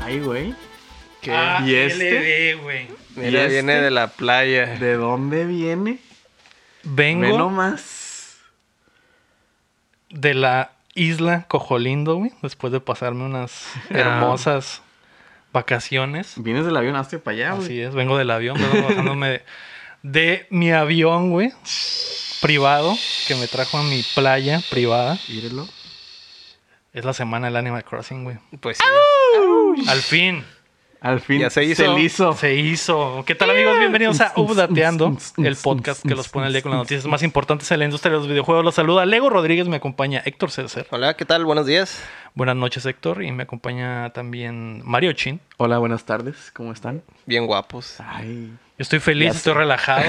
Ay, güey. ¿Qué? Ah, ¿Y este? LD, güey. ¿Y Mira, este? viene de la playa. ¿De dónde viene? Vengo Ve nomás. de la isla Cojolindo, güey. Después de pasarme unas Ah. hermosas vacaciones. Vienes del avión hasta para allá, güey. Así es, vengo del avión, vengo bajándome de, de mi avión, güey. Privado, que me trajo a mi playa privada. Mírelo. Es la semana del Animal Crossing, güey. Pues sí. Al fin. Al fin Ya se hizo. Se hizo. Se hizo. ¿Qué tal amigos? Bienvenidos a Updateando, el podcast que los pone al día con las noticias más importantes de la industria de los videojuegos. Los saluda Lego Rodríguez, me acompaña Héctor César. Hola, ¿qué tal? Buenos días. Buenas noches Héctor y me acompaña también Mario Chin. Hola, buenas tardes. ¿Cómo están? Bien guapos. Ay, Yo estoy feliz, Ya sé. estoy relajado,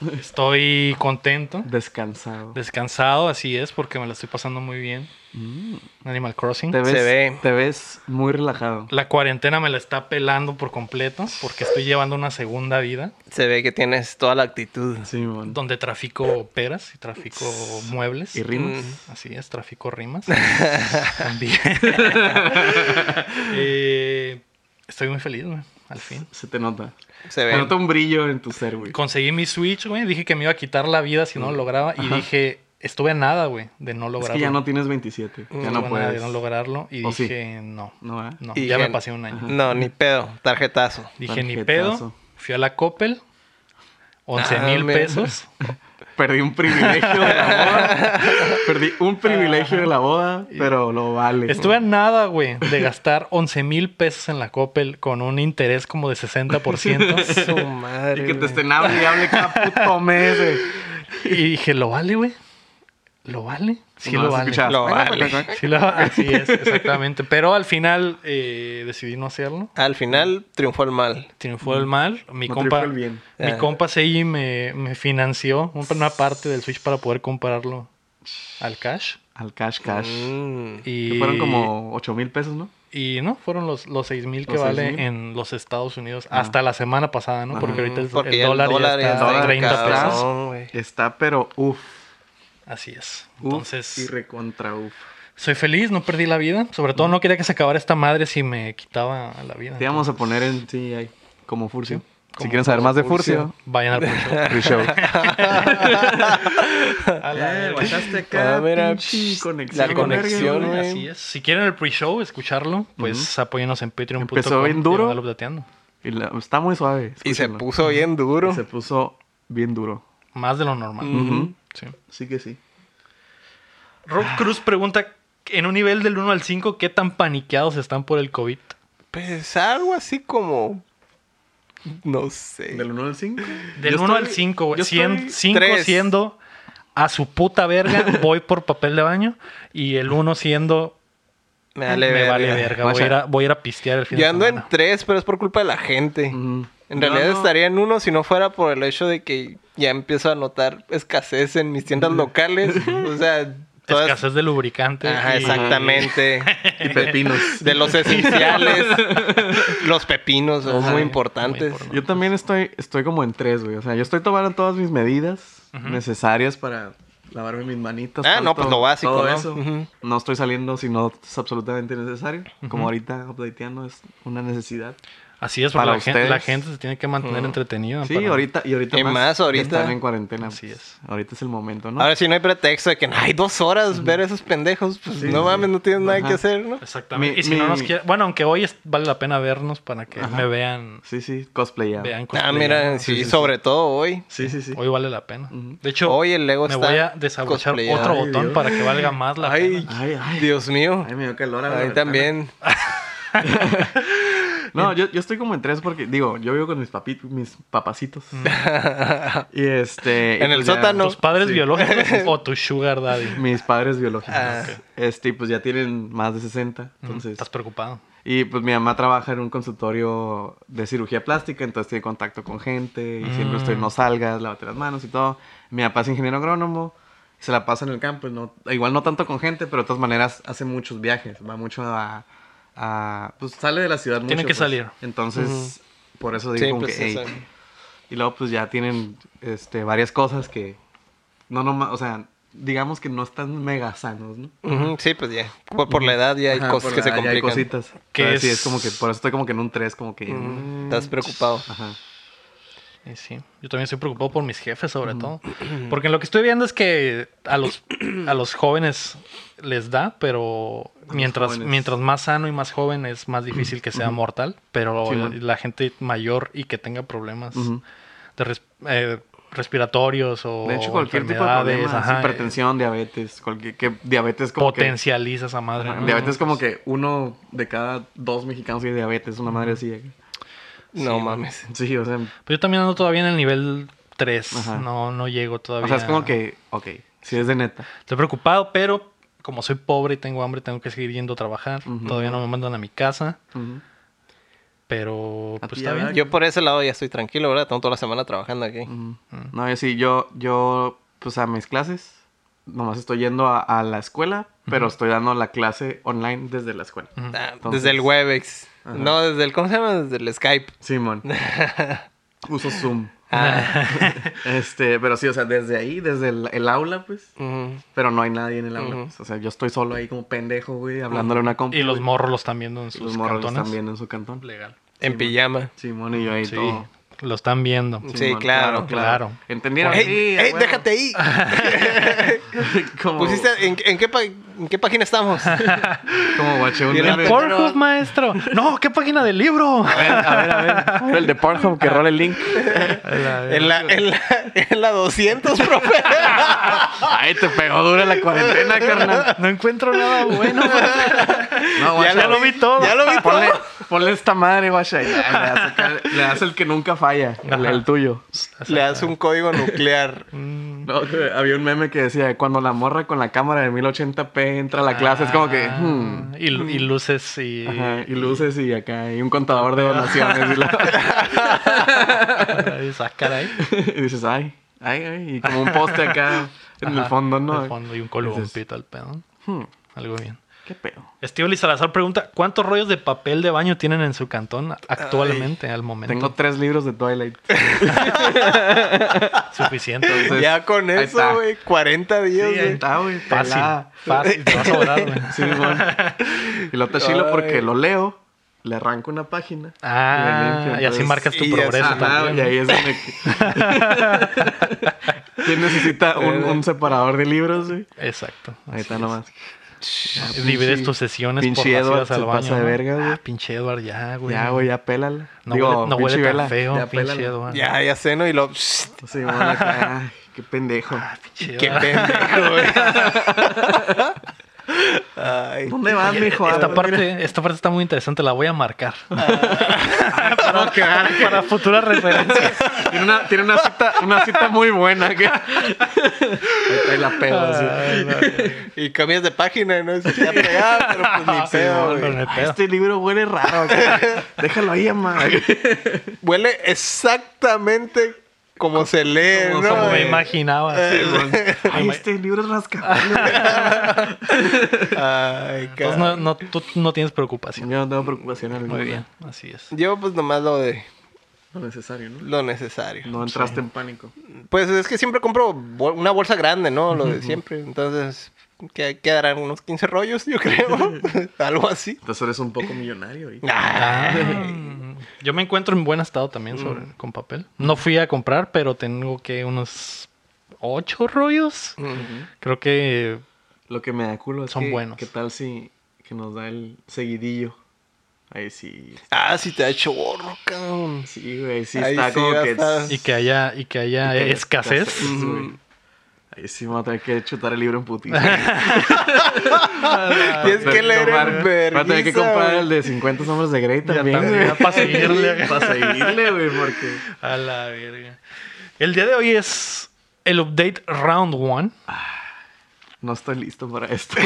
güey. estoy contento, descansado. descansado, así es, porque me la estoy pasando muy bien. Animal Crossing. Te ves, ve. Te ves muy relajado. La cuarentena me la está pelando por completo porque estoy llevando una segunda vida Se ve que tienes toda la actitud. Simón. donde trafico peras y trafico muebles. Mm. ¿Y rimas? Así es, tráfico rimas. También. Eh, estoy muy feliz, güey. Al fin. Se te nota. Se Se ve. nota un brillo en tu ser, güey. Conseguí mi Switch, güey. Dije que me iba a quitar la vida si no lo lograba. Y dije, estuve a nada, güey, de no Es lograrlo. que ya no tienes 27. Ya Estuve no a nada puedes. de no lograrlo. Y ¿O sí? dije, no. No, ¿verdad? No, Y ya dije- me pasé un año. No, ni pedo. Tarjetazo. Dije, ni Tarjetazo. pedo. Fui a la Coppel. 11 Ah, mil mira. pesos. Perdí un privilegio de la boda. Perdí un privilegio de la boda, pero lo vale. Estuve a nada, güey, de gastar 11 mil pesos en la Coppel con un interés como de 60%. Su madre. Y que te güey. estén hable y hable cada puto mes, güey. Y dije, ¿lo vale, güey? ¿Lo vale? Sí, No lo has vale. escuchado. Lo vale. Sí, lo- así es, exactamente. Pero al final eh, decidí no hacerlo. Al final triunfó el mal. Triunfó el mal. Mi No compa, triunfó el bien. mi Ah. compa CI me, me financió una parte del Switch para poder comprarlo al cash. Al cash cash. Mm. Y Que fueron como 8 mil pesos, ¿no? Y no, fueron los, los 6 mil que Los seis vale mil. Ah. en los Estados Unidos hasta la semana pasada, ¿no? Porque Ajá. ahorita es- Porque el, ya dólar ya está está en 30 cabrón. pesos. Está, pero uff. Así es. Uf, Entonces, y recontra uff. soy feliz, no perdí la vida. Sobre todo no quería que se acabara esta madre si me quitaba la vida. Mm. Te íbamos a poner en CGI como Furcio. si como quieren saber más de Furcio, Vayan al Pro Shop. Furcio. A la verga. Eh, bajaste Ah, mira, pinche la conexión, verga, güey. Así es. Si quieren el pre-show, escucharlo, pues apóyennos en patreon.com. Empezó bien duro. diagonal updateando. Y la- está muy suave. Y se escúchenlo. puso bien duro. Y se puso bien duro. Más de lo normal. Ujú. Sí. Sí que sí. Rob Cruz pregunta, en un nivel del 1 al 5, ¿qué tan paniqueados están por el COVID? Pues algo así como. No sé. Del 1 al 5. Del 1 al 5, güey. yo estoy 5 tres. siendo a su puta verga, voy por papel de baño. Y el 1 siendo, Me vale me verga. vale verga. Voy a, ir a, voy a ir a pistear el fin de Yo ando semana. en tres, pero es por culpa de la gente. Mm. En realidad estaría en uno si no fuera por el hecho de que ya empiezo a notar escasez en mis tiendas locales. O sea, todas... Escasez de lubricante. Ajá, y- exactamente. Y pepinos. De los esenciales. los pepinos son Ajá. muy importantes. Muy importante. Yo también estoy, estoy como en tres, güey. O sea, yo estoy tomando todas mis medidas necesarias para lavarme mis manitas. Ah, tanto- no, pues lo básico, todo ¿no? eso. Ujú. No estoy saliendo si no es absolutamente necesario. Como ahorita updateando es una necesidad. Así es, porque Para la gente, la ustedes. gente se tiene que mantener entretenida. Sí, Ah, para- ahorita y ahorita Y más que ahorita. están en cuarentena. pues, Así es. Ahorita es el momento, ¿no? Ahora sí no hay pretexto de que hay dos horas ver a esos pendejos. Pues Sí, no sí. mames, no tienes nada Ajá. que hacer, ¿no? Exactamente. Mi- y si no mi- nos quieren... Bueno, aunque hoy es- vale la pena vernos para que me vean... Sí, sí, cosplayado. vean Ah, cosplay, mira, ¿no? sí, sobre todo hoy. Sí, sí, sí. Hoy vale la pena. De hecho, Hoy el Lego me está voy a desabrochar cosplayado. otro Ay, botón Dios. para que valga más la Ay, pena. Ay, ay. Dios mío. Ay, me dio calor. a la Ahí ventana. también. No, yo, yo estoy como en tres porque, digo, yo vivo con mis papitos, mis papacitos. y este... y En el pues ya- sótano. Mm. ¿Tus padres Sí. biológicos o tu sugar daddy? Mm, Mis padres biológicos. Ah. Este, y pues ya tienen más de 60. Mm. Entonces. Estás preocupado. Y pues mi mamá trabaja en un consultorio de cirugía plástica, entonces tiene contacto con gente y siempre Mm. estoy, no salgas, lávate las manos y todo. Mi papá es ingeniero agrónomo, se la pasa en el campo, y no, igual no tanto con gente, pero de todas maneras hace muchos viajes, va mucho a... a- pues sale de la ciudad mucho. Tiene que pues. salir. Entonces, por eso digo Sí, como pues, que... eso. "Ey". Y luego pues ya tienen este, varias cosas que... No, no, o sea, digamos que no están mega sanos, ¿no? Ujú, sí, pues ya. Por, por la edad ya hay Ajá, cosas por que la- se ya hay complican. cositas. Que Pero sí, es- es como que por eso estoy como que en un 3, como que... Mm. Ujú, Estás preocupado. Ajá. Y sí, yo también estoy preocupado por mis jefes, sobre todo. Porque lo que estoy viendo es que a los, a los jóvenes les da, pero mientras, jóvenes. mientras más sano y más joven es más difícil que sea mortal. Pero Sí, la, man. la gente mayor y que tenga problemas Ujú. de res- eh, respiratorios o De hecho, cualquier tipo de enfermedades, problema, ajá, eh, hipertensión, diabetes, cualquier que diabetes como que- potencializa esa madre. Ajá, ¿no? Diabetes como que uno de cada dos mexicanos tiene diabetes, una madre así. eh. No mames. Sí, o sea, Pero Pues yo también ando todavía en el nivel 3. Ajá. No, no llego todavía. o sea, es como que, ok, si es de neta. Estoy preocupado, pero como soy pobre y tengo hambre, tengo que seguir yendo a trabajar. Todavía no me mandan a mi casa, Ujú. pero A pues ti, está ¿verdad? bien. Yo por ese lado ya estoy tranquilo, ¿verdad? Tengo toda la semana trabajando aquí. No, yo sí, yo, yo, pues a mis clases, nomás estoy yendo a, a la escuela, pero estoy dando la clase online desde la escuela. Ah, Entonces- desde el Webex. Ajá. No, desde el... ¿Cómo se llama? Desde el Skype. Simón. Uso Zoom. Ah, Este, pero sí, o sea, desde ahí, desde el, el aula, pues. ujú. Pero no hay nadie en el aula. Ujú. pues. O sea, yo estoy solo ahí como pendejo, güey, hablándole a una compu. Y los güey. morros los están viendo en Y sus los morros cantones. también en su cantón. Legal. En pijama. Simón y yo ahí Sí, todo. lo están viendo. Sí, Simón, claro, claro. ¿Entendieron? ¡Ey, sí, a ey, huevo. Ah, déjate ahí! como, ¿Pusiste en, en qué pa- en qué página estamos? como guaché un Y meme. la A por- ver, Pornhub, maestro. No, qué página del libro. a ver, a ver. A ver, El de Pornhub que rola el link. En la, en la, en la 200, profe. Ay, te pegó dura la cuarentena, carnal. No encuentro nada bueno. No, Ya guacha, lo vi todo. Ya lo vi todo. Ponle, ponle esta madre, guacha. y ya, Le das acá- le das el que nunca falla, el, Ajá. el tuyo. Le das un código nuclear. No, que había un meme que decía, cuando la morra con la cámara de 1080p entra a la clase, es como que... Ah, hmm, y, lu- y luces y. ajá, y luces y acá, y un contador de donaciones. Y, la- y sacar ahí. y dices, ay, ay, ay. Y como un poste acá en el Ajá, fondo, ¿no? En el fondo y un columpito al pedo. Hmm, Algo bien. ¿Qué pedo? Steve Salazar pregunta: ¿Cuántos rollos de papel de baño tienen en su cantón actualmente, al momento? Tengo tres libros de Twilight. suficiente. güey. Entonces, ya con ahí eso, está. güey. 40 días, Sí, ahí güey. está, güey. eh. Fácil. pelada. Fácil. Te vas a volar, güey. Sí, bueno. Y lo te chilo porque Ay. lo leo, le arranco una página. Ah, limpio, y así entonces- marcas tu y ya progreso está, Ajá, también. y ahí es donde... que- ¿Quién necesita Eh, un, un separador de libros, güey? Exacto. Ahí está así es. nomás. Ah, Divides pinche- tus sesiones pinche por las Edward idas al se baño. pasa de ¿no? verga, güey. Ah, pinche Edward, ya, güey. Ya, güey, ya pélala. No Digo, huele, no pinche huele vela, tan feo, ya pinche pélala. Edward. Ya, ya ceno y lo. Sí, bueno, acá, ay, qué pendejo. Pinche Qué Edward. pendejo, güey. Ay. ¿Dónde vas, mijo? Esta parte, esta parte está muy interesante, la voy a marcar. para quedar. Para futuras referencias. Tiene una, tiene una cita, una cita muy buena. Que... Ahí trae la pedo así. Y cambias de página, ¿no? Se te ha pegado, pero pues ni Sí, pedo, no, güey. no, no, Ay, pedo. este libro huele raro. acá. Déjalo ahí, mamá. Huele exactamente como se lee, Como, Este, ¿no? como me güey? Eh, imaginaba. sí, güey. Ay, este libro es rascable. Ay, Entonces cabrón. no, no, tú no tienes Yo preocupación. no tengo preocupación alguna. Muy bien, así es. Yo, pues nomás lo de Lo necesario, ¿no? lo necesario. No entraste en pánico. Pues es que siempre compro bol- una bolsa grande, ¿no? Lo de siempre. Entonces, que quedarán unos 15 rollos, yo creo. Algo así. Entonces eres un poco millonario. Y... Ah, Ah, yo me encuentro en buen estado también sobre, Mm. con papel. No fui a comprar, pero tengo que unos ocho rollos. Creo que Lo que me da culo es Son que, buenos. ¿qué tal si que nos da el seguidillo? Ahí sí. ah, sí te da chorro, cabrón. Sí, güey. Sí Ahí está sí como ya que... está. y que haya y que haya Y que haya escasez. escasez. Sí, güey. Mm. Ahí sí me voy a tener que chutar el libro en putito. Ah, Tienes que leer en Va a tener que vergüenza, comprar güey. el de 50 sombras de Grey también, también, ya pa' seguirle. Para seguirle, güey, porque... A la verga. El día de hoy es el update round one. no estoy listo para esto.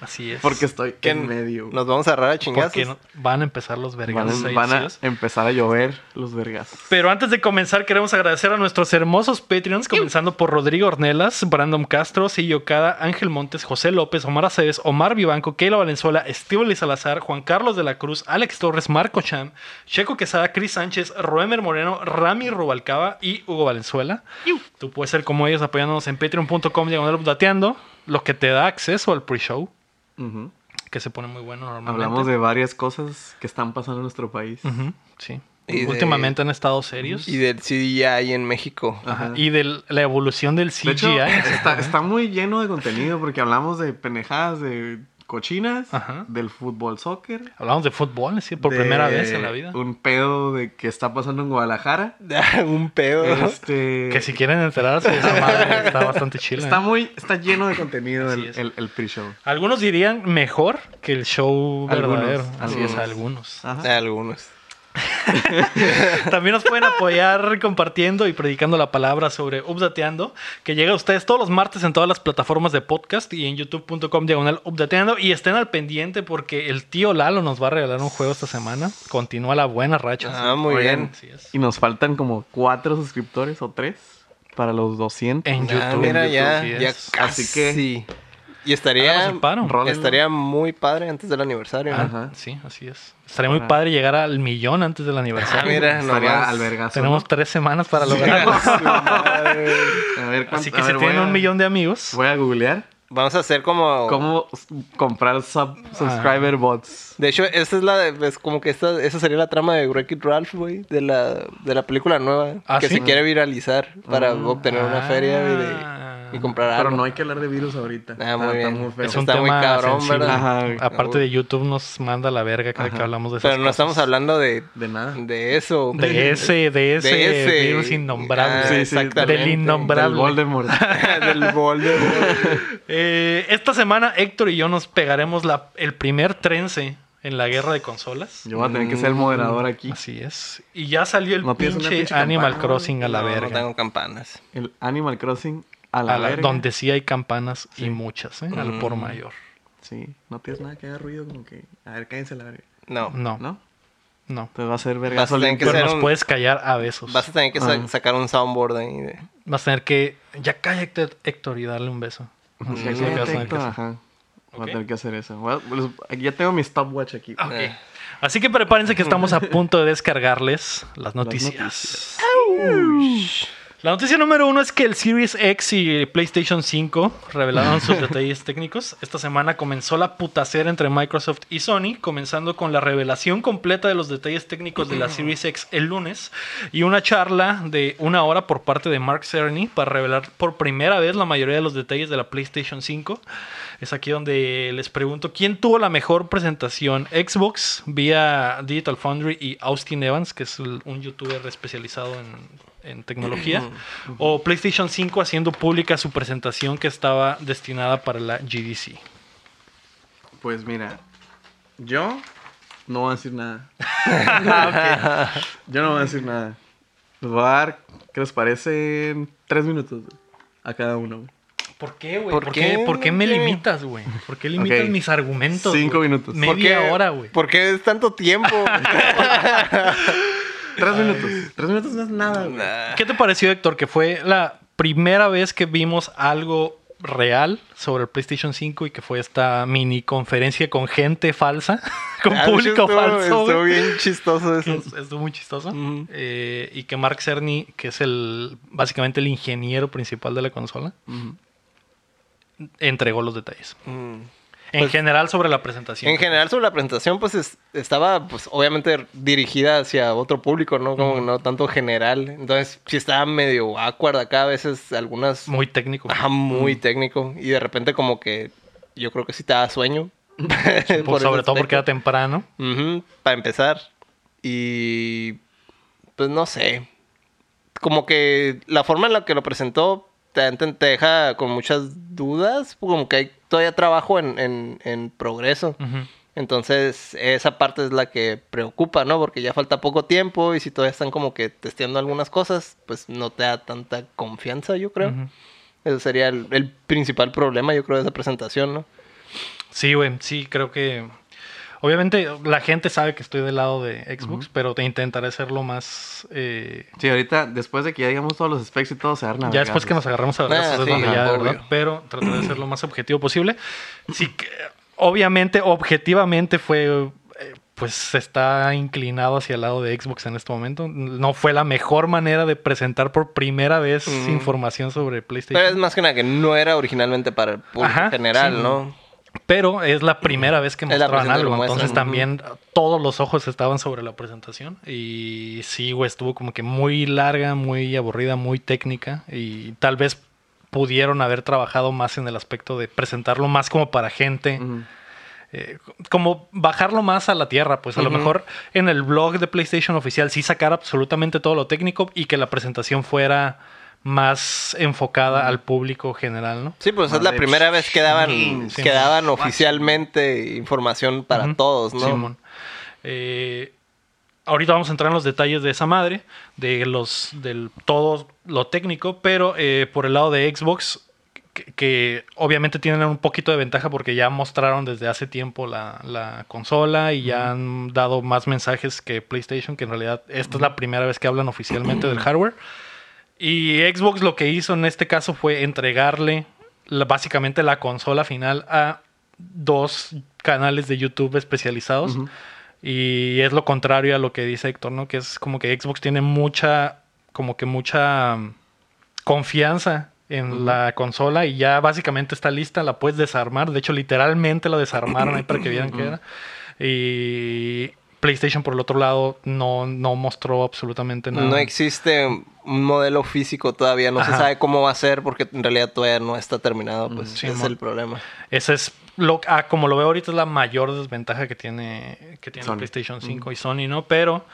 Así es. porque estoy Que en medio. güey. Nos vamos a agarrar a Porque chingazos. no- van a empezar los Van, vergas. a- van a empezar a llover los vergazos. Pero antes de comenzar, queremos agradecer a nuestros hermosos Patreons, comenzando por Rodrigo Ornelas, Brandon Castro, Sillo Cada, Ángel Montes, José López, Omar Aceves, Omar Vivanco, Keila Valenzuela, Estíbal Salazar, Juan Carlos de la Cruz, Alex Torres, Marco Cham, Checo Quesada, Cris Sánchez, Roemer Moreno, Rami Rubalcaba y Hugo Valenzuela. Tú puedes ser como ellos apoyándonos en patreon.com diagonal updateando, lo que te da acceso al pre-show, Ujú. que se pone muy bueno normalmente. Hablamos de varias cosas que están pasando en nuestro país. Ujú, sí. Y de- Últimamente han estado serios. Y del CDI en México. Ajá. Ajá. Y de la evolución del CGI. De hecho, está, está muy lleno de contenido porque hablamos de pendejadas, de cochinas, Ajá. del fútbol, soccer. Hablamos de fútbol, sí, por de primera vez en la vida. Un pedo de que está pasando en Guadalajara. Un pedo. Este, Que si quieren enterarse, esa madre está bastante chila. está ¿eh? muy, está lleno de contenido Así el, es. el, el pre-show. Algunos dirían mejor que el show Algunos, verdadero. Así es, algunos. algunos. Ajá. Algunos. También nos pueden apoyar compartiendo y predicando la palabra sobre Updateando, que llega a ustedes todos los martes en todas las plataformas de podcast y en youtube.com diagonal Updateando. Y estén al pendiente porque el tío Lalo nos va a regalar un juego esta semana. Continúa la buena racha. Ah, muy Oigan, bien. Así es. Y nos faltan como cuatro suscriptores o tres para los 200. En Ah, YouTube. mira, en ya, YouTube, Ah, ya yes. casi. Así que- Y estaría, Hagamos el paro. Rólenlo. estaría muy padre antes del aniversario. ¿no? Ah, Ajá. Sí, así es. Estaría muy padre llegar al millón antes del Ah, aniversario. mira, Estaría nomás. al vergazo, Tenemos ¿no? tres semanas para lograrlo. A ver, cuánto- Así a que si ver, tienen voy a- un millón de amigos, Voy a googlear Vamos a hacer como... cómo s- comprar sub- Ah. subscriber bots. De hecho, esa es la de- es como que esta, esa sería la trama de Wreck-It Ralph, güey, de la, de la película nueva, Ah, que ¿sí? se quiere viralizar para Mm. obtener una Ah. feria güey, de- y, comprar algo. Pero no hay que hablar de virus ahorita. Ah, Está- muy está bien. muy feo. es un Está muy tema cabrón, sensible. ¿verdad? Ajá, güey. Aparte de YouTube nos manda la verga cada que hablamos de esas Pero no estamos cosas. hablando de, De nada. de eso. de ese, de ese, De ese. virus innombrable. Ah, Sí, sí, exactamente. del innombrable. Del Voldemort. Del Voldemort. Eh, esta semana Héctor y yo nos pegaremos la- el primer trense en la guerra de consolas. Yo voy a tener que ser Mm. el moderador aquí. Así es. Y ya salió el No tienes una pinche, pinche Animal campana, Crossing a la No, verga. No tengo campanas. El Animal Crossing a la, a la- verga. donde sí hay campanas y muchas, ¿eh? al por Mm. mayor. Sí, no tienes nada que haga ruido como que... A ver, cállense la verga. No. No, no. ¿No? Entonces va a ser verga. Vas a tener que Pero ser nos un- puedes callar a besos. Vas Vas, a tener que sa- Ah. sacar un soundboard ahí. de- a tener que. Ya cállate, Héctor, y darle un beso. Así es lo que vas a tener que hacer. Ajá. Voy Ok. a tener que hacer eso. Voy a- los- aquí ya tengo mi stopwatch aquí. Ah, ok. Eh. Así que prepárense que estamos a punto de descargarles las noticias. noticias. La noticia número uno es que el Series X y el PlayStation 5 revelaron sus detalles técnicos. Esta semana comenzó la putacera entre Microsoft y Sony, comenzando con la revelación completa de los detalles técnicos de la Series X el lunes y una charla de una hora por parte de Mark Cerny para revelar por primera vez la mayoría de los detalles de la PlayStation 5. Es aquí donde les pregunto quién tuvo la mejor presentación, Xbox vía Digital Foundry y Austin Evans, que es el- un youtuber especializado en, en tecnología, o PlayStation 5 haciendo pública su presentación que estaba destinada para la GDC. Pues mira, yo no voy a decir nada. Yo no voy a decir nada. Les voy a dar, ¿qué les parecen? Tres minutos güey, a cada uno. güey. ¿Por qué, güey? ¿Por ¿Por, qué? qué? ¿Por qué me ¿Qué? limitas, güey? ¿Por qué limitas Ok. mis argumentos? Cinco güey? minutos. ¿Por Media qué- hora, güey. ¿Por qué es tanto tiempo? Tres minutos. Tres minutos no es nada, güey. Nah. ¿Qué te pareció, Héctor? Que fue la primera vez que vimos algo real sobre el PlayStation 5 y que fue esta mini conferencia con gente falsa, con Ah, de hecho, público estuvo- falso. Estuvo güey. bien chistoso Que eso. es- Estuvo muy chistoso. Ujú. Eh, y que Mark Cerny, que es el básicamente el ingeniero principal de la consola, Ujú. entregó los detalles. Mm. En Pues- general sobre la presentación. En general sobre la presentación pues es- estaba pues obviamente dirigida hacia otro público, ¿no? Como no tanto general. Entonces sí estaba medio awkward acá a veces algunas... muy técnico. Ajá, muy técnico. Y de repente como que yo creo que sí te daba sueño. Por- Por ese sobre todo porque era aspecto. temprano. Ujú, para empezar. Y pues no sé. Como que la forma en la que lo presentó te, te- te deja con muchas dudas. Como que hay todavía trabajo en, en- en progreso. Ujú. Entonces, esa parte es la que preocupa, ¿no? Porque ya falta poco tiempo y si todavía están como que testeando algunas cosas, pues no te da tanta confianza, yo creo. Ujú. Ese sería el, el principal problema, yo creo, de esa presentación, ¿no? Sí, güey, sí, creo que. Obviamente la gente sabe que estoy del lado de Xbox, pero te intentaré ser lo más. eh, Sí, ahorita, después de que ya digamos todos los specs y todo, se arna. ya después que nos agarramos a Ah, ver sí, ya, obvio. ¿verdad? Pero trataré de ser lo más objetivo posible. Sí, que, obviamente, objetivamente fue. eh, Pues se está inclinado hacia el lado de Xbox en este momento. No fue la mejor manera de presentar por primera vez Mm. información sobre PlayStation. Pero es más que nada que no era originalmente para el público Ajá, general, sí. ¿no? Pero es la primera vez que Es la mostraban primera que lo algo. muestran, Entonces ujú. también todos los ojos estaban sobre la presentación. Y sí, güey, estuvo como que muy larga, muy aburrida, muy técnica. Y tal vez pudieron haber trabajado más en el aspecto de presentarlo más como para gente. eh, como bajarlo más a la tierra. Pues a lo Ujú. mejor en el blog de PlayStation oficial sí sacar absolutamente todo lo técnico y que la presentación fuera más enfocada al público general, ¿no? Sí, pues es Más la de- primera vez que daban, Ah, Sí, que daban oficialmente información para Ujú. todos, ¿no? Simón. Eh, ahorita vamos a entrar en los detalles de esa madre, de los, del todo lo técnico, pero eh, por el lado de Xbox, que, que obviamente tienen un poquito de ventaja porque ya mostraron desde hace tiempo la, la consola y ya han dado más mensajes que PlayStation, que en realidad esta es la primera vez que hablan oficialmente del hardware. Y Xbox lo que hizo en este caso fue entregarle la- básicamente la consola final a dos canales de YouTube especializados. Ujú. Y es lo contrario a lo que dice Héctor, ¿no? Que es como que Xbox tiene mucha, como que mucha mm, confianza en la consola y ya básicamente está lista, la puedes desarmar. De hecho, literalmente la desarmaron ahí para que vieran qué era. Y PlayStation, por el otro lado, no, no mostró absolutamente nada. No existe un modelo físico todavía, no se Ajá. Mm, sabe cómo va a ser porque en realidad todavía no está terminado, pues Sí, ese es mon. el problema. Ese es lo ah, como lo veo ahorita es la mayor desventaja que tiene que tiene Sony. PlayStation 5 y Sony, ¿no? Pero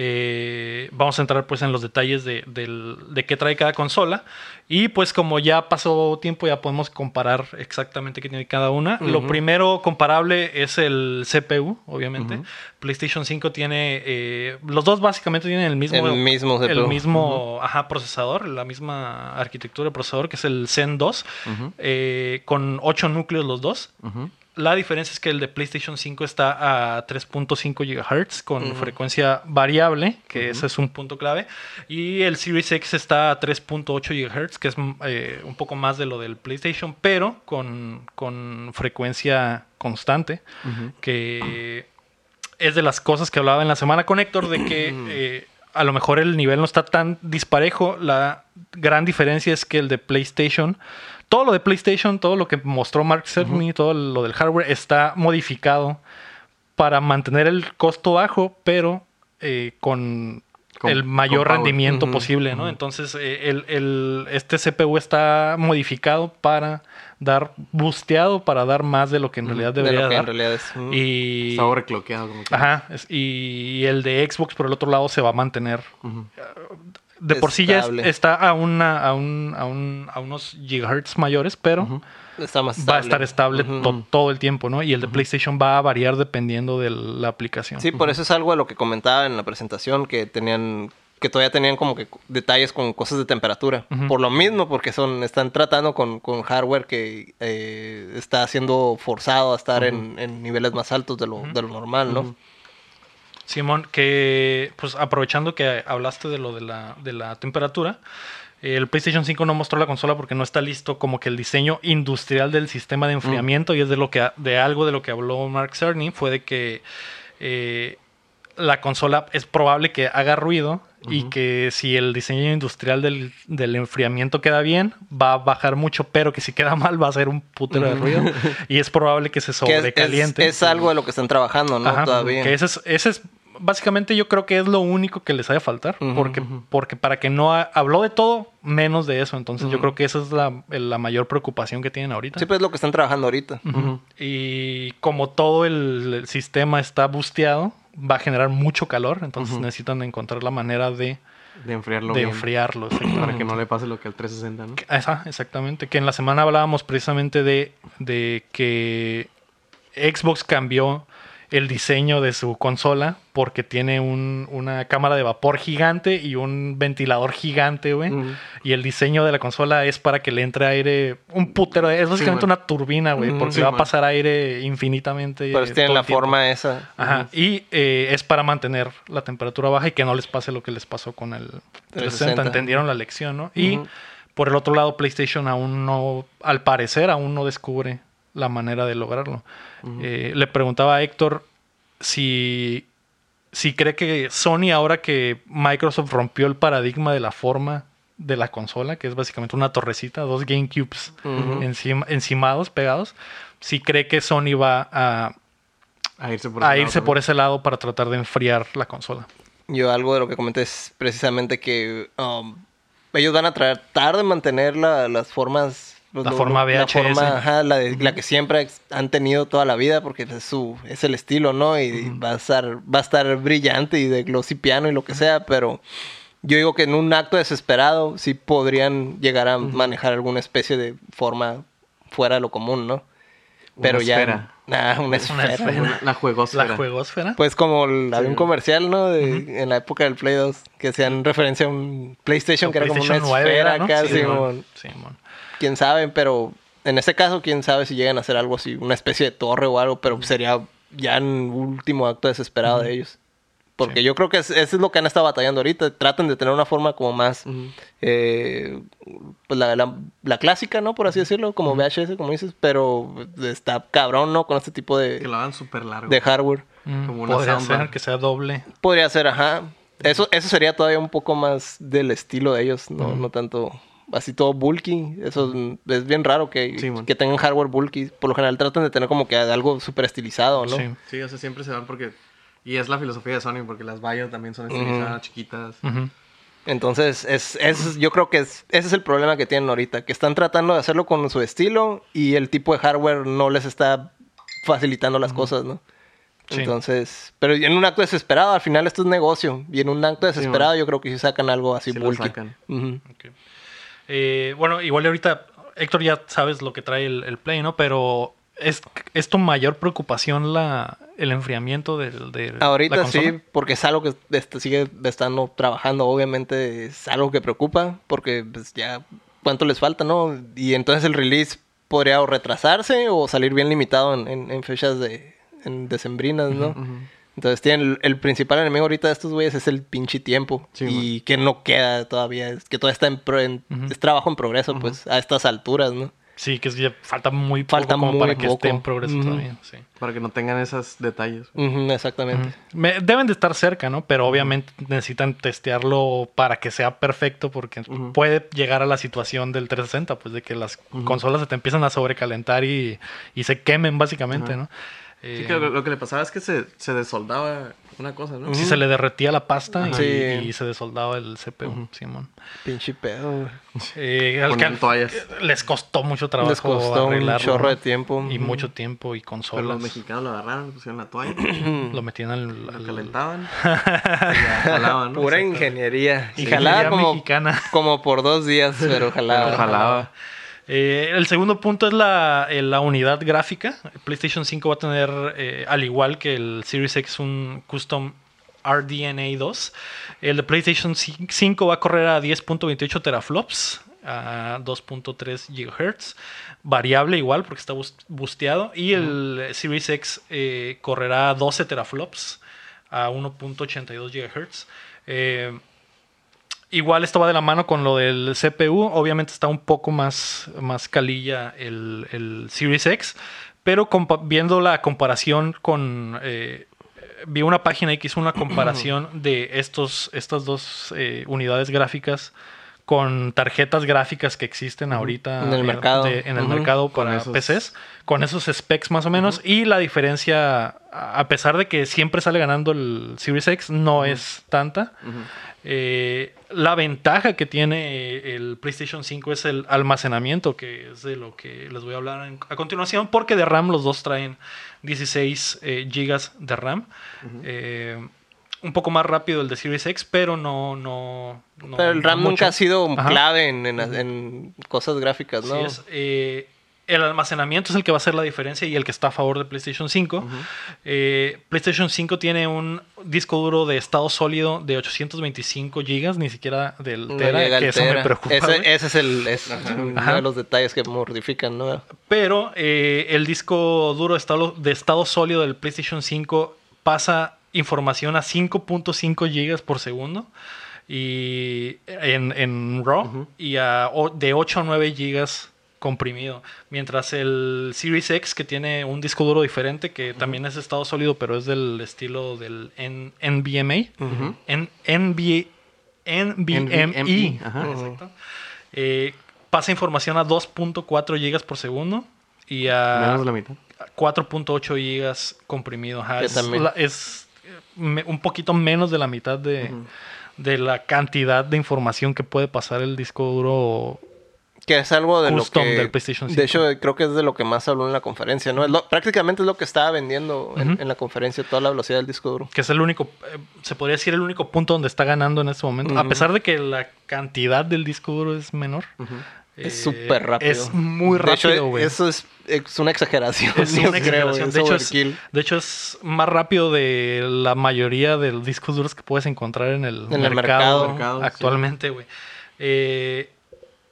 eh, vamos a entrar pues en los detalles de, del- de qué trae cada consola. Y pues como ya pasó tiempo, ya podemos comparar exactamente qué tiene cada una. Lo Ujú. primero comparable es el CPU, obviamente. Ujú. PlayStation 5 tiene. eh, los dos básicamente tienen el mismo. El mismo CPU. el mismo, ajá, procesador, la misma arquitectura de procesador, que es el Zen 2 eh, con 8 núcleos los dos. La diferencia es que el de PlayStation 5 está a 3.5 GHz con Ujú. frecuencia variable, que ese es un punto clave. Y el Series X está a 3.8 GHz, que es mm, eh, un poco más de lo del PlayStation, pero con, con frecuencia constante, que es de las cosas que hablaba en la semana con Héctor, de que eh, a lo mejor el nivel no está tan disparejo. La gran diferencia es que el de PlayStation, todo lo de PlayStation, todo lo que mostró Mark Cerny, todo lo del hardware, está modificado para mantener el costo bajo, pero eh, con, Con- el mayor con power. rendimiento Ujú, posible, ¿no? Entonces, eh, el, el- este CPU está modificado para dar, busteado para dar más de lo que en realidad de debería lo que en dar. realidad es. Mm. Y, Ah. Está overclockeado como que. ajá, es- y el de Xbox por el otro lado se va a mantener. Ujú. De por sí ya es- Estable. está a, una, a, un, a, un- a unos gigahertz mayores, pero Ujú. Está más va a estar estable Ujú. to- todo el tiempo, ¿no? Y el de PlayStation va a variar dependiendo de la aplicación. Sí, por eso es algo de lo que comentaba en la presentación, que tenían, que todavía tenían como que detalles con cosas de temperatura. Ujú. Por lo mismo, porque son, están tratando con, con hardware que eh, está siendo forzado a estar en, en niveles más altos de lo, de lo normal, ¿no? Simón, que pues aprovechando que hablaste de lo de la, de la temperatura, el PlayStation 5 no mostró la consola porque no está listo como que el diseño industrial del sistema de Mm. enfriamiento y es de lo que de algo de lo que habló Mark Cerny fue de que eh, la consola es probable que haga ruido y que si el diseño industrial del, del enfriamiento queda bien, va a bajar mucho, pero que si queda mal va a ser un putero de ruido y es probable que se Mm. Que es- es, sobrecaliente. es algo de lo que están trabajando, ¿no? Ajá, todavía. Que ese es, ese es- básicamente yo creo que es lo único que les haya faltar. Ujú, porque, porque para que no ha- habló de todo, menos de eso. Entonces yo creo que esa es la, la mayor preocupación que tienen ahorita. Sí, pues es lo que están trabajando ahorita. Ujú. Y como todo el, el sistema está busteado, va a generar mucho calor. Entonces Ujú. necesitan encontrar la manera de, De enfriarlo. de bien, enfriarlo. Para exactamente. que no le pase lo que al 360, ¿no? Ajá, exactamente. Que en la semana hablábamos precisamente de, de que Xbox cambió el diseño de su consola porque tiene un- una cámara de vapor gigante y un ventilador gigante, güey. Mm. Ujú. Y el diseño de la consola es para que le entre aire, un putero, de- es básicamente güey. una turbina, güey, Ujú, porque sí, va a güey. pasar aire infinitamente. Pero eh, tienen todo la el tiempo. forma esa. Ajá. Y eh, es para mantener la temperatura baja y que no les pase lo que les pasó con el 360. 360. Entendieron la lección, ¿no? Y Ujú. por el otro lado, PlayStation aún no, al parecer, aún no descubre la manera de lograrlo. Eh, le preguntaba a Héctor si, si cree que Sony, ahora que Microsoft rompió el paradigma de la forma de la consola, que es básicamente una torrecita, dos GameCubes Ujú. encima- encimados, pegados, si cree que Sony va a A irse por a ese irse lado por ese lado para tratar de enfriar la consola. Yo algo de lo que comenté es precisamente que um, ellos van a tratar de mantener la- las formas... los- La lo- forma lo- La VHS. forma, ajá, la, de- la que siempre ex- han tenido toda la vida porque es, su, es el estilo, ¿no? Y va, a estar, va a estar brillante y de glossy piano y lo que sea, pero... Yo digo que en un acto desesperado sí podrían llegar a manejar alguna especie de forma fuera de lo común, ¿no? Una Pero ya... esfera. Ah, una esfera. también. esfera. La, la juegosfera. La juegosfera. Pues como el- había un comercial, ¿no? De- En la época del Play 2, que hacían referencia a un PlayStation, O que era como una PlayStation 9 esfera era, ¿no? acá, Sí, Simón. mon. Sí, mon. Quién sabe, pero en este caso, quién sabe si llegan a hacer algo así, una especie de torre o algo, pero sería ya un último acto desesperado de ellos. Porque Sí. yo creo que es- eso es lo que han estado batallando ahorita. Tratan de tener una forma como más, Ujú. eh, pues la, la- la clásica, ¿no? Por así decirlo, como VHS, como dices, pero está cabrón, ¿no? Con este tipo Que de, lo hagan súper largo. de hardware. Mm, Como una Podría soundbar. ser que sea doble. Podría ser, ajá. Eso, eso sería todavía un poco más del estilo de ellos, no, no tanto así todo bulky. Eso es, es bien raro que, Sí, mon. que tengan hardware bulky. Por lo general tratan de tener como que algo súper estilizado, ¿no? Sí. Sí, o sea, siempre se van porque... Y es la filosofía de Sony, porque las vallas también son Ujú. estilizadas, chiquitas. Ujú. Entonces, es, es, yo creo que es- ese es el problema que tienen ahorita, que están tratando de hacerlo con su estilo y el tipo de hardware no les está facilitando las cosas, ¿no? Sí. Entonces, pero en un acto desesperado, al final esto es negocio. Y en un acto mon. desesperado yo creo que sí sacan algo así Sí lo bulky. sacan. Ujú. Ok. Eh, bueno, igual ahorita, Héctor, ya sabes lo que trae el, el Play, ¿no? Pero es, es tu mayor preocupación la, el enfriamiento del, de la Ahorita sí, consola? porque es algo que est- sigue estando trabajando, obviamente es algo que preocupa, porque pues, ya cuánto les falta, ¿no? Y entonces el release podría o retrasarse o salir bien limitado en, en- en fechas de en decembrinas, ¿no? ujú. Entonces tienen el, el principal enemigo ahorita de estos güeyes es el pinche tiempo Sí, y que no queda todavía, es que todavía está en, pro- en- Ujú. es trabajo en progreso, pues a estas alturas, ¿no? Sí, que es- ya falta muy poco Falta como muy para que poco. esté en progreso Ujú. todavía. Sí. Para que no tengan esos detalles. Ujú, exactamente. Me- deben de estar cerca, ¿no? Pero obviamente necesitan testearlo para que sea perfecto porque Ujú. puede llegar a la situación del 360, pues de que las consolas se te empiezan a sobrecalentar y, y se quemen básicamente, Ajá. ¿no? Eh, Sí, que lo, lo que le pasaba es que se, se desoldaba una cosa, ¿no? si se le derretía la pasta y, Sí. y se desoldaba el CPU, Simón. Pinche pedo. güey. Eh, al Ponían cal- toallas. Les costó mucho trabajo Les costó un arreglarlo, chorro de ¿no? tiempo. Y Ujú. mucho tiempo y Pero los consolas. mexicanos lo agarraron, pusieron la toalla, Lo metían al, lo al- calentaban, y ya jalaban, ¿no? Pura O sea, ingeniería. Y Ingeniería jalaba como, mexicana. como por dos días, pero jalaba. pero jalaba. Eh, el segundo punto es la, eh, la unidad gráfica. El PlayStation 5 va a tener, eh, al igual que el Series X, un custom RDNA 2. El de PlayStation 5 va a correr a 10.28 teraflops, a 2.3 GHz. Variable igual porque está bus- busteado. Y el eh, Series X eh, correrá a 12 teraflops, a 1.82 GHz. Eh, Igual esto va de la mano con lo del CPU. Obviamente está un poco más, más calilla el, el Series X. Pero compa- viendo la comparación con... eh, vi una página ahí que hizo una comparación de estos, estas dos eh, unidades gráficas con tarjetas gráficas que existen ahorita En el eh, mercado. de- en el Ujú. mercado Con para esos- PCs, con esos specs más o menos. Y la diferencia, a a pesar de que siempre sale ganando el Series X, no es tanta. Ujú. Eh, la ventaja que tiene eh, el PlayStation 5 es el almacenamiento, que es de lo que les voy a hablar en- a continuación, porque de RAM los dos traen 16 eh, gigas de RAM. Eh, un poco más rápido el de Series X, pero no... no, no- Pero el RAM no mucho. nunca ha sido Ajá. clave en, en- en cosas gráficas, ¿no? Así es. Eh, el almacenamiento es el que va a hacer la diferencia y el que está a favor de PlayStation 5. Eh, PlayStation 5 tiene un disco duro de estado sólido de 825 gigas, ni siquiera del No Tera, llega al que eso me Tera. preocupa. güey. Ese, ese es el es uno Ajá. de los detalles que mortifican, ¿no? Pero eh, el disco duro de estado, de estado sólido del PlayStation 5 pasa información a 5.5 gigas por segundo y en, en RAW y a, o- de 8 a 9 gigas comprimido. Mientras el Series X, que tiene un disco duro diferente, que también es estado sólido, pero es del estilo del N- NVMe, N- NV- NVMe, E. NVMe, E, ajá. Exacto. Eh, pasa información a 2.4 gigas por segundo y a Menos de la mitad. 4.8 gigas comprimido. ajá. Que Es, también- la- es, eh, me- un poquito menos de la mitad de, de la cantidad de información que puede pasar el disco duro. Que es algo de Custom lo que... del PlayStation De 5. hecho, creo que es de lo que más habló en la conferencia, ¿no? Es lo- prácticamente es lo que estaba vendiendo en, Ujú. en la conferencia, toda la velocidad del disco duro. Que es el único, eh, se podría decir, el único punto donde está ganando en este momento. A Ujú. pesar de que la cantidad del disco duro es menor. Es eh, súper rápido. Es muy De hecho, rápido, güey. Eso es, es una exageración. Es yo una creo, exageración. es De hecho, es- overkill. De hecho, es más rápido de la mayoría de los discos duros que puedes encontrar en el, En el mercado, mercado. Mercado, actualmente, güey. Eh,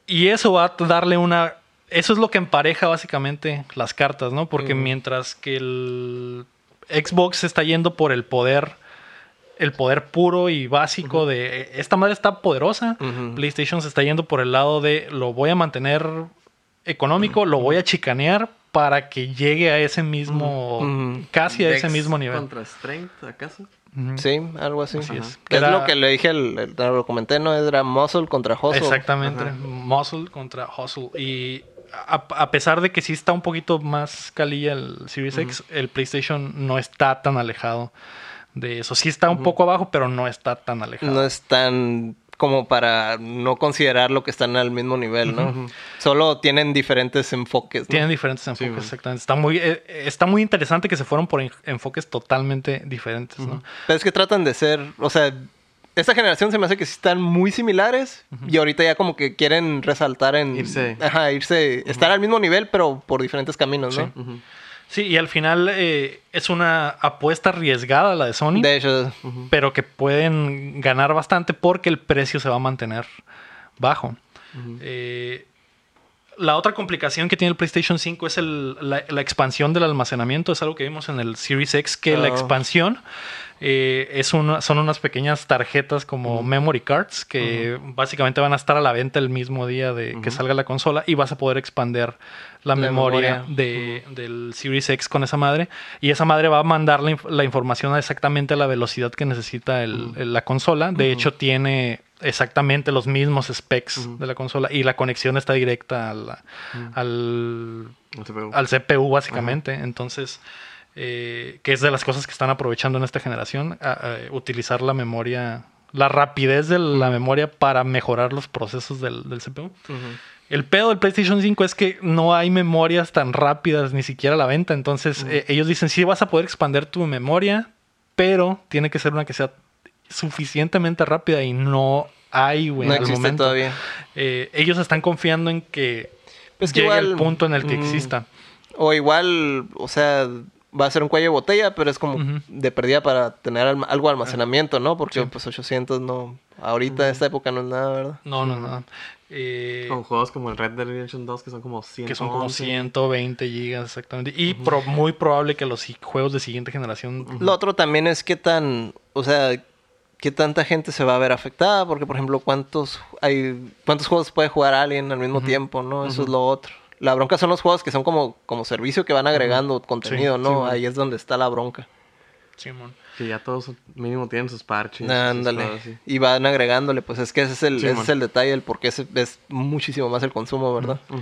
y eso va a darle una... Eso es lo que empareja básicamente las cartas, ¿no? Porque Mm. mientras que el Xbox está yendo por el poder, el poder puro y básico de... Esta madre está poderosa. Ujú. PlayStation se está yendo por el lado de lo voy a mantener económico, lo voy a chicanear para que llegue a ese mismo, Ujú. casi a ese Dex mismo nivel. Contra Strength, ¿acaso? Ujú. Sí, algo así. Así es. Que Era- es lo que le dije, al- al- lo comenté, ¿no? Era Muscle contra Hustle. Exactamente. Ajá. Muscle contra Hustle. Y a, a pesar de que sí está un poquito más calilla el Series X, el PlayStation no está tan alejado de eso. Sí está un poco abajo, pero no está tan alejado. No es tan como para no considerar lo que están al mismo nivel, ¿no? Solo tienen diferentes enfoques. ¿no? Tienen diferentes enfoques, güey. exactamente. Está muy, eh, está muy interesante que se fueron por en- enfoques totalmente diferentes, ¿no? Pero es que tratan de ser, o sea, esta generación se me hace que sí están muy similares y ahorita ya como que quieren resaltar en... Irse. Ajá, irse, estar al mismo nivel pero por diferentes caminos, ¿no? Sí. Sí, y al final eh, es una apuesta arriesgada la de Sony, De hecho, pero que pueden ganar bastante porque el precio se va a mantener bajo. Eh, la otra complicación que tiene el PlayStation 5 es el- la, la expansión del almacenamiento. Es algo que vimos en el Series X, que la Ah. expansión eh, es una, son unas pequeñas tarjetas como memory cards que básicamente van a estar a la venta el mismo día de que salga la consola y vas a poder expander la, La memoria, memoria. de- del Series X con esa madre. Y esa madre va a mandar la, inf- la información a exactamente a la velocidad que necesita el- el- la consola. De hecho, tiene exactamente los mismos specs de la consola y la conexión está directa a la- al, No se preocupe. al CPU básicamente. Entonces, eh, que es de las cosas que están aprovechando en esta generación, a- a, eh, utilizar la memoria, la rapidez de la memoria para mejorar los procesos del, del CPU. El pedo del PlayStation 5 es que no hay memorias tan rápidas, ni siquiera a la venta. Entonces, eh, ellos dicen, sí, vas a poder expander tu memoria, pero tiene que ser una que sea suficientemente rápida y no hay, güey, no al existe momento. todavía. Eh, ellos están confiando en que Pues que llegue el igual- punto en el que Mm. exista. O igual, o sea, va a ser un cuello de botella, pero es como Ujú. de perdida para tener alm- algo de almacenamiento, ¿no? Porque pues 800 no, ahorita en esta época no es nada, ¿verdad? No, no, mm. no. Eh, Oh, Con juegos como el Red Dead Redemption 2 que son como 100. que son como 120 gigas exactamente. Y pro- muy probable que los i- juegos de siguiente generación... Lo otro también es qué tan, o sea, qué tanta gente se va a ver afectada, porque por ejemplo, cuántos hay cuántos juegos puede jugar alguien al mismo tiempo, ¿no? Eso es lo otro. La bronca son los juegos que son como, como servicio que van agregando contenido, ¿no? sí, bueno. Ahí es donde está la bronca. Simón. Que ya todos mínimo tienen sus parches. sus cosas así. Ándale. Y van agregándole, pues es que ese es el, Sí, ese man. es el detalle, el por qué se- es muchísimo más el consumo, ¿verdad? Ujú.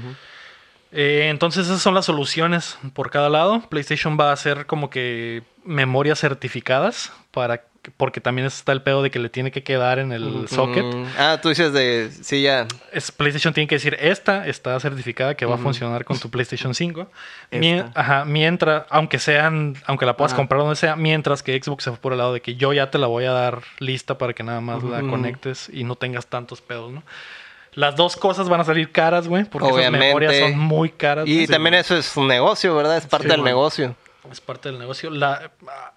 Eh, entonces esas son las soluciones por cada lado. PlayStation va a hacer como que memorias certificadas para que- porque también está el pedo de que le tiene que quedar en el socket. Mm, Ah, tú dices de, sí, ya. Es- PlayStation tiene que decir esta está certificada que va a funcionar con tu PlayStation 5. Mie- Esta. ajá, mientras, aunque sean, aunque la puedas Ajá. comprar donde sea, mientras que Xbox se fue por el lado de que yo ya te la voy a dar lista para que nada más la conectes y no tengas tantos pedos, ¿no? Las dos cosas van a salir caras, güey, porque Obviamente. esas memorias son muy caras. Y güey. también eso es un negocio, ¿verdad? Es parte Sí, del güey. negocio. Es parte del negocio. La, ah,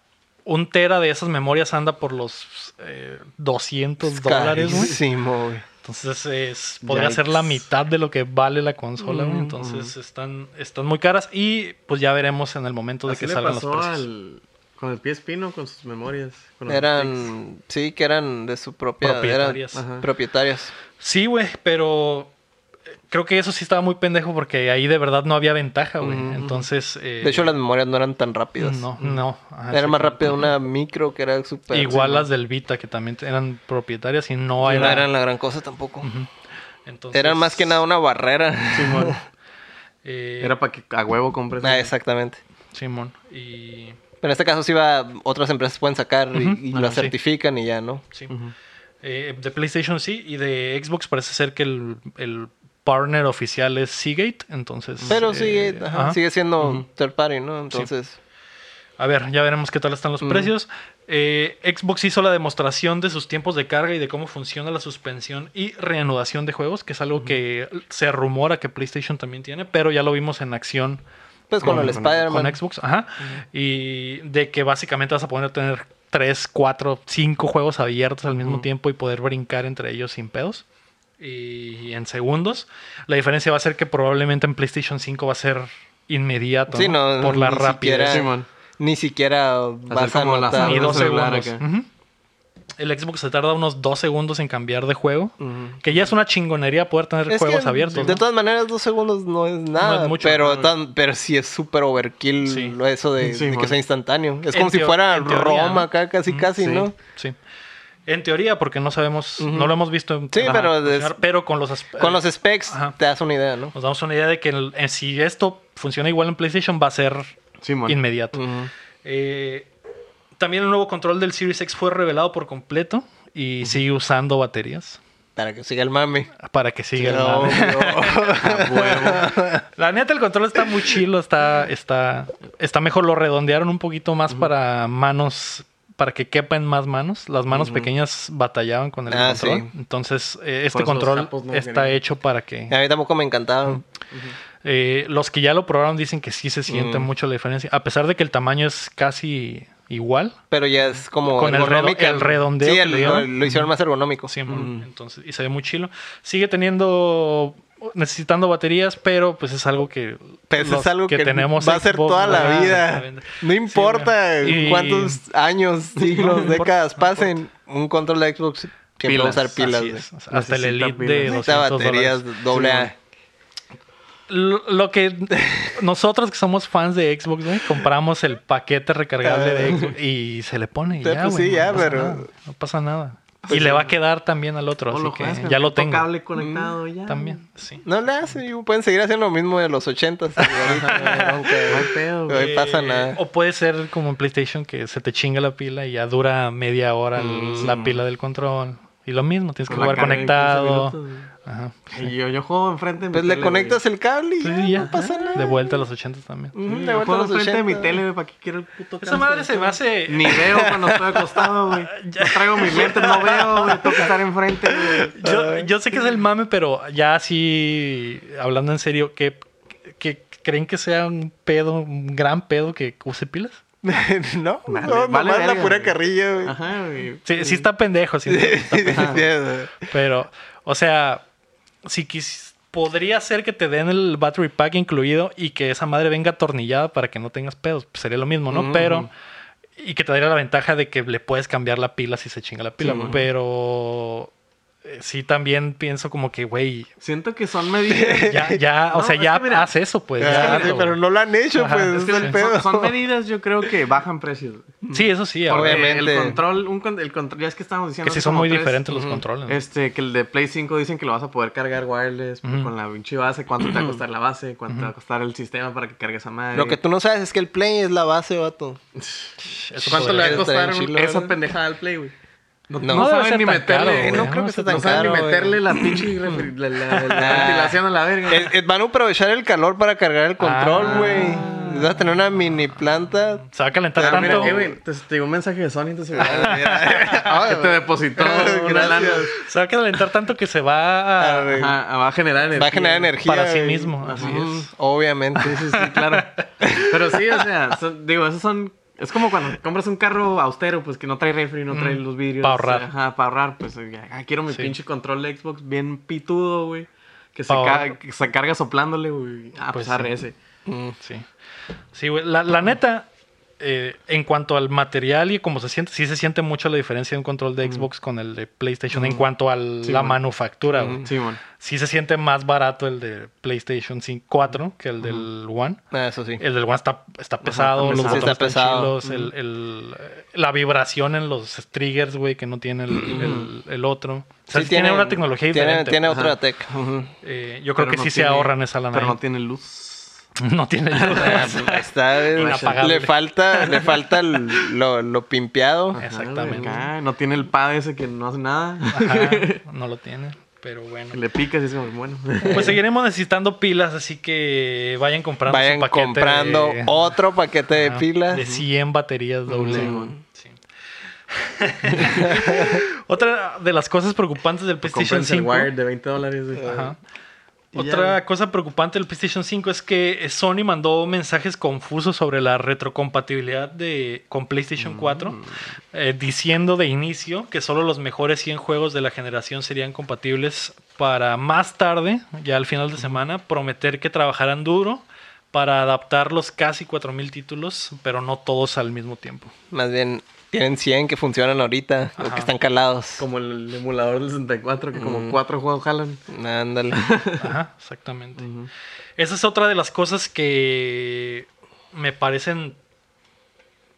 un tera de esas memorias anda por los eh, 200 dólares, güey. Carísimo, güey. Entonces es- podría Yikes. ser la mitad de lo que vale la consola, Mm, güey. Entonces están, están muy caras y pues ya veremos en el momento de Así que le salgan los pasó precios. al... Con el pie espino, con sus memorias. con los tapes. Eran, sí, que eran de su propia... eran Propietarias. Ajá. propietarias. Sí, güey, pero eh, creo que eso sí estaba muy pendejo porque ahí de verdad no había ventaja, güey. Ujú. Entonces... eh, Mm, De hecho, las memorias no eran tan rápidas. No, Ah, no. Ajá, Era más exactamente. rápida una micro que era súper... Igual sí, las del Vita, que también eran propietarias y no No era... eran la gran cosa tampoco. entonces, Eran más que nada una barrera. Simón. eh, Era para que a huevo compres. Ah, exactamente. Simón. Y... Pero en este caso sí va... Otras empresas pueden sacar y, Ujú. y Ah, la sí. certifican y ya, ¿no? Sí. Eh, de PlayStation sí, y de Xbox parece ser que el, el partner oficial es Seagate, entonces... Pero eh, sigue, ajá, ajá. sigue siendo third party, ¿no? Entonces... A ver, ya veremos qué tal están los Ujú. precios. Eh, Xbox hizo la demostración de sus tiempos de carga y de cómo funciona la suspensión y reanudación de juegos, que es algo que se rumora que PlayStation también tiene, pero ya lo vimos en acción Pues con, Con- el con- Spider-Man. con Xbox, ajá. Y de que básicamente vas a poder tener 3, 4, 5 juegos abiertos al mismo tiempo y poder brincar entre ellos sin pedos. Y en segundos. La diferencia va a ser que probablemente en PlayStation 5 va a ser inmediato. Sí, ¿no? no, Por la ni rapidez. siquiera- Simón. Ni siquiera vas a como las notar. Ni dos celular acá. segundos. Ujú. El Xbox se tarda unos dos segundos en cambiar de juego. Ujú. Que ya es una chingonería poder tener Es juegos que, abiertos. De ¿no? todas maneras, dos segundos no es nada. No es mucho, pero, claro. tan, pero sí es súper overkill Sí. lo eso de, Sí, de que bueno. sea instantáneo. Es En como si teo- fuera en teoría, Roma ¿no? acá, casi, Mm, casi, sí. ¿no? Sí. En teoría, porque no sabemos, Ujú. no lo hemos visto en Sí, pero des- funcionar, pero con los, as- Con los specs Ajá. te das una idea, ¿no? nos damos una idea de que el- eh, si esto funciona igual en PlayStation va a ser Simón. inmediato. Mm. Ujú. Eh, también el nuevo control del Series X fue revelado por completo y sigue usando baterías Para que siga el mame. para que siga el No, mame. no. A huevo. La neta el control está muy chilo, está está está mejor lo redondearon un poquito más para manos para que quepa en más manos. Las manos pequeñas batallaban con el Ah, control. sí. Entonces, eh, Por este eso los control capos no está querían. hecho para que A mí tampoco me encantaba. Eh, los que ya lo probaron dicen que sí se siente Mm. mucho la diferencia. A pesar de que el tamaño es casi igual. Pero ya es como Con el redo- ergonómica. el redondeo Sí, que el- le lo, dieron. lo hicieron más ergonómico. Sí, mon, entonces, y se ve muy chilo. Sigue teniendo. necesitando baterías, pero pues es algo que. Pues los es algo que, tenemos va a ser Xbox, toda la ¿verdad? vida. Exactamente. No importa güey. Y- cuántos años, No siglos, importa, décadas no importa. pasen, un control de Xbox siempre va a usar pilas. así güey. es. Hasta el Necesita Elite pilas. de Necesita 200 baterías dólares. doble Sí, A. güey. Lo lo que nosotros que somos fans de Xbox, güey, compramos el paquete recargable de Xbox y se le pone. y Sí, ya, Ah. pues güey, sí, ya, no pasa pero- Pues nada, no pasa nada. y le va a quedar también al otro, O así lo que juegas con ya el lo puto tengo. cable Mm. conectado ya. También, sí. No le hacen, güey, pueden seguir haciendo lo mismo de los Pues, 80 Ah, No hay pedo, No güey. pasa Eh, nada. O puede ser como en PlayStation que se te chinga la pila y ya dura media hora el- la pila del control. Y lo mismo, tienes que Con la jugar carga en 15 conectado. minutos, Ajá. güey. Y yo, yo juego enfrente de mi Pues tele, le conectas el cable y Sí, ya, Pues, ya, no pasa ajá. nada. De vuelta a los 80 también. Ujú, güey. Yo de vuelta a juego los enfrente de mi 80. tele, güey, ¿para qué quiero el puto Esa cáncer, madre se me güey? hace. Ni veo cuando estoy acostado, güey. No traigo mi lente, no veo, güey. Tengo que estar enfrente, güey. Yo, yo sé que es el mame, pero ya así, hablando en serio, ¿qué, qué creen que sea un pedo, un gran pedo que use pilas? no, Vale, no, vale nomás la verga, pura güey. carrilla, güey. Ajá, güey. Sí, sí está pendejo, sí está- Pero, o sea, si quis- podría ser que te den el battery pack incluido y que esa madre venga atornillada para que no tengas pedos. pues sería lo mismo, ¿no? Ujú. Pero. Y que te daría la ventaja de que le puedes cambiar la pila si se chinga la pila. bueno. pero. eh, Sí, también pienso como que, güey. Siento que son medidas. Ya, ya, o No, sea, es ya que mira, haz eso, pues. ya Ah, sí, hazlo, pero no lo han hecho, Ajá, pues es es que el son- pedo. Son, son medidas, yo creo que bajan precios. güey. Sí, eso sí, Porque ahora, Obviamente. El control, un, con- el control, ya es que estamos diciendo. que sí hace son como muy tres- diferentes los ujú, controles. ¿no? Este, que el de Play 5 dicen que lo vas a poder cargar wireless Ujú. con la pinche base. ¿Cuánto te va a costar la base? ¿Cuánto te va a costar el sistema para que cargues a madre? Lo que tú no sabes es que el play es la base, vato. Eso ¿Cuánto podría- le va a Eso estaría costar bien un- chilo, esa ¿verdad? pendejada al Play, güey? No, No. no, No debe saben ser ni tan meterle. caro, güey. ¿eh? no creo que sea no tan saben caro, ni güey. meterle la pinche refri- la, la- la ventilación a la verga. Eh, eh, van a aprovechar el calor para cargar el control, Ah. güey. Vas a tener una mini planta. Se va a calentar Ah, tanto. mira, eh, güey, te, te llegó un mensaje de Sony en tu celular. que Ah, te depositó una lana. Gracias. se va a calentar tanto que se va a- A ver, Ajá, va a generar energía. Va a generar energía. para sí güey. mismo. Así Ujú. es. Sí, Obviamente. sí, sí, claro. Pero sí, o sea, son- digo, esos son. Es como cuando compras un carro austero, pues que no trae refri, no trae Mm, los vidrios. pa' ahorrar. Ajá, para ahorrar. Pues ya, ah, quiero mi Sí. pinche control de Xbox bien pitudo, güey. Que, se Pa' ca- ahorrar. que se carga soplándole, güey. Ah, pues, Pues sí. ARS. Mm. Sí. Sí, güey. La, la neta, eh, en cuanto al material y cómo se siente, sí se siente mucho la diferencia de un control de Xbox con el de PlayStation en cuanto a la Sí, güey. Mm. manufactura, güey. Sí, bueno. Sí se siente más barato el de PlayStation 5 4 que el del One. Ah, Eso sí. El del One está, está pesado, los pesado. botones Sí, está están pesado. chilos, el- el- la vibración en los triggers, güey, que no tiene el, el- el otro. O sea, sí tiene, una tecnología tiene- diferente. Tiene, Ajá. otra tech. Ujú. Eh, yo creo Pero que no sí se tiene- ahorran esa lana. Pero ahí. no tiene luz. No tiene Ah, Está, Inapagable. le falta, le falta el- lo, lo pimpeado. Ajá, Exactamente. acá, no tiene el pad ese que no hace nada. Ajá, no lo tiene, pero bueno. Que le picas y es como, bueno. Pues seguiremos necesitando pilas, así que vayan comprando su Vayan paquete comprando de, otro paquete de ajá, pilas. de 100 baterías doble. Sí, bueno. Sí. Otra de las cosas preocupantes del PlayStation Compras Pues el 5. wire de 20 dólares. güey. Ajá. Y ya, Otra güey. cosa preocupante del PlayStation 5 es que eh, Sony mandó mensajes confusos sobre la retrocompatibilidad de, con PlayStation Mm. 4, eh, diciendo de inicio que solo los mejores 100 juegos de la generación serían compatibles para más tarde, ya al final de semana, prometer que trabajarán duro para adaptar los casi 4.000 títulos, pero no todos al mismo tiempo. Más bien, tienen 100 que funcionan ahorita o Ajá. que están calados. Como el emulador del 64, que como cuatro juegos jalan. Ándale. Ajá, exactamente. Esa es otra de las cosas que me parecen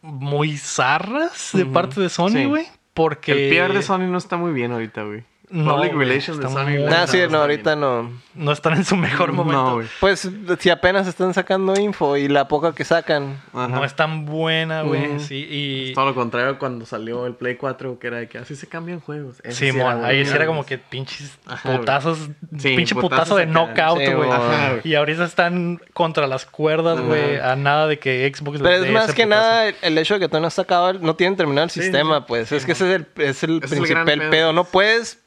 muy zarras de Ujú, parte de Sony, sí. güey. Porque. El PR de Sony no está muy bien ahorita, güey. No, Public güey, Relations de está Sony. muy- güey, Nah, sí, está no, ahorita bien. no. No están en su mejor No, momento. güey. Pues si apenas están sacando info y la poca que sacan. No, Ajá. es tan buena, güey. Ujú. Sí, y. Es Todo lo contrario cuando salió el Play 4, que era de que así se cambian juegos. Eso Sí, era mon, ahí bueno, sí era güey. como que pinches Ajá, güey. putazos, Sí, pinche putazo putazos de acá. knockout, Sí, güey. güey. Ajá, güey. y ahorita están contra las cuerdas, güey, a nada de que Xbox Pero les es dé más ese que putazo. nada el, el hecho de que tú no has sacado, el- no tienen terminado el Sí, sistema, sí. pues. es que ese es el, es el Ese es el gran principal pedo. pedo. No puedes,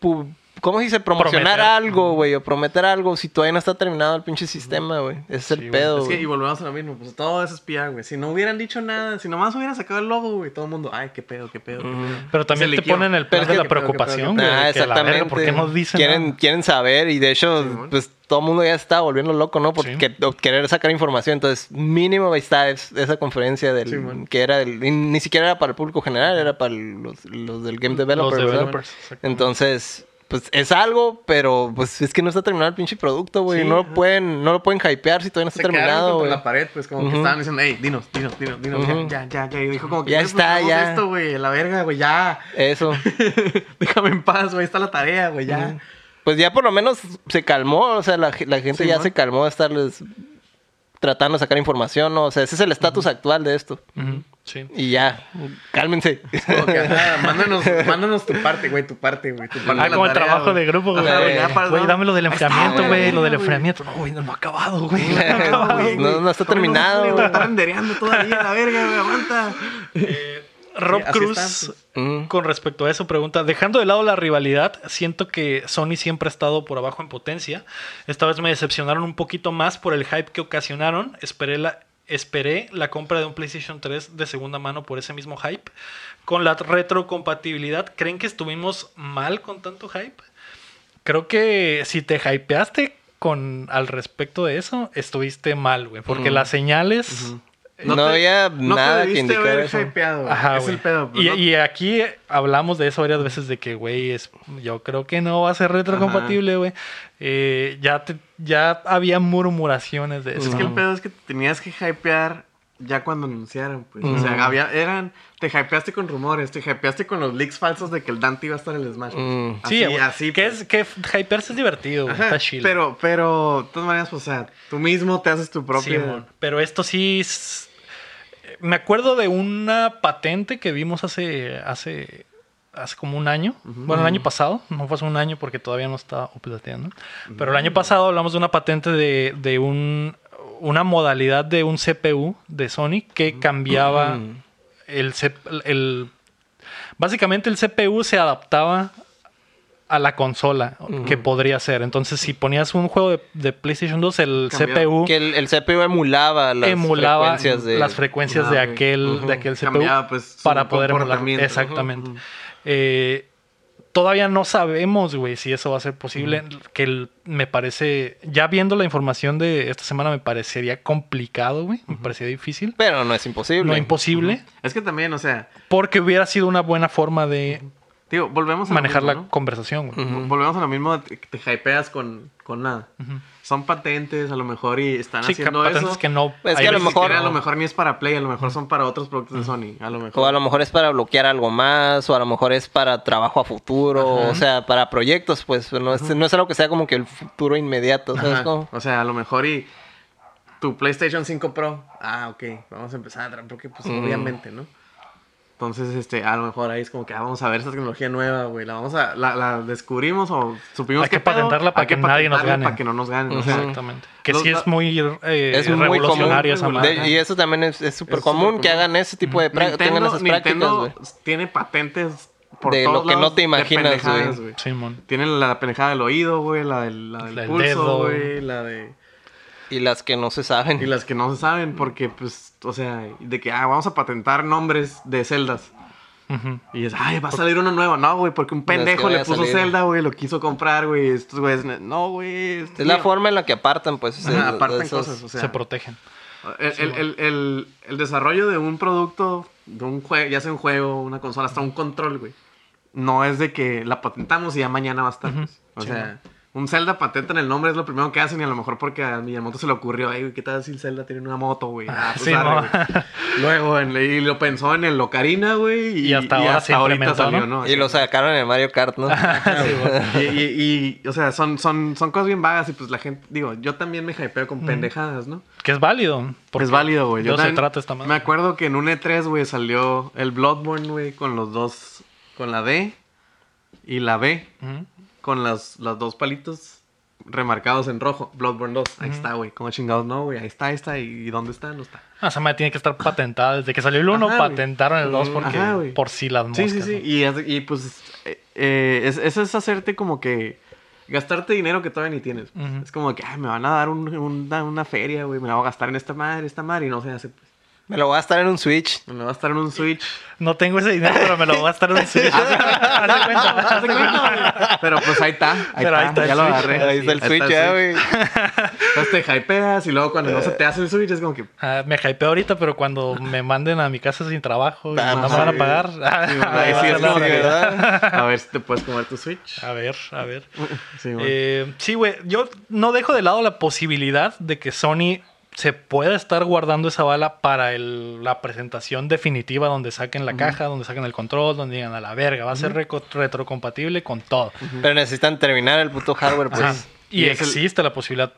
pu- ¿cómo se dice? Promocionar Prometer. algo, güey, o prometer algo si todavía no está terminado el pinche sistema, güey. Ese es el Sí, güey. pedo, Es que, güey. y volvemos a lo mismo, pues todo eso es PR, güey. Si no hubieran dicho nada, si nomás hubieran sacado el logo, güey, todo el mundo, ay, qué pedo, qué pedo. qué pedo". Pero también Se te liqueó. ponen el Pero plan es de que- la pero que- preocupación, güey. de Ah, que la verga, exactamente. ¿Por qué no dicen quieren, nada? quieren saber y de hecho, bueno. pues todo el mundo ya está volviendo loco, ¿no? Por Sí. que- o querer sacar información. Entonces, mínimo ahí está es- esa conferencia del Sí, bueno. que era del, y ni siquiera era para el público general, era para los, los del game developer, Los ¿verdad? developers. exactamente. Entonces, pues es algo, pero pues es que no está terminado el pinche producto, güey. Sí, no lo ajá. pueden, no lo pueden hypear si todavía no está Se quedaron terminado, contra güey. la pared, pues como Ujú. que estaban diciendo, hey, dinos, dinos, dinos, dinos, ya, Ujú. ya, ya, ya. Y dijo como que Ya está, pues, ya. esto, güey, la verga, güey, ya. Eso. Déjame en paz, güey, está la tarea, güey, ya. Ujú. Pues ya por lo menos se calmó, o sea, la, ge- la gente Sí, ya ¿no? se calmó de estarles tratando de sacar información, ¿no? O sea, ese es el estatus actual de esto. Ujú, Sí. Y ya, cálmense. Como que, ajá, mándanos, mándanos tu parte, güey, tu parte, güey. Tu parte Ah, de la como el tarea, trabajo güey. de grupo, güey. Ajá, güey, ya para- Güey, dame lo del Ahí está, enfriamiento, güey, lo del güey. enfriamiento. No, güey, no lo ha acabado, güey. no lo ha acabado. Pues, no, no está terminado. Lo güey. está rendereando todavía, la verga, güey, aguanta. Eh, Rob Sí, así pues. Cruz, están, Ujú. con respecto a eso, pregunta, dejando de lado la rivalidad, siento que Sony siempre ha estado por abajo en potencia. Esta vez me decepcionaron un poquito más por el hype que ocasionaron. Esperé la, esperé la compra de un PlayStation 3 de segunda mano por ese mismo hype. Con la retrocompatibilidad, ¿creen que estuvimos mal con tanto hype? Creo que si te hypeaste con al respecto de eso, estuviste mal, güey. Porque Mm. las señales. Ujú. No había nada que debiste indicar haber eso. hypeado, güey. Ajá, es güey. el pedo. pues, y, no- y aquí hablamos de eso varias veces de que, güey, es, yo creo que no va a ser retrocompatible, güey. Eh, ya, te- ya había murmuraciones de eso. Es que el ¿no? pedo es que te tenías que hypear ya cuando anunciaron, pues. O Ujú. sea, había, eran, te hypeaste con rumores, te hypeaste con los leaks falsos de que el Dante iba a estar en el Smash. Mm. Así, Sí, güey, así. Que, pues. es, que hyperse es divertido, güey, Ajá, está chill. Pero, pero, de todas maneras, pues, o sea, tú mismo te haces tu propio. Simón, pero esto sí es- Me acuerdo de una patente que vimos hace, hace hace como un año. Bueno, el año pasado. No fue hace un año porque todavía no estaba updateando. Pero el año pasado hablamos de una patente de, de un, una modalidad de un CPU de Sony que cambiaba el, C- el... Básicamente el CPU se adaptaba a la consola que podría ser. Entonces, si ponías un juego de, de PlayStation 2, el Cambiaba. CPU Que el, el CPU emulaba las emulaba frecuencias de... las frecuencias Ah, de ok. aquel, Ujú. de aquel CPU Cambiaba, pues, su para poder emular. comportamiento. Exactamente. Ujú. Eh, todavía no sabemos, güey, si eso va a ser posible. Que el- me parece, ya viendo la información de esta semana, me parecería complicado, güey. Me parecería difícil. Pero no es imposible. No imposible, Es que también, o sea, porque hubiera sido una buena forma de digo, volvemos a lo manejar la mismo, ¿no? conversación, güey. Vol- Volvemos a lo mismo, te, te hypeas con, con nada. Son patentes, a lo mejor, y están Sí, haciendo patentes eso. que no. Es hay que a lo Ni veces- mejor- siquiera a lo mejor ni es para Play, a lo mejor son para otros productos de Sony. A lo mejor. O a lo mejor es para bloquear algo más, o a lo mejor es para trabajo a futuro, o sea, para proyectos, pues no es, no es algo que sea como que el futuro inmediato, ¿sabes Ajá. cómo? O sea, a lo mejor y tu PlayStation 5 Pro. Ah, ok, vamos a empezar a tra- porque pues obviamente, ¿no? Entonces, este, a lo mejor ahí es como que ah, vamos a ver esa tecnología nueva, güey. La vamos a, la, la descubrimos o supimos Hay que patentarla para que nadie nos gane. Para que no nos ganen. o sea, Exactamente. Que Los- sí es muy eh, Es muy común. revolucionaria esa de- madre. y eso también es es súper Es común supercomún. que hagan ese tipo de prácticas, tengan Nintendo, esas prácticas, Nintendo güey. tiene patentes por De todos lo que lados no te de imaginas, güey. pendejadas, güey. Simón. Tienen la pendejada del oído, güey, la del, la del La del pulso, dedo. güey, la de... Y las que no se saben. Y las que no se saben, porque, pues, o sea, de que, ah, vamos a patentar nombres de celdas. Ujú. Y es, ay, va a salir una nueva. No, güey, porque un que pendejo vaya le a puso salir. celda, güey, lo quiso comprar, güey. Estos güeyes, no, güey. este es la forma en la que apartan, pues. ese- Ajá, apartan esos- cosas, o sea. se protegen. El, el- el- el- el desarrollo de un producto, de un juego, ya sea un juego, una consola, hasta un control, güey. No es de que la patentamos y ya mañana va a estar. pues. O Sí, sea, un Zelda patenta en el nombre es lo primero que hacen y a lo mejor porque a Miyamoto se le ocurrió, ay, güey, ¿qué tal si el Zelda tiene una moto, güey? Ah, pues, sí, arre, ¿no? güey. Luego, en- y lo pensó en el Ocarina, güey. Y, Y hasta ahora se implementó, ¿no? Y lo sacaron en el Mario Kart, ¿no? Y, y- y, o sea, son, son, son cosas bien vagas y pues la gente, digo, yo también me hypeo con pendejadas, ¿no? Que es válido. porque es válido, güey. De Yo eso se también- trata esta madre. Me acuerdo que en un E3, güey, salió el Bloodborne, güey, con los dos. Con la D y la B. Ujú. Con las, las dos palitos remarcados en rojo. Bloodborne 2. Ahí está, güey. Como chingados, no, güey. Ahí está, ahí está. ¿Y dónde está? No está. Ah, esa madre tiene que estar patentada. Desde que salió el 1, Ajá, güey. Mm, patentaron el 2 porque Ajá, güey. por si las Sí, moscas. sí, sí. ¿no? Y, haz- y, pues, eh, eh, es- eso es hacerte como que gastarte dinero que todavía ni tienes. pues. Ujú. Es como que, ay, me van a dar un- una, una feria, güey. Me la voy a gastar en esta madre, esta madre. Y no se hace, pues. Me lo voy a estar en un Switch. Me la voy a gastar en un Switch. No tengo ese dinero, pero me lo voy a gastar en un Switch. Haz de cuenta. Haz de cuenta, güey. Pero pues ahí está. Ahí Pero ahí está. está el ya lo Switch. agarré. Ahí está el Switch, ya, güey. Entonces te hypeas y luego cuando no se Eh. te hace el Switch es como que. Ah, me hypeo ahorita, pero cuando me manden a mi casa sin trabajo y Ah, no sí. me van a pagar. Sí, ahí ahí va sí, a es ser la como que, realidad. A ver si te puedes comer tu Switch. A ver, a ver. Sí, güey. Eh, sí, güey. Yo no dejo de lado la posibilidad de que Sony se pueda estar guardando esa bala para el- la presentación definitiva donde saquen la caja, donde saquen el control, donde digan a la verga, va a ser reco- retrocompatible con todo. Pero necesitan terminar el puto hardware, pues. Ajá. y Y, es el- existe la posibilidad.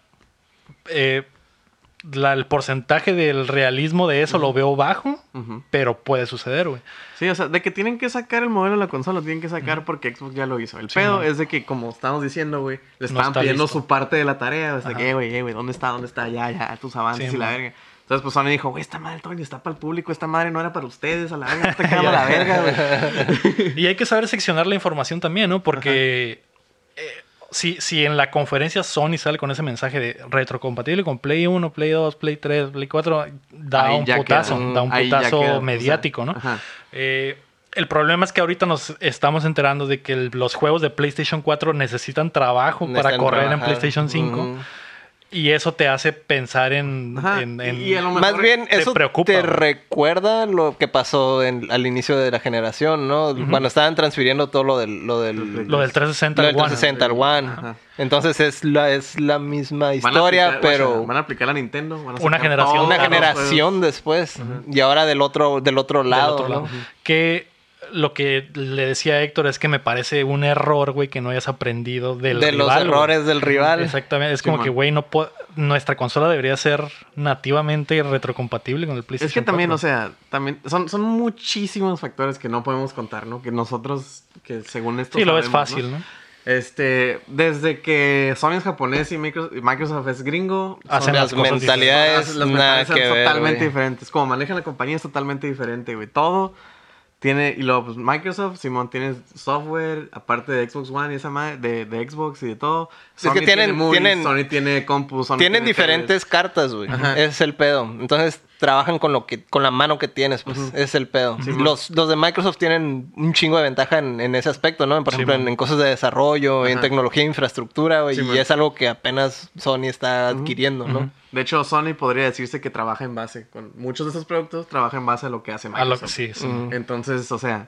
eh, la- el porcentaje del realismo de eso lo veo bajo, Ujú. pero puede suceder, güey. Sí, o sea, de que tienen que sacar el modelo de la consola, lo tienen que sacar porque Xbox ya lo hizo. El pedo man. es de que, como estamos diciendo, güey, le No estaban está pidiendo listo. su parte de la tarea. O sea, Ajá. que, "Eh, güey, eh, güey, ¿dónde está? ¿Dónde está? Ya, ya, tus avances Sí, y la man. verga. Entonces, pues Sony dijo, güey, esta madre Tony está para el público, esta madre no era para ustedes, a la verga, está quedando a la verga, güey. Y hay que saber seccionar la información también, ¿no? Porque eh, si, si en la conferencia Sony sale con ese mensaje de retrocompatible con Play 1, Play 2, Play 3, Play 4, da Ahí un ya putazo, queda. da un Ahí ya putazo queda, o sea, mediático, ¿no? ajá. Eh, el problema es que ahorita nos estamos enterando de que el- los juegos de PlayStation 4 necesitan trabajo para Necesitan correr en trabajar. PlayStation 5 Ujú. y eso te hace pensar en... Ajá, en- en- y a lo mejor Más bien, te eso te, preocupa, güey. recuerda lo que pasó en- al inicio de la generación, ¿no? Cuando estaban transfiriendo todo lo del, lo del, lo del 360 lo del al One. 360 al One. Ajá. Entonces es la, es la misma van a historia, aplicar- o pero sea, van a aplicar a Nintendo. van a Una sacar generación, todos una los generación después. Y ahora del otro, del otro del lado, otro ¿no? lado. Que lo que le decía a Héctor es que me parece un error, güey, que no hayas aprendido del de los rival, güey. errores del rival. Exactamente. Es como Simón. que, güey, no po- nuestra consola debería ser nativamente retrocompatible con el PlayStation Es que también, 4. o sea, también son, son muchísimos factores que no podemos contar, ¿no? Que nosotros, que según esto... Sí, lo ves sabemos, fácil, ¿no? Este, desde que Sony es japonés y Micro- y Microsoft es gringo, son- Hacen las las cosas mentalidades las nada mentalidades son que ver, totalmente güey. diferentes. Como manejan la compañía es totalmente diferente, güey. Todo tiene, y luego pues, Microsoft, Simón, tiene software, aparte de Xbox One y esa madre, de, de Xbox y de todo. Es que tienen- movies, tienen- Sony tiene compu, Sony Tienen tiene diferentes cartas, güey. Ajá. Ese es el pedo. Entonces trabajan con lo que, con la mano que tienes, pues. Ese es el pedo. los, los de Microsoft tienen un chingo de ventaja en, en ese aspecto, ¿no? Por ejemplo, en, en cosas de desarrollo, en Ajá. tecnología e infraestructura, güey. Sí, y man. es algo que apenas Sony está adquiriendo, ¿no? Ujú. teles. De hecho, Sony podría decirse que trabaja en base, con muchos de esos productos trabaja en base a lo que hace A Microsoft. lo que sí, sí. Mm. Entonces, o sea,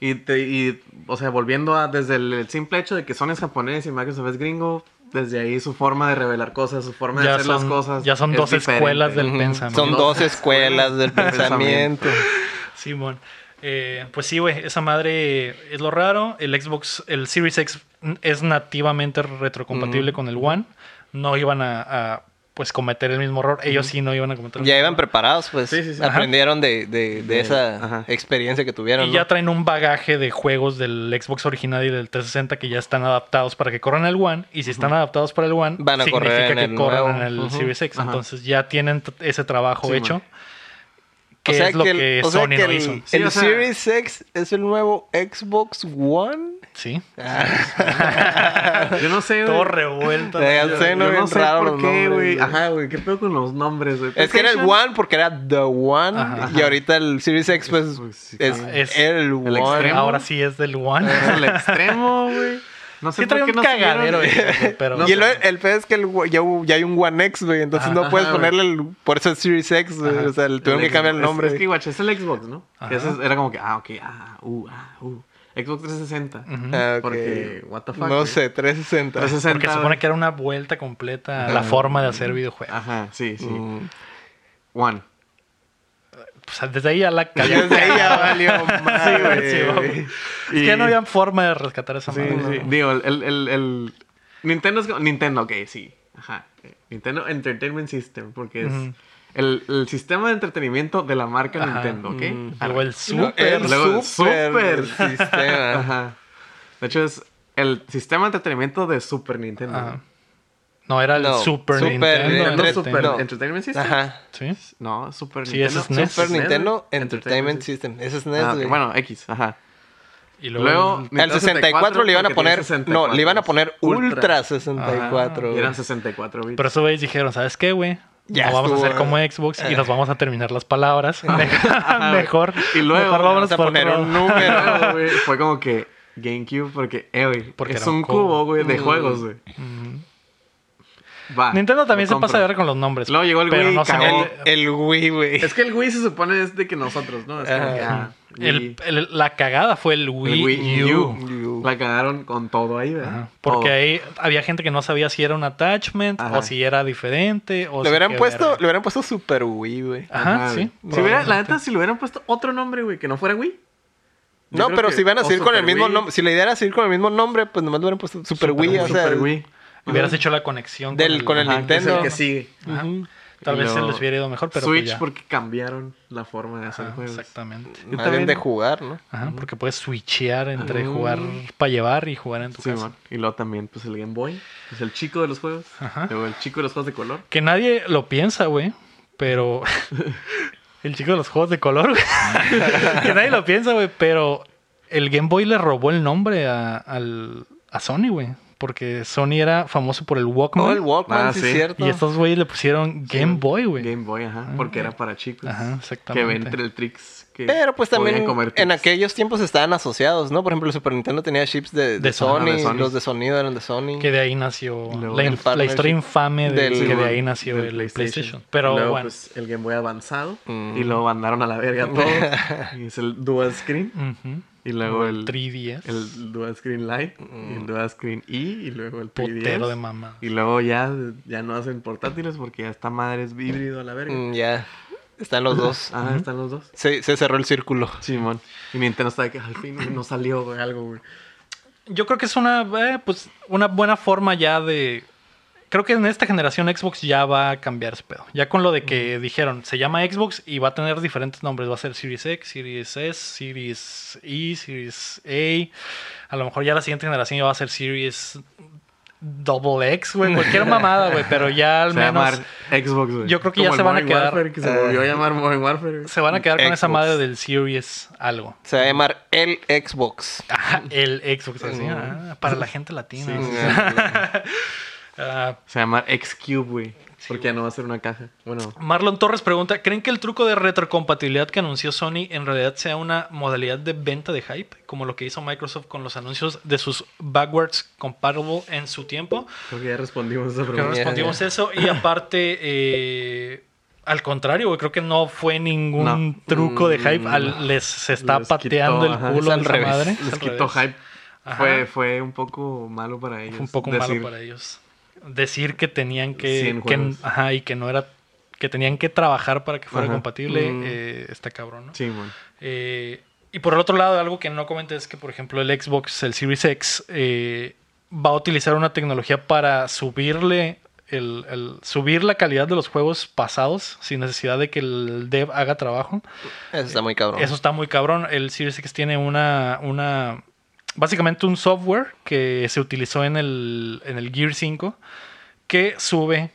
y, te- y, o sea, volviendo a desde el, el simple hecho de que Sony es japonés y Microsoft es gringo, desde ahí su forma de revelar cosas, su forma de Ya hacer las son- cosas. ya son es dos diferente. escuelas del Ujú. pensamiento. Son No, dos es- escuelas del pensamiento. pensamiento. Simón. Eh, pues sí, güey, esa madre es lo raro. El Xbox, el Series X n- es nativamente retrocompatible con el One. No iban a, a, pues cometer el mismo error. Ellos sí no iban a cometer el ya mismo iban error. preparados, pues. Sí, sí, sí. Aprendieron de, de- de De- esa ajá. experiencia que tuvieron. Y ¿no? ya traen un bagaje de juegos del Xbox original y del 360 que ya están adaptados para que corran el One. Y si están adaptados para el One, Van a correr significa en que el corran nuevo. en el Ujú. Series X. Ajá. Entonces ya tienen t- ese trabajo Sí, hecho. man. Que O sea es lo el- que o sea Sony que no el- hizo. Sí, el o sea- Series X es el nuevo Xbox One. Sí. Yo no sé, güey. Todo revuelto. Ya Yo- sé, ¿no? yo Bien no sé raro por los qué, nombres, güey. güey. Ajá, güey. ¿Qué pedo con los nombres, güey? Es que era el PlayStation, One porque era The One. Ajá. Y ahorita el Series X pues, Pues, sí, es, claro. Es el One. extremo. Ahora sí es del One. Es el extremo, güey. No sé Sí trae por qué no un subieron- cagadero, güey, pero... No y el, el pedo es que el wa- ya, hubo- ya hay un One X, güey. Entonces Ajá, no puedes ajá, ponerle el, por eso es Series X, güey. Ajá. O sea, le tuvieron que Xbox. cambiar el Es- nombre. Es, que, guacha, es el Xbox, ¿no? Ajá. Que ese es- era como que, ah, ok, ah, uh, ah, uh. Xbox 360. Ujú. Ah, ok. Porque, what the fuck, No güey. sé, 360. 360. Porque se supone que era una vuelta completa a la forma de hacer videojuegos. Ajá, sí, sí. Mm. One. O sea, desde ahí ya la cagó. Desde ahí ya valió Sí, güey, sí, madre, vamos. güey. Es que Y- ya no había forma de rescatar esa Sí, madre. sí. ¿no? Digo, el, el, el, el- Nintendo es como- Nintendo, ok, sí. Ajá. Eh, Nintendo Entertainment System, porque es Ujú. el, el sistema de entretenimiento de la marca Ajá. Nintendo, ¿ok? Mm. Arre. Luego el El Super. Luego el super super. sistema. Ajá. De hecho, es el sistema de entretenimiento de Super Nintendo. Ajá. Ah. No, era el No, Super, Super Nintendo. Nintendo Nintendo. Super No. Entertainment System. Ajá. Sí. No, Super Sí, ese Nintendo. es NES. Super Nintendo Entertainment Entertainment System. System. Ese es NES, Ah, ok, güey. Bueno, X, ajá. Y luego, Luego, el- Al Nintendo 64 le iban a porque poner. tenía 64. No, le iban a poner Ultra Y Ah. 64. güey. Eran 64 bits. Pero eso, güey, dijeron, ¿sabes qué, güey? Ya no vamos estuvo, a hacer como eh. Xbox y nos vamos a terminar las palabras. mejor. Y luego mejor vámonos vamos a por poner otro un lado. número. Pero, güey, fue como que GameCube, porque, eh, güey, Porque es era un un cubo. cubo, güey, de Mm. juegos, güey. Va. Nintendo también lo se compro. pasa de ver con los nombres. Luego llegó el pero Wii, no se cagó. El, mete- el Wii, güey. Es que el Wii se supone es de que nosotros, ¿no? Es como que, ah, El- Wii, el- la cagada fue el el Wii, Wii U. U. Oh. La cagaron con todo ahí, ¿verdad? Ajá, Porque Todo. ahí había gente que no sabía si era un attachment Ajá. o si era diferente. O Le si hubieran qué puesto, verga. le hubieran puesto Super Wii, güey. Ajá, Ajá, sí. güey. Si hubiera, la neta, si le hubieran puesto otro nombre, güey, que no fuera Wii. yo No, creo pero que- si iban a o seguir con el Super mismo Wii, nombre, si la idea era seguir con el mismo nombre, pues nomás le hubieran puesto Super, Super Wii, o sea, Super Wii. Hubieras hecho la conexión del- con el Ajá, que Es Nintendo. el que sigue. Ajá. Ujú. Tal Y vez se luego les hubiera ido mejor, pero pues Switch ya. porque cambiaron la forma de hacer Ajá, juegos. exactamente. Yo más bien también- de jugar, ¿no? Ajá, porque puedes switchear entre Ah. jugar para llevar y jugar en tu Sí, casa. man. Y luego también, pues el Game Boy, pues el chico de los juegos. Ajá. Luego el chico de los juegos de color. Que nadie lo piensa, güey. Pero. el chico de los juegos de color, güey. que nadie lo piensa, güey. Pero el Game Boy le robó el nombre a, al- a Sony, güey. Porque Sony era famoso por el Walkman. No, Oh, el Walkman, Ah, sí, sí. es cierto. Y estos güeyes le pusieron Game Sí, Boy, güey. Game Boy, ajá. Ah. Porque era para chicos. Ajá, Que exactamente. ven entre el Trix. Que Pero pues también podían comer en Trix. aquellos tiempos estaban asociados, ¿no? Por ejemplo, el Super Nintendo tenía chips de, de De Sony, Sony, de Sony. los de sonido eran de Sony. Que de ahí nació Y luego la, el inf- la partnership historia infame de, del- que de man, ahí nació del el PlayStation. Pero Y luego, bueno. pues, el Game Boy avanzado. Mm. Y luego mandaron a la verga todo. y es el Dual Screen. ujú. Y luego el, 3DS. el Dual Screen Lite. Y Mm. el Dual Screen E. Y luego el 3DS. Putero de mamá. Y luego ya, ya no hacen portátiles porque ya esta madre es híbrido a la verga. Mm, ya. Están los dos. Ah, están los dos. Se, se cerró el círculo. Simón. Y Nintendo está de que al fin güey, no salió güey, algo, güey. Yo creo que es una, eh, pues, una buena forma ya de... Creo que en esta generación Xbox ya va a cambiar su pedo. Ya con lo de que dijeron, se llama Xbox y va a tener diferentes nombres. Va a ser Series X, Series S, Series E, Series A. A lo mejor ya la siguiente generación ya va a ser Series Double X, güey. Cualquier mamada, güey. Pero ya al se va a menos... llamar Xbox, güey. yo creo que ya Como se el van a Modern quedar- eh, Warfare, que se volvió a llamar Modern Warfare. güey. Se van a quedar con esa Xbox. madre del Series algo. Se va a llamar el Xbox. Ah, el Xbox. así, Mm. ah, para la gente latina. Sí, sí, Ah, Se va a llamar X-Cube, güey. Porque ya no va a ser una caja. Bueno, Marlon Torres pregunta, ¿creen que el truco de retrocompatibilidad que anunció Sony en realidad sea una modalidad de venta de hype, como lo que hizo Microsoft con los anuncios de sus backwards compatible en su tiempo? creo que ya respondimos a esa Creo que pregunta. Mierda. respondimos eso y aparte, eh, al contrario, güey, creo que no fue ningún No. truco de hype, Mm, al- les se está les pateando quitó, el ajá, culo es al a esa revés, madre. Es Les al quitó revés. hype. Ajá. Fue, fue un poco malo para ellos. Fue un poco decir- malo para ellos. Decir que tenían que, Cien que- juegos. ajá, y que no era que tenían que trabajar para que fuera Ajá. compatible, Mm. eh, está cabrón, ¿no? Simón. Eh, y por el otro lado, algo que no comenté es que, por ejemplo, el Xbox, el Series X, eh, va a utilizar una tecnología para subirle el, el- subir la calidad de los juegos pasados sin necesidad de que el dev haga trabajo. Eso está muy cabrón. Eso está muy cabrón. El Series X tiene una, una básicamente un software que se utilizó en el, en el Gear 5 que sube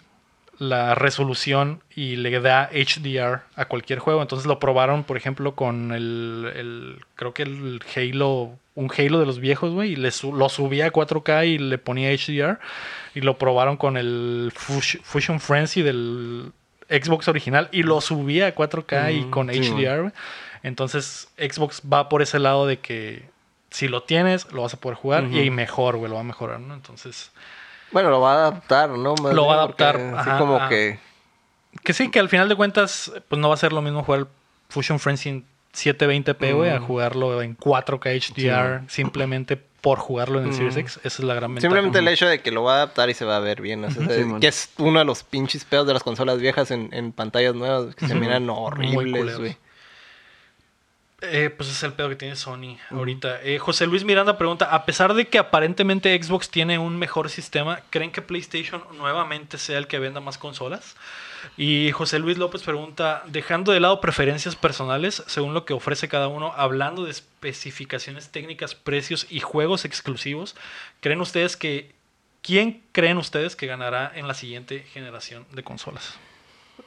la resolución y le da HDR a cualquier juego. Entonces lo probaron, por ejemplo, con el, el- creo que el Halo, un Halo de los viejos, güey, y le su- lo subía a 4K y le ponía HDR. Y lo probaron con el Fush- Fusion Frenzy del Xbox original y lo subía a 4K y Mm, con sí, güey. HDR. güey. Entonces Xbox va por ese lado de que si lo tienes, lo vas a poder jugar Ujú. y mejor, güey, lo va a mejorar, ¿no? Entonces... Bueno, lo va a adaptar, ¿no? Más Lo va a bien porque adaptar, Así ajá, como ajá. que. Que sí, que al final de cuentas, pues no va a ser lo mismo jugar el Fusion Frenzy en 720p, güey, a Mm. jugarlo en 4K HDR simplemente por jugarlo en el Series Mm. X. Esa es la gran ventaja. Simplemente el hecho de que lo va a adaptar y se va a ver bien. o sea, Ujú. se- Simón. que es uno de los pinches pedos de las consolas viejas en, en pantallas nuevas que se Ujú. miran Muy horribles, culeros. güey. Eh, pues es el pedo que tiene Sony ahorita. Eh, José Luis Miranda pregunta, a pesar de que aparentemente Xbox tiene un mejor sistema, ¿creen que PlayStation nuevamente sea el que venda más consolas? Y José Luis López pregunta, dejando de lado preferencias personales, según lo que ofrece cada uno, hablando de especificaciones técnicas, precios y juegos exclusivos, ¿creen ustedes que... ¿Quién creen ustedes que ganará en la siguiente generación de consolas?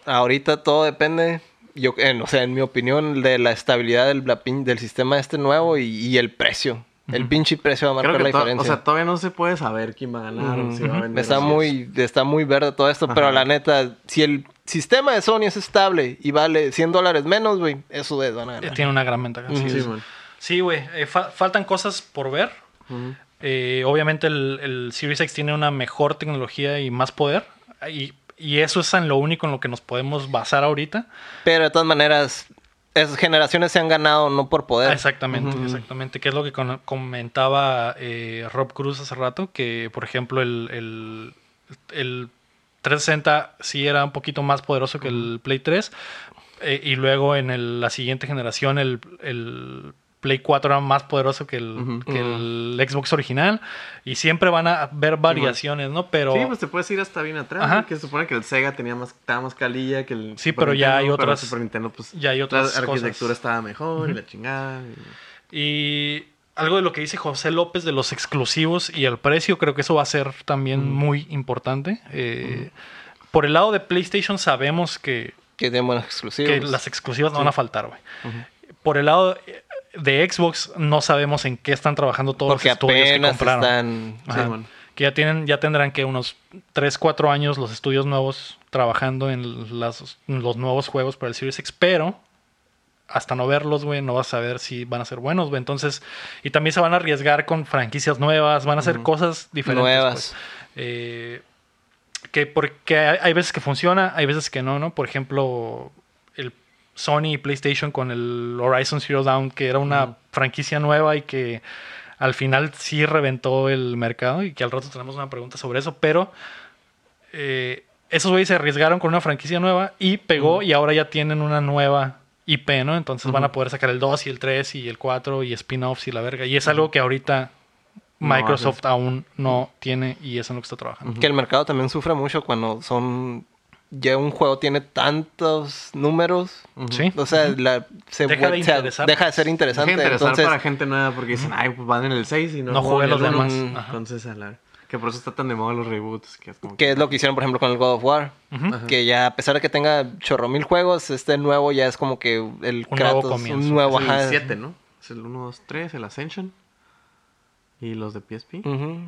Ahorita todo depende, yo, en- o sea, en mi opinión, de la estabilidad del, la pin- del sistema este nuevo y, y el precio. El Ujú. pinche precio va a Creo marcar la que to- diferencia. o sea, todavía no se puede saber quién va a ganar o si pues, va a Ujú. vender. Está así es. muy, está muy verde todo esto, pero Ajá. la neta, si el sistema de Sony es estable y vale 100 dólares menos, güey, eso es, van a Eh, ganar. Tiene una gran ventaja. Ujú. sí. Simón. Sí, güey. eh, fa- faltan cosas por ver. Ujú. Eh, obviamente el, el Series X tiene una mejor tecnología y más poder. Y, y eso es en lo único en lo que nos podemos basar ahorita. Pero de todas maneras, esas generaciones se han ganado no por poder. Ah, exactamente, Ujú. exactamente. Que es lo que con- comentaba eh, Rob Cruz hace rato. Que, por ejemplo, el, el, el 360 sí era un poquito más poderoso que el Play 3. eh, y luego en el- la siguiente generación el, el Play 4 era más poderoso que el, Ujú. que el Xbox original. Y siempre van a ver variaciones, ¿no? Pero... Sí, pues te puedes ir hasta bien atrás. Ajá. ¿no? Que se supone que el Sega tenía más, estaba más calilla que el. Sí, Super pero ya hay Nintendo, pero el otras- Super Nintendo, pues. ya hay otras la arquitectura cosas. estaba mejor y Ujú. la chingada. y- Y algo de lo que dice José López de los exclusivos y el precio, creo que eso va a ser también Mm. muy importante. Eh, Por el lado de PlayStation sabemos que, Que tienen buenos que exclusivos. las exclusivas no van a faltar, güey. Ujú. Por el lado de Xbox no sabemos en qué están trabajando todos Porque los estudios que apenas compraron. están... Ajá. Sí, bueno. Que ya tienen, ya tendrán que unos 3, 4 años los estudios nuevos trabajando en, las- en los nuevos juegos para el Series X, pero hasta no verlos, güey, no vas a saber si van a ser buenos, güey. Entonces, y también se van a arriesgar con franquicias nuevas, van a hacer Ujú. cosas diferentes. Nuevas. pues. Eh, que porque hay, hay veces que funciona, hay veces que no, ¿no? Por ejemplo, el Sony y PlayStation con el Horizon Zero Dawn, que era una Ujú. franquicia nueva y que al final sí reventó el mercado y que al rato tenemos una pregunta sobre eso, pero eh, esos güeyes se arriesgaron con una franquicia nueva y pegó y ahora ya tienen una nueva IP, ¿no? Entonces van a poder sacar el 2 y el 3 y el 4 y spin-offs y la verga. Y es algo que ahorita No Microsoft aún no tiene y es en lo que está trabajando. Que el mercado también sufre mucho cuando son. Ya un juego tiene tantos números. ¿Sí? O sea, la- se Deja de vuel- se- interesar. deja de ser Deja interesante. de interesar entonces, para gente nueva porque dicen, ay, pues van en el 6 y no, No jugué ni el los uno". demás. Ajá. Entonces, a la... que por eso está tan de moda los reboots. Que es como que es lo que hicieron, por ejemplo, con el God of War. Ajá. Que ya, a pesar de que tenga chorro mil juegos, este nuevo ya es como que el nuevo Kratos, comienzo. un nuevo Es ajá. el 7, ¿no? Es el 1, 2, 3, el Ascension. Y los de PSP. Ujú.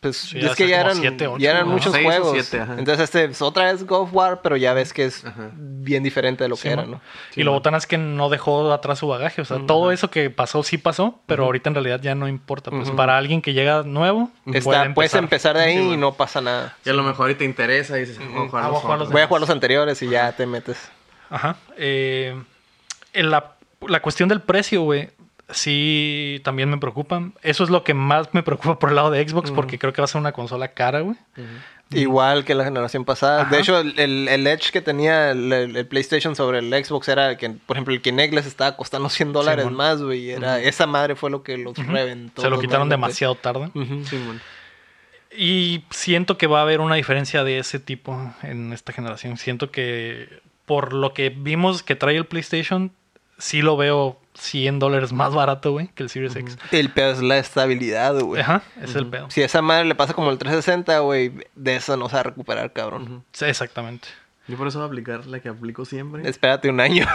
Pues Sí, es ya que son ya como eran, siete, ocho, ya eran ¿no? muchos Seis o juegos. siete, ajá. Entonces, este es otra vez God of War, pero ya ves que es Ajá. bien diferente de lo Sí, que era, ¿no? ¿no? Sí, y lo ¿no? botán es que no dejó atrás su bagaje. O sea, todo eso que pasó sí pasó, pero ahorita en realidad ya no importa. Pues Ujú. para alguien que llega nuevo, puede Está, puedes empezar de ahí Sí, y bueno. no pasa nada. Y a lo mejor y te interesa y dices, vamos a jugar Ah, voy a jugar los otros". Voy a jugar los anteriores y ya te metes. Ajá. Eh, en la, la cuestión del precio, güey, sí también me preocupa. Eso es lo que más me preocupa por el lado de Xbox, porque creo que va a ser una consola cara, güey. Igual que la generación pasada. Ajá. De hecho, el, el- el edge que tenía el, el- el PlayStation sobre el Xbox era que, por ejemplo, el Kinect les estaba costando 100 dólares Simón. más, güey. y Era, Esa madre fue lo que los reventó. Se lo quitaron totalmente. demasiado tarde. Ujú. Sí, bueno. Y siento que va a haber una diferencia de ese tipo en esta generación. Siento que por lo que vimos que trae el PlayStation, sí lo veo 100 dólares más barato, güey, que el Series X. El peor es la estabilidad, güey. Ajá, es el pedo. Si a esa madre le pasa como el 360, güey, de eso no se va a recuperar, cabrón. Sí, exactamente. Yo por eso voy a aplicar la que aplico siempre. Espérate un año.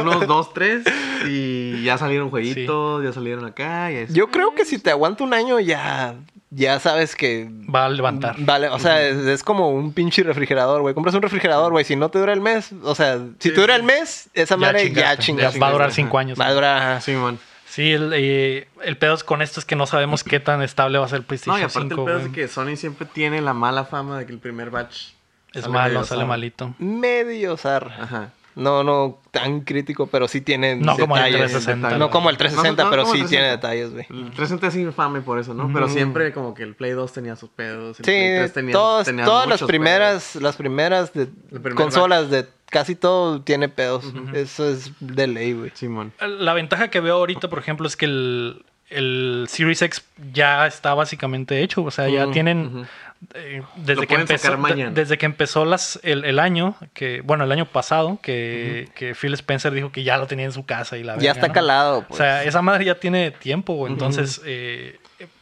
Unos dos, tres. Y ya salieron jueguitos, ya salieron acá. Y ahí- Yo creo que si te aguanta un año ya, ya sabes que... Va a levantar. Mm. Mm, Vale, o sea, es, es como un pinche refrigerador, güey. Compras un refrigerador, güey. Si no te dura el mes, o sea, si te dura el mes, esa madre ya chingaste. chingaste. Va a durar Ajá. 5 años. Va a durar, ajá. Sí, man. Sí, el, eh, el pedo es con esto es que no sabemos qué tan estable va a ser el No, PlayStation y aparte 5. el pedo es güey. que Sony siempre tiene la mala fama de que el primer batch es sale malo, medio sale zarra. malito. Medio zar. Ajá. No, no tan crítico, pero sí tiene No como el detalles. 360. No como el 360, No, no pero como el sí tiene 360. detalles, güey. El 360 es infame por eso, ¿no? Pero siempre como que el Play 2 tenía sus pedos. El Play Sí, 3 tenía- todos- tenía todas las muchos primeras, las primeras de primer consolas de casi todo tiene pedos. Eso es de ley, güey. pedos. Sí, man. La ventaja que veo ahorita, por ejemplo, es que el, el Series X ya está básicamente hecho. O sea, ya Ujú, tienen. eh, desde, Lo que pueden empezó, sacar de- mañana. desde que empezó las, el, el año, que bueno, el año pasado, que, que Phil Spencer dijo que ya lo tenía en su casa y la ya verga, está ¿no? calado, O pues. sea, esa madre ya tiene tiempo, güey. Entonces, eh,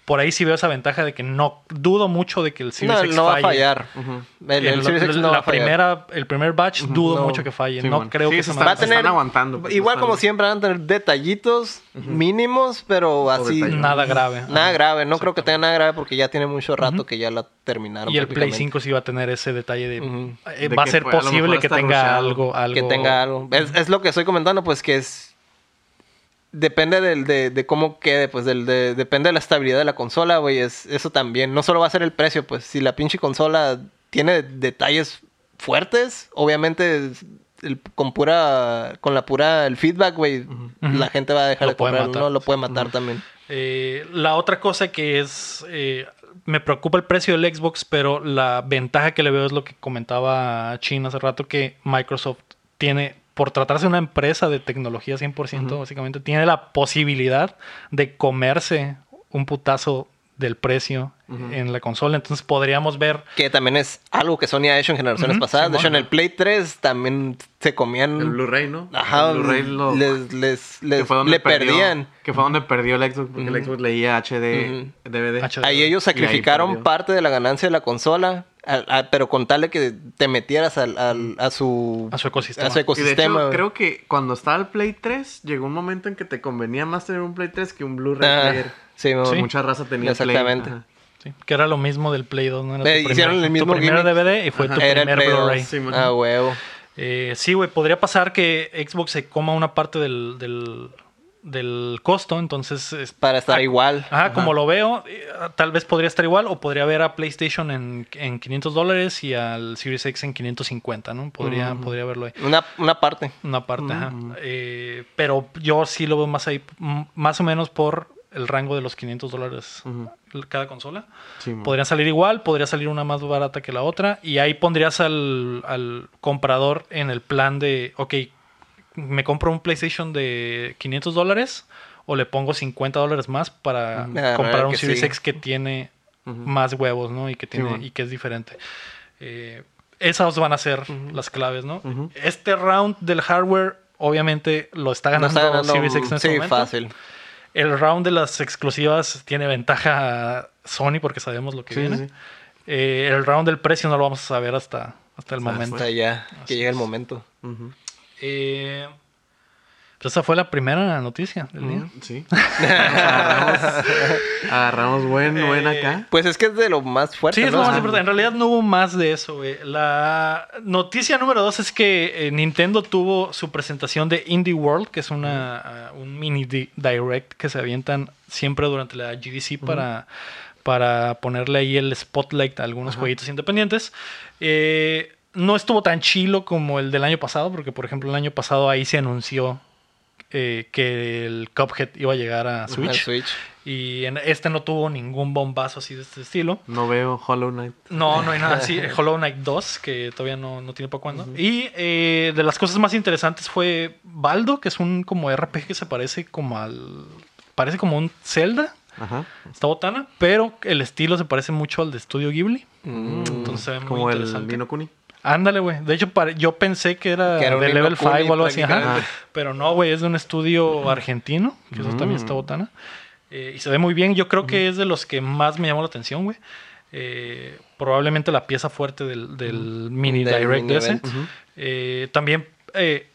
por ahí sí veo esa ventaja de que no dudo mucho de que el Series no, X no va a falle. fallar. Ujú. El, el la- Series X la- no va la a fallar. primera, el primer batch dudo No. mucho que falle. Sí, no bueno. creo Sí, que eso se está- Va madre- a tener, están aguantando, pues, igual están- como siempre van a tener detallitos mínimos, pero así detalles. nada, nada grave. Ajá. grave. No creo que tenga nada grave porque ya tiene mucho rato que ya la terminaron. Y el Play prácticamente. 5 sí va a tener ese detalle de... Ujú. eh, De va a que ser fue- a lo posible mejor que está tenga rusheado. algo, algo... que tenga algo. Es, es lo que estoy comentando, pues que es. Depende del, de, de cómo quede, pues del, de- depende de la estabilidad de la consola, güey. Es, eso también. No solo va a ser el precio, pues si la pinche consola tiene detalles fuertes, obviamente es- el- con pura con la pura el feedback, güey, la gente va a dejar Lo de puede comprar, matar. no lo puede matar también. Eh, la otra cosa que es... eh, me preocupa el precio del Xbox, pero la ventaja que le veo es lo que comentaba Chin hace rato, que Microsoft tiene... Por tratarse de una empresa de tecnología 100%, básicamente, tiene la posibilidad de comerse un putazo del precio en la consola. Entonces podríamos ver Que también es algo que Sony ha hecho en generaciones Ujú, pasadas. De hecho, en Simón. el Play 3 también se comían El Blu-ray, ¿no? Mm. Ajá, El Blu-ray lo... les, les, que les- fue donde le perdió- perdían. Que fue donde perdió el Xbox, porque el Xbox leía HD, Ujú. DVD. HD. Ahí ellos Y ahí sacrificaron perdió. parte de la ganancia de la consola, al- al- pero con tal de que te metieras al, Mm. al- a su... a su ecosistema. A su Y de hecho, ecosistema. güey. creo que cuando estaba el Play 3, llegó un momento en que te convenía más tener un Play 3 que un Blu-ray Ah, player. sí, mo- Sí. Mucha raza tenía Exactamente. Play. Sí, que era lo mismo del Play 2, ¿no? Era Eh, tu hicieron primer- el mismo tu primer gimmick. DVD y fue tu Era el primer Play 2. Blu-ray. sí. man. Ah, huevo. Eh, sí, güey, podría pasar que Xbox se coma una parte del, del, del costo, entonces... es- Para estar Ah, igual. Ajá, como lo veo, eh, tal vez podría estar igual o podría ver a PlayStation en, en 500 dólares y al Series X en 550, ¿no? Podría, podría verlo ahí. Una, una parte. Una parte, ajá. Eh, pero yo sí lo veo más ahí, m- más o menos por el rango de los 500 dólares Ujú. cada consola. Sí, mo. Podrían salir igual, podría salir una más barata que la otra. Y ahí pondrías al, al comprador en el plan de, ok, me compro un PlayStation de 500 dólares o le pongo 50 dólares más para Ujú. Ah, comprar raro un que Series sí. X que tiene Ujú. más huevos, ¿no? Y que, tiene, bueno. y que es diferente. Eh, esas van a ser las claves, ¿no? Ujú. Este round del hardware, obviamente, lo está No ganando, está ganando- Series X en este sí, momento. fácil. El round de las exclusivas tiene ventaja Sony porque sabemos lo que Sí, viene. sí, sí. Eh, el round del precio no lo vamos a saber hasta, hasta el momento. Hasta ya, Así que llega el es. momento. Ujú. Eh, pues esa fue la primera noticia del día. Sí. Agarramos, agarramos Eh. buen, buen acá. Pues es que es de lo más fuerte, Sí, es ¿no? lo más Ajá. importante. En realidad no hubo más de eso, güey. La noticia número dos es que eh, Nintendo tuvo su presentación de Indie World, que es una, ah, un mini di- direct que se avientan siempre durante la GDC para, para ponerle ahí el spotlight a algunos jueguitos independientes. Eh, no estuvo tan chilo como el del año pasado, porque por ejemplo el año pasado ahí se anunció eh, que el Cuphead iba a llegar a Al Switch. Switch. Y en, este no tuvo ningún bombazo así de este estilo. No veo Hollow Knight. No, no hay nada así. Eh, Hollow Knight 2, que todavía no, no tiene para cuándo. Y eh, de las cosas más interesantes fue Baldo, que es un como RPG que se parece como al. Parece como un Zelda, Ajá. esta botana, pero el estilo se parece mucho al de Studio Ghibli. Mm. Entonces se ve muy Como el interesante. Nino Kuni. Ándale, güey. De hecho, pare- yo pensé que era, Que era un de Nino Level 5 Kuni o algo así. ajá. prácticamente. Pero no, güey, es de un estudio argentino, que eso también está Mm. botana. Eh, y se ve muy bien. Yo creo que es de los que más me llamó la atención, güey. Eh, probablemente la pieza fuerte del, del mini Del direct mini de ese. event. Ujú. Eh, también eh,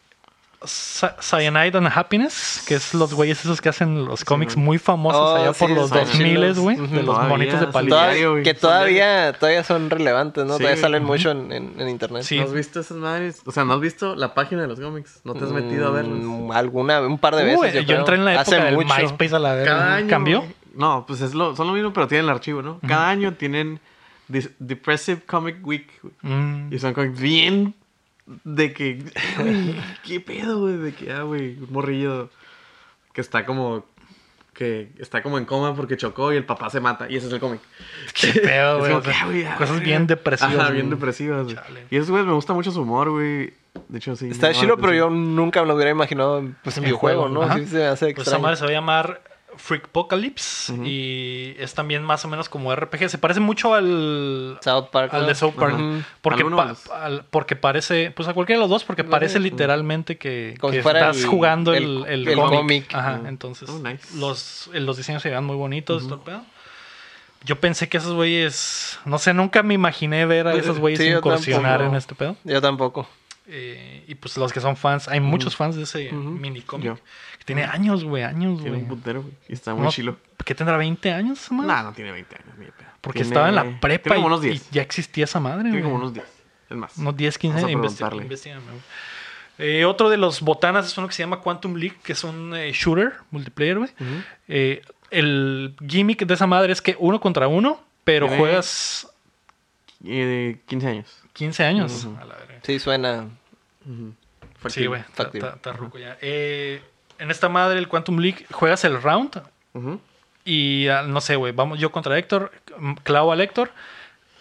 Cy- Cyanide and Happiness, que es los güeyes esos que hacen los cómics man. muy famosos Oh, allá por sí, los son 2000, chilos. güey. Ujú. De los Todavía, monitos de sí. palito. Todavía- diario, güey. que Son todavía, todavía son relevantes, ¿no? Sí, todavía güey. salen mucho en, en- en internet. Sí. ¿No has visto esas madres? O sea, ¿no has visto la página de los cómics? ¿No te has metido a verlos? Mm, Alguna, un par de Uh, veces. güey, yo creo. entré en la época Hace del mucho. MySpace a la verga. ¿Cambió? güey. No, pues es lo, son lo mismo, pero tienen el archivo, ¿no? Cada año tienen Dis- Depressive Comic Week. güey. Mm. Y son cómics bien de que... güey, ¿Qué pedo, güey? De que, ah, güey, un morrillo que está como... Que está como en coma porque chocó y el papá se mata. Y ese es el cómic. Qué pedo, Es güey. como o sea, que, ah, güey, ah, cosas güey. bien depresivas. Ajá, güey. bien depresivas. güey. Chale. Y esos güey, me gusta mucho su humor, güey. De hecho, sí. Está me llama la chido, pero yo atención. nunca me lo hubiera imaginado pues, en En videojuego, juego, ¿no? ajá. Sí, se me hace Pues esa extraño. madre se va a llamar Freakpocalypse Ujú. y es también más o menos como RPG. Se parece mucho al, South Park. al ¿no? de South Park. Ajá. Porque, Alguno pa- de los- al- porque parece, pues a cualquiera de los dos, porque Ujú. parece literalmente que, Como que si fuera estás el- jugando el, el- el, el cómic. cómic. Ajá, Ujú. entonces Oh, nice. los, eh, los diseños se vean muy bonitos. todo el pedo. Yo pensé que esos güeyes, no sé, nunca me imaginé ver a Sí, esos güeyes yo incursionar tampoco. en este pedo. Yo tampoco. Eh, y pues los que son fans, hay muchos fans de ese Ujú. mini cómic. Yo. Que tiene años, güey, años, Tiene güey. un putero, güey. Y está muy No, chilo. ¿Qué tendrá 20 años esa No, madre? no tiene 20 años, mi pedo. Porque Tiene- estaba en la prepa Tiene como y- unos y, 10. ya existía esa madre, Tiene güey. como unos 10. Es más. Unos 10, 15 Vamos a investi- preguntarle. investígame, güey. Eh, otro de los botanas es uno que se llama Quantum League, que es un eh, shooter multiplayer, güey. Ujú. Eh, el gimmick de esa madre es que uno contra uno, pero Tiene- juegas Y de 15 años. 15 años. A la verga. Sí, suena. Ujú. Sí, güey. Está- factible. está- está ruco ya. Eh, en esta madre, el Quantum League, juegas el round Ujú. y ah, no sé, güey. Vamos yo contra Héctor, mm, clavo al Héctor.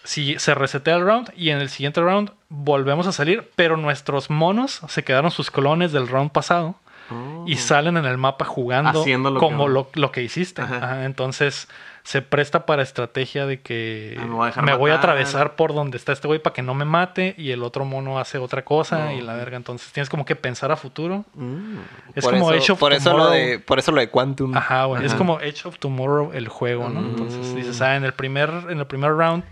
Si se resetea el round y en el siguiente round volvemos a salir, pero nuestros monos se quedaron sus clones del round pasado Oh. y salen en el mapa jugando Haciendo lo como que- lo, lo que hiciste. Ajá. Ajá, entonces se presta para estrategia de que Ah, me me voy voy a a, dejar matar. atravesar por donde está este güey para que no me mate y el otro mono hace otra cosa No. y la verga. Entonces tienes como que pensar a futuro. Mm. Es por como eso, Age of por eso lo Tomorrow. de Por eso lo de Quantum. Ajá, güey. Es Ajá. como Edge of Tomorrow el juego, ¿no? Mm. Entonces dices, ah, en el primer, en el primer round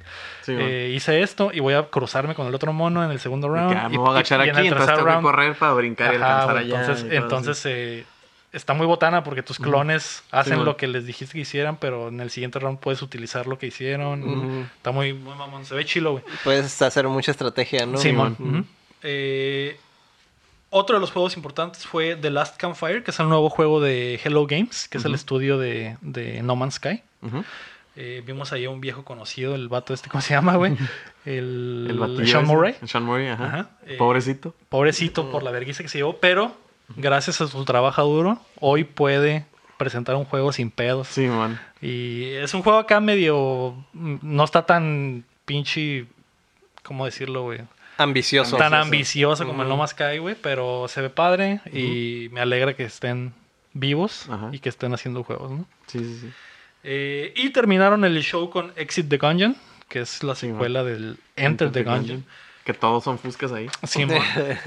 Sí, güey. eh, hice esto y voy a cruzarme con el otro mono en el segundo Y round. que, ah, y- me voy a agachar y- y en aquí, el entonces tercer tengo que round- correr para brincar y Ajá, alcanzar güey, allá. Entonces, y todo entonces así. eh, está muy botana porque tus clones hacen güey. lo que les dijiste que hicieran, pero en el siguiente round puedes utilizar lo que hicieron. Ujú. Está muy, muy mamón. Se ve chilo, güey. Puedes hacer mucha estrategia, ¿no? Simón. Ujú. Ujú. Eh, otro de los juegos importantes fue The Last Campfire, que es el nuevo juego de Hello Games, que es el estudio de, de No Man's Sky. Ujú. Eh, vimos ahí a un viejo conocido, el vato este, ¿cómo se llama, güey? El, El batillo Sean ese. Murray. Sean Murray, ajá. Ajá, eh, Pobrecito. Pobrecito por la vergüenza que se llevó, pero gracias a su trabajo duro, hoy puede presentar un juego sin pedos. Sí, man. Y es un juego acá medio. No está tan pinche. ¿Cómo decirlo, güey? Ambicioso. Tan ambicioso como el No Man's Sky, güey. Pero se ve padre y me alegra que estén vivos Ajá. y que estén haciendo juegos, ¿no? Sí, sí, sí. Eh, y terminaron el show con Exit the Gungeon, que es la secuela del Enter the Gungeon. Que todos son fuscas ahí. Sí, mo.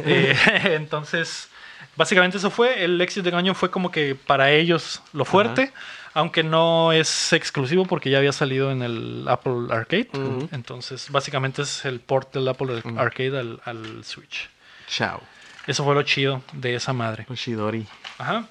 Eh, entonces, básicamente eso fue. El Exit de Gaño fue como que para ellos lo fuerte. Aunque no es exclusivo porque ya había salido en el Apple Arcade. Entonces, básicamente es el port del Apple Arcade al, al Switch. Chao. Eso fue lo chido de esa madre. Shidori. Ajá.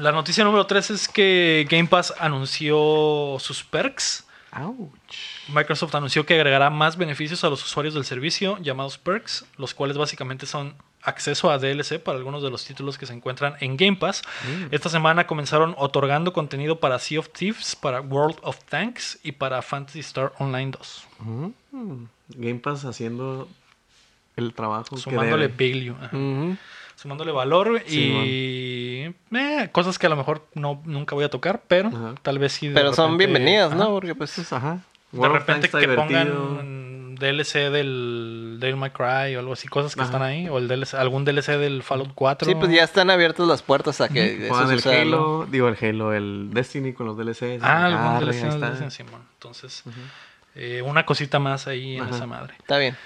La noticia número 3 es que Game Pass anunció sus perks. Ouch. Microsoft anunció que agregará más beneficios a los usuarios del servicio llamados perks, los cuales básicamente son acceso a DLC para algunos de los títulos que se encuentran en Game Pass. Esta semana comenzaron otorgando contenido para Sea of Thieves, para World of Tanks y para Fantasy Star Online 2, Mm. Game Pass haciendo el trabajo. que sumándole debe. value, Mm. ajá, sumándole valor y eh, cosas que a lo mejor no nunca voy a tocar, pero Ajá. tal vez sí. de Pero son repente- bienvenidas, ajá. ¿no? Porque pues... Pues, Ajá. De World of repente Tanks que está divertido. pongan DLC del Devil May Cry o algo así, cosas que Ajá. están ahí, o el DLC, algún DLC del Fallout 4. Sí, pues ya están abiertas las puertas a que eso Juegan el suceda, ¿no? Halo, digo el Halo, el Destiny con los DLCs. Ah, algún Arre, DLC ahí del está. DLC, Simón. Entonces, eh, una cosita más ahí en Ajá. esa madre. Está bien.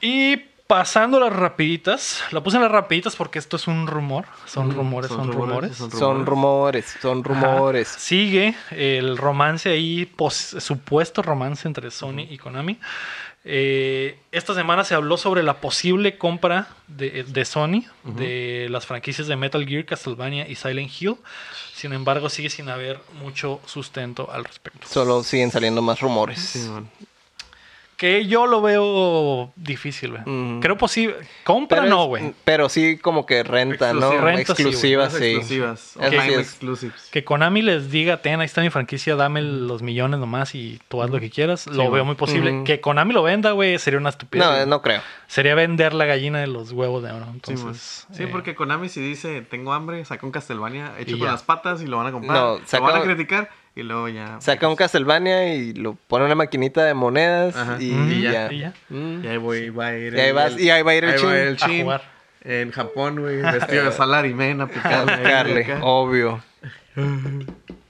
Y pasando las rapiditas, la puse en las rapiditas porque esto es un rumor, son Ujú, rumores, son, son rumores. rumores, Son rumores, son rumores. Ajá. Sigue el romance ahí, pos- supuesto romance entre Sony y Konami. Eh, esta semana se habló sobre la posible compra de, de Sony de las franquicias de Metal Gear, Castlevania y Silent Hill. Sin embargo, sigue sin haber mucho sustento al respecto. Solo siguen saliendo más rumores. Sí, man. Que yo lo veo difícil, güey. Ujú. Creo posible. Compra es- no, güey. Pero sí como que renta, ¿no? Exclusiva. Renta, sí, güey. exclusivas, Las sí. Exclusivas. Eso sí Online es. exclusives. Que Konami les diga, ten, ahí está mi franquicia, dame los millones nomás y tú haz lo que quieras. lo veo güey. muy posible. Ujú. Que Konami lo venda, güey, sería una estupidez. No, güey. no creo. Sería vender la gallina de los huevos de Sí, oro. man. Entonces, sí, eh, porque Konami si dice, tengo hambre, saca un Castlevania hecho Y con ya. las patas y lo van a comprar. No, saca- Lo van a criticar y luego ya... Saca un Castlevania y lo pone en una maquinita de monedas Ajá. y, Mm, y ya. ya, y ya. Mm. Y ahí voy, va a ir... Y ahí el- vas- y ahí va a ir el chin a chin jugar. En Japón, güey, vestido de salaryman a picarle. ahí, Carle, acá. obvio.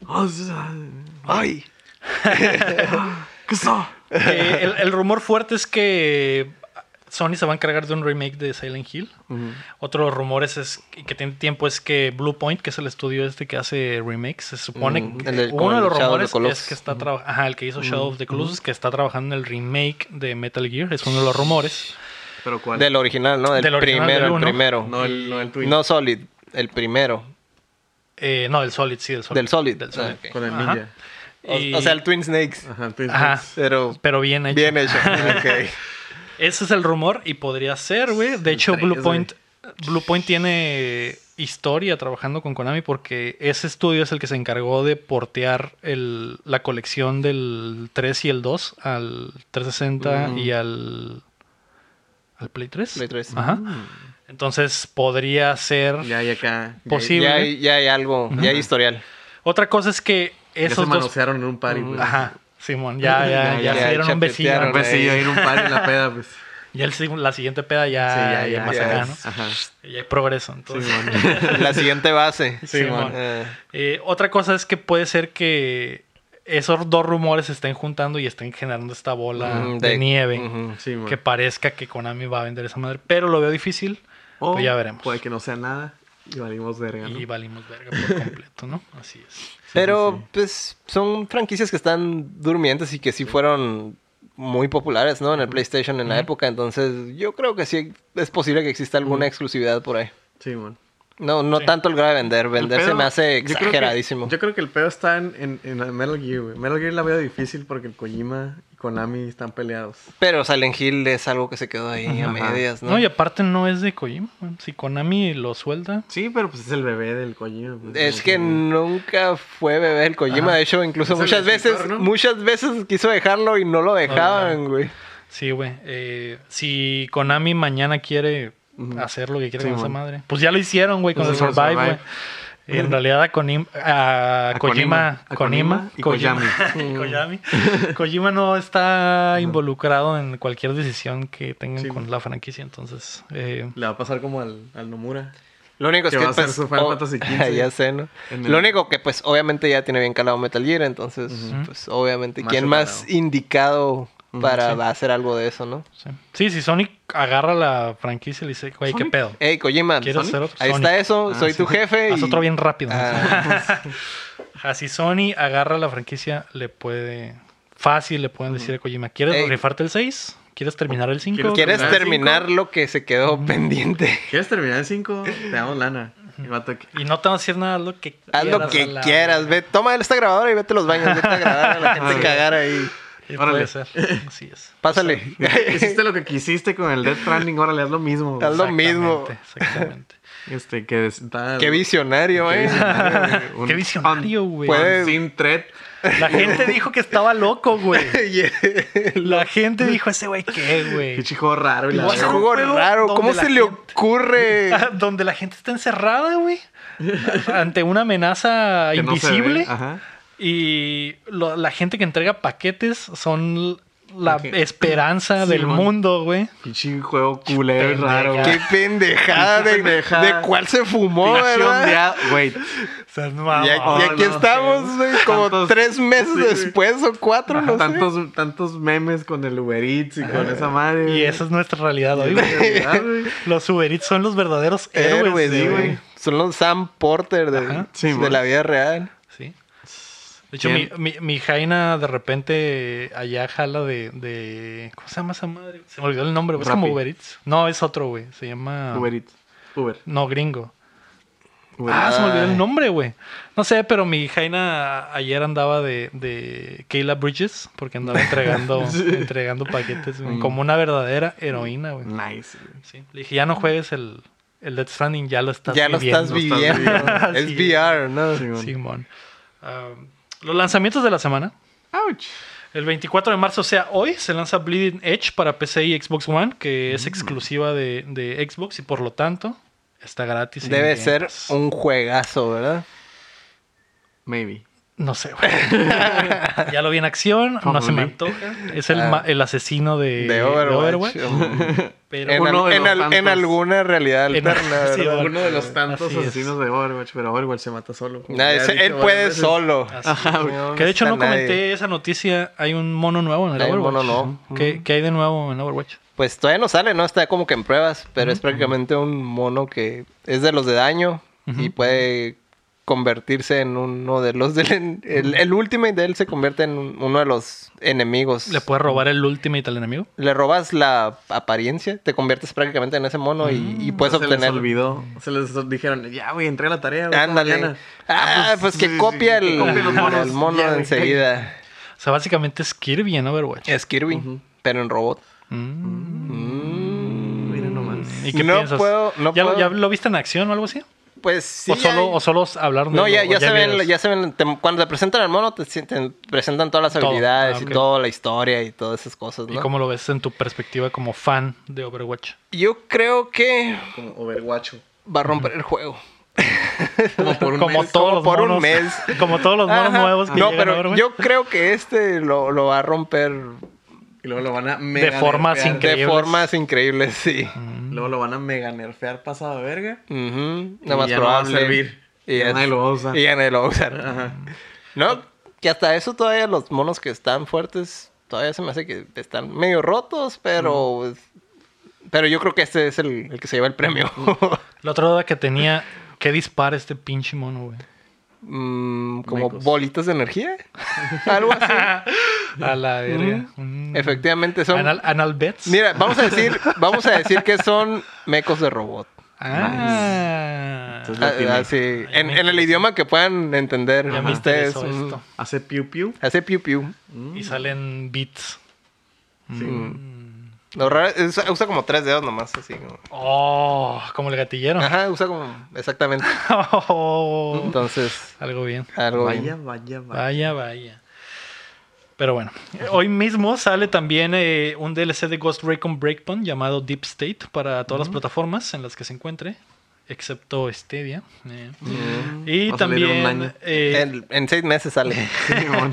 Oh, sí, ah, Ay. ¿Qué so? Que Eh, el, el rumor fuerte es que Sony se va a encargar de un remake de Silent Hill. Otros rumores es y que tiene tiempo es que Blue Point, que es el estudio este que hace remakes, se supone Mm, que el del- con uno de los Shadow of the rumores es Colossus. que está trabajando, ajá, el que hizo Shadow of the Colossus, que está trabajando en el remake de Metal Gear, es uno de los rumores. ¿Pero cuál? Del original, ¿no? Del, Del original, primero, del el uno. primero. No el, no el Twin. No Solid, el primero. Eh, no, del Solid, sí, del Solid. Del Solid. Del Solid. Ah, ok. Con el Ajá. ninja. Y- O, o sea, el Twin Snakes. Ajá, el Twin. Ajá. Snakes. Pero pero bien hecho. bien hecho. Ok. Ese es el rumor y podría ser, güey. De hecho, tres, Blue güey. Point, Blue Point tiene historia trabajando con Konami porque ese estudio es el que se encargó de portear el- la colección del 3 y el 2 al 360 y al, al Play 3. Play 3. Ajá. Entonces podría ser... Ya hay acá. ya- Posible. Ya hay, ya hay algo, ya hay historial. Otra cosa es que Ya, se esos dos... manosearon en un party, güey. Ajá. Simón, ya, ya, ya, Ya, ya, se dieron un besillo. chapetearon, Un besillo ahí en un party en la peda, pues. Sí, Ya el sig- la siguiente peda ya, Ah, ya, más ya acá, es- ¿no? Ajá. Ya hay progreso, entonces. Simón. La siguiente base. Simón. Eh, Eh, otra cosa es que puede ser que esos dos rumores se estén juntando y estén generando esta bola mm, de, nieve Ujú. Simón. que parezca que Konami va a vender esa madre, pero lo veo difícil O pues ya veremos. Oh, Puede que no sea nada y valimos verga, ¿no? y valimos verga por completo, ¿no? Así es. Pero sí, sí. pues son franquicias que están durmientes y que sí fueron muy populares, ¿no? En el PlayStation en la época, entonces yo creo que sí es posible que exista alguna exclusividad por ahí. Simón. No, no tanto el grado de vender, El vender se pedo- me hace yo creo que- exageradísimo. Yo creo que, el pedo está en, en, en Metal Gear, güey. Metal Gear la veo difícil porque el Kojima y Konami están peleados. Pero Silent Hill es algo que se quedó ahí a Ajá. medias, ¿no? No, y aparte no es de Kojima. Si Konami lo suelta, Sí, pero pues es el bebé del Kojima. pues, Es como que nunca fue bebé el Kojima, de hecho, incluso Es el muchas veces, escritor, ¿no? muchas veces quiso dejarlo y no lo dejaban, güey. sí, güey. Eh, si Konami mañana quiere hacer lo que quiere Sí, con esa mon. madre, pues ya lo hicieron, güey, con Sí, el con el Survive, Survive. güey. En realidad a, Konim- a A Konima, Kojima, a Konima, Konima y Kojima- Koyami. Kojima no está involucrado en cualquier decisión que tengan Sí. con la franquicia, entonces eh, Le va a pasar como al, al Nomura. Lo único es Que que, va a ser pues, su Final o- Fantasy XV. ya sé, ¿no? En el- Lo único que pues obviamente ya tiene bien calado Metal Gear, entonces pues obviamente Más quién más preparado. indicado Ujú, para sí. hacer algo de eso, ¿no? sí. Sí, si Sonic agarra la franquicia y le dice, güey, qué Sonic. pedo. Hey, Kojima, ¿Quieres Sonic, hacer otro ahí Sonic? está eso, Ah, soy sí. tu jefe Haz y... otro bien rápido. ¿no? Ah, Así Sony agarra la franquicia, le puede. Fácil, le pueden decir a Kojima: ¿Quieres Ey. rifarte el 6? ¿Quieres terminar el 5? ¿Quieres- ¿Quieres ¿Terminar terminar lo que se quedó pendiente? ¿Quieres terminar el 5? Te damos lana. Y el vato que- Y no te vas a decir nada, haz lo que Haz quieras. lo a que la- quieras, ve, toma esta grabadora y vete a los baños, vete a grabar a la gente cagar ahí. Y Órale. Puede ser. Así es. Pásale. Hiciste lo que quisiste con el Death Stranding, órale, haz lo mismo. Haz lo mismo. Exactamente, Exactamente. Este, que está... Qué visionario, eh. un- Qué visionario, güey. un- Puede- Sin thread. La gente dijo que estaba loco, güey. Yeah. La gente dijo: ¿Ese güey qué, Qué güey? chico raro. y la Pinche Hacer un verga. juego juego raro, donde ¿cómo la se le gente- ocurre? Ah, Donde la gente está encerrada, güey. Ante una amenaza Que no se ve. invisible. Ajá. Y lo- la gente que entrega paquetes son la Ok. esperanza Sí, del mon. mundo, güey. Pinche juego culero y Pendeja. raro. güey. Qué pendejada Pinche de, pendejada. de cuál se fumó, Pinche ¿verdad? ondeado. Güey, Y, a- y Oh, ah, aquí no, estamos, sí. güey, como Tantos- tres meses sí, güey. después o cuatro, ajá, no sé. tantos, tantos memes con el Uber Eats y con esa madre. Y esa es nuestra realidad hoy, güey. güey. Los Uber Eats son los verdaderos héroes, héroes, sí, güey. güey. Son los Sam Porter de, Ajá. Sí, de güey. la vida real. Sí. De hecho, mi, ¿Quién? mi, mi Jaina de repente allá jala de, de- ¿Cómo se llama esa madre? Se me olvidó el nombre, güey. Es como Rappi. Uber Eats. No, es otro, güey. Se llama... Uber Eats. Uber. No, gringo. Uber Ah, se me olvidó Ay. el nombre, güey. No sé, pero mi Jaina ayer andaba de, de Kayla Bridges porque andaba entregando, Sí. entregando paquetes, güey, Mm. como una verdadera heroína, güey. Mm. Nice. güey. Sí. Le dije, ya no juegues el, el Death Stranding, ya lo estás ya lo viviendo. estás lo estás viviendo. viviendo. es Sí. VR, ¿no? Simón. Simón. Um, los lanzamientos de la semana. Ouch. El 24 de marzo, o sea, hoy, se lanza Bleeding Edge para PC y Xbox One, que Mm. es exclusiva de, de Xbox y por lo tanto está gratis. en Debe Game ser Pass. un juegazo, ¿verdad? Maybe. No sé, güey. ya lo vi en acción, no se me Probably. antoja. Es el, Ah. ma- el asesino de, De de Overwatch. Overwatch, pero en, Uno al- de en los al- en tantos. alguna realidad En- alterna, sí, ¿verdad? bueno. Uno de los tantos ah, Así es. asesinos de Overwatch, pero Overwatch se mata solo. como Nah, ya he ese- dicho él varias puede veces. solo. Así Ajá, güey. que de hecho no comenté esa noticia. Hay un mono nuevo en el Hay un Overwatch. mono nuevo. Ujú. ¿Qué, qué hay de nuevo en Overwatch? Pues todavía no sale, ¿no? Está como que en pruebas, pero es prácticamente un mono que es de los de daño y puede convertirse en uno de los del... en- El, el Ultimate de él se convierte en un- uno de los enemigos. ¿Le puedes robar el Ultimate al enemigo? Le robas la apariencia, te conviertes prácticamente en ese mono y, y puedes Mm, se les obtener... olvidó. Se les dijeron, ya, güey, entré a la tarea. güey, Ándale. mañana". Ah, pues, que sí, sí, copia que el, copie los monos. al mono Ya, güey. enseguida. O sea, básicamente es Kirby en Overwatch. Es Kirby, pero en robot. Mm. Mira nomás. ¿Y qué Mm. No piensas? puedo- no ¿Ya, lo- puedo. ya lo viste en acción o algo así? Pues sí. ¿O, solo, hay- ¿O solo hablaron de No, él, ya, Pues o ya, se videos? ven, ya se ven, te- cuando te presentan al mono, te, sien- te presentan todas las Todo. habilidades Ah, ok. y toda la historia y todas esas cosas, ¿Y ¿no? cómo lo ves en tu perspectiva como fan de Overwatch? Yo creo que Como Overwatch. va a romper el juego. Como por un como mes. todos como los por un monos, mes. Como todos los monos Ajá. nuevos que No, llegan a pero Overwatch. yo creo que este lo, lo va a romper Y luego lo van a mega forma nerfear. sin que- Increíbles. de formas increíbles, sí. Luego lo van a mega nerfear pasado de verga. Ujú, Y Lo más ya no va a probable. servir. Y Ya es- nadie lo va a usar. Y ya nadie lo va a usar. Ajá. No, que hasta eso todavía los monos que están fuertes, todavía se me hace que están medio rotos, pero... pues, Pero yo creo que este es el, el que se lleva el premio. La otra duda que tenía, ¿qué dispara este pinche mono, güey? Mm, como Mecos. bolitas de energía. Algo así. A la verga. Mm. Efectivamente son... Anal, anal bets. Mira, vamos a decir, vamos a decir que son mecos de robot. Ah. Entonces, Ah, tiene. Así, en, en el idioma que puedan entender Ya me ustedes. interesó mm, esto. Hace piu piu. Hace piu piu. Y salen beats. Mm, Lo raro es- usa como tres dedos nomás, así. como- Oh, como el gatillero. Ajá, usa como... Exactamente. Ah. Oh, Entonces... algo bien. Algo Vaya, bien. vaya, vaya. Vaya, vaya. Pero bueno, hoy mismo sale también eh, un DLC de Ghost Recon Breakpoint llamado Deep State para todas las plataformas en las que se encuentre. excepto Stadia. eh. Mm. Y Va a salir en un también año. eh, En, en seis meses sale. Simón.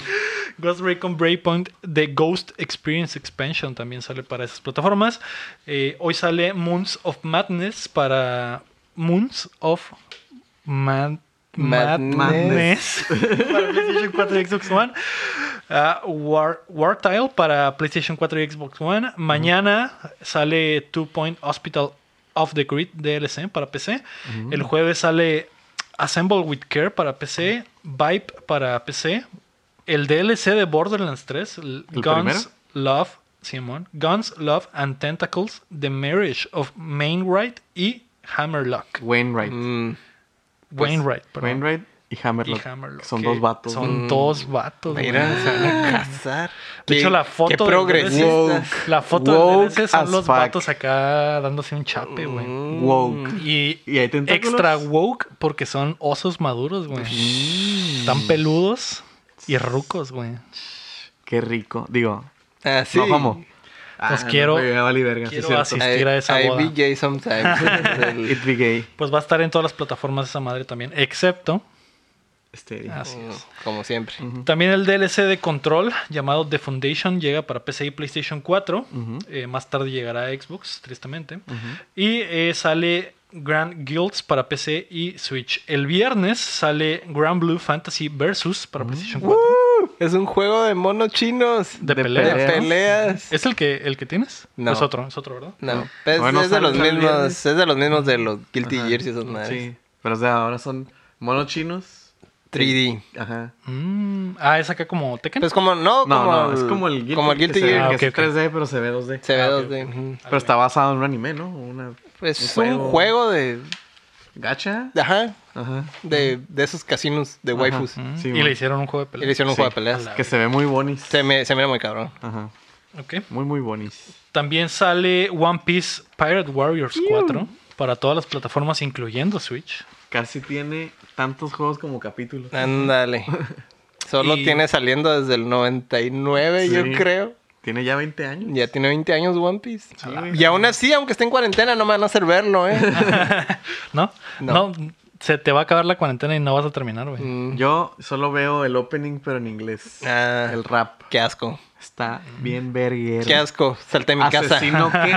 Ghost Recon Breakpoint The Ghost Experience Expansion también sale para esas plataformas. Eh, hoy sale Moons of Madness para Moons of Mad- Madness. Madness para PlayStation 4 y Xbox One. Ah, War, War Tile para PlayStation 4 y Xbox One. Mañana sale Two Point Hospital of the Grid DLC para PC. El jueves sale Assemble with Care para PC, Vibe para PC, el DLC de Borderlands 3, l- ¿El Guns, primero? Love, Simón, Guns, Love and Tentacles, The Marriage of Mainwright y Hammerlock. Wainwright. Mm, Pues, Wainwright, perdón. Wainwright y Y Hammerlock. Hammerlock, Son que dos vatos. Son Mm. dos vatos. mira, güey. se van a casar. De hecho, Qué- la foto Qué del progresistas. DLC. La foto Woke del DLC son as los fuck. vatos acá dándose un chape, güey. Mm. Woke. Y ¿Y hay tentáculos? extra woke porque son osos maduros, güey. Están peludos y rucos, güey. Qué rico. Digo, Ah, sí. no como. Los quiero- Ah, me vale verga, sí, quiero cierto. así. I, Asistir a esa I boda. be gay sometimes. El- It be gay. Pues va a estar en todas las plataformas esa madre también, excepto. Este, Así es. como siempre. También el DLC de Control llamado The Foundation llega para PC y PlayStation 4. Ujú. Eh, más tarde llegará a Xbox, tristemente. Y eh, sale Grand Guilds para PC y Switch. El viernes sale Grand Blue Fantasy Versus Mm. para PlayStation 4. Es un juego de monos chinos. De de pelea. pelea. De peleas. ¿Es el que, el que tienes? No. Es otro, es otro, ¿verdad? No, pues Bueno, es de sale los el mismos, viernes. es de los mismos de los Guilty Ajá. Gears y esas madres. Sí. Pero o sea, ahora son monos chinos. 3D. Ajá. Mm, ah, es acá como Tekken. Pues como no, No, como no, el, es como el Guilty, como el Guilty que se- Gear. Ah, que ok, ok. es 3D, pero se ve 2D. Se ve Ah, ok, 2D. ok. ujú. Pero está basado en un anime, ¿no? Una Pues Un es un juego. juego de gacha. ajá, Ajá. de, de esos casinos de Ajá. waifus. Mm, Sí, y bueno. le hicieron un juego de Y pelea. le hicieron un Sí. juego de peleas. Que se ve muy bonis. Se me se mira muy cabrón. Ajá. Ok. Muy, muy bonis. También sale One Piece Pirate Warriors 4 para todas las plataformas, incluyendo Switch. Casi tiene tantos juegos como capítulos. Ándale. Solo Y- tiene saliendo desde el 99, yo Sí. creo. Tiene ya 20 años. Ya tiene 20 años One Piece. Sí, güey. Y aún así, aunque esté en cuarentena, no me van a hacer verlo, ¿eh? ¿No? No. No. se te va a acabar la cuarentena y no vas a terminar, güey. Mm. Yo solo veo el opening, pero en inglés. Ah. El rap. Qué asco. Está bien verguero. Qué asco. Salté de mi casa. ¿Asesino qué?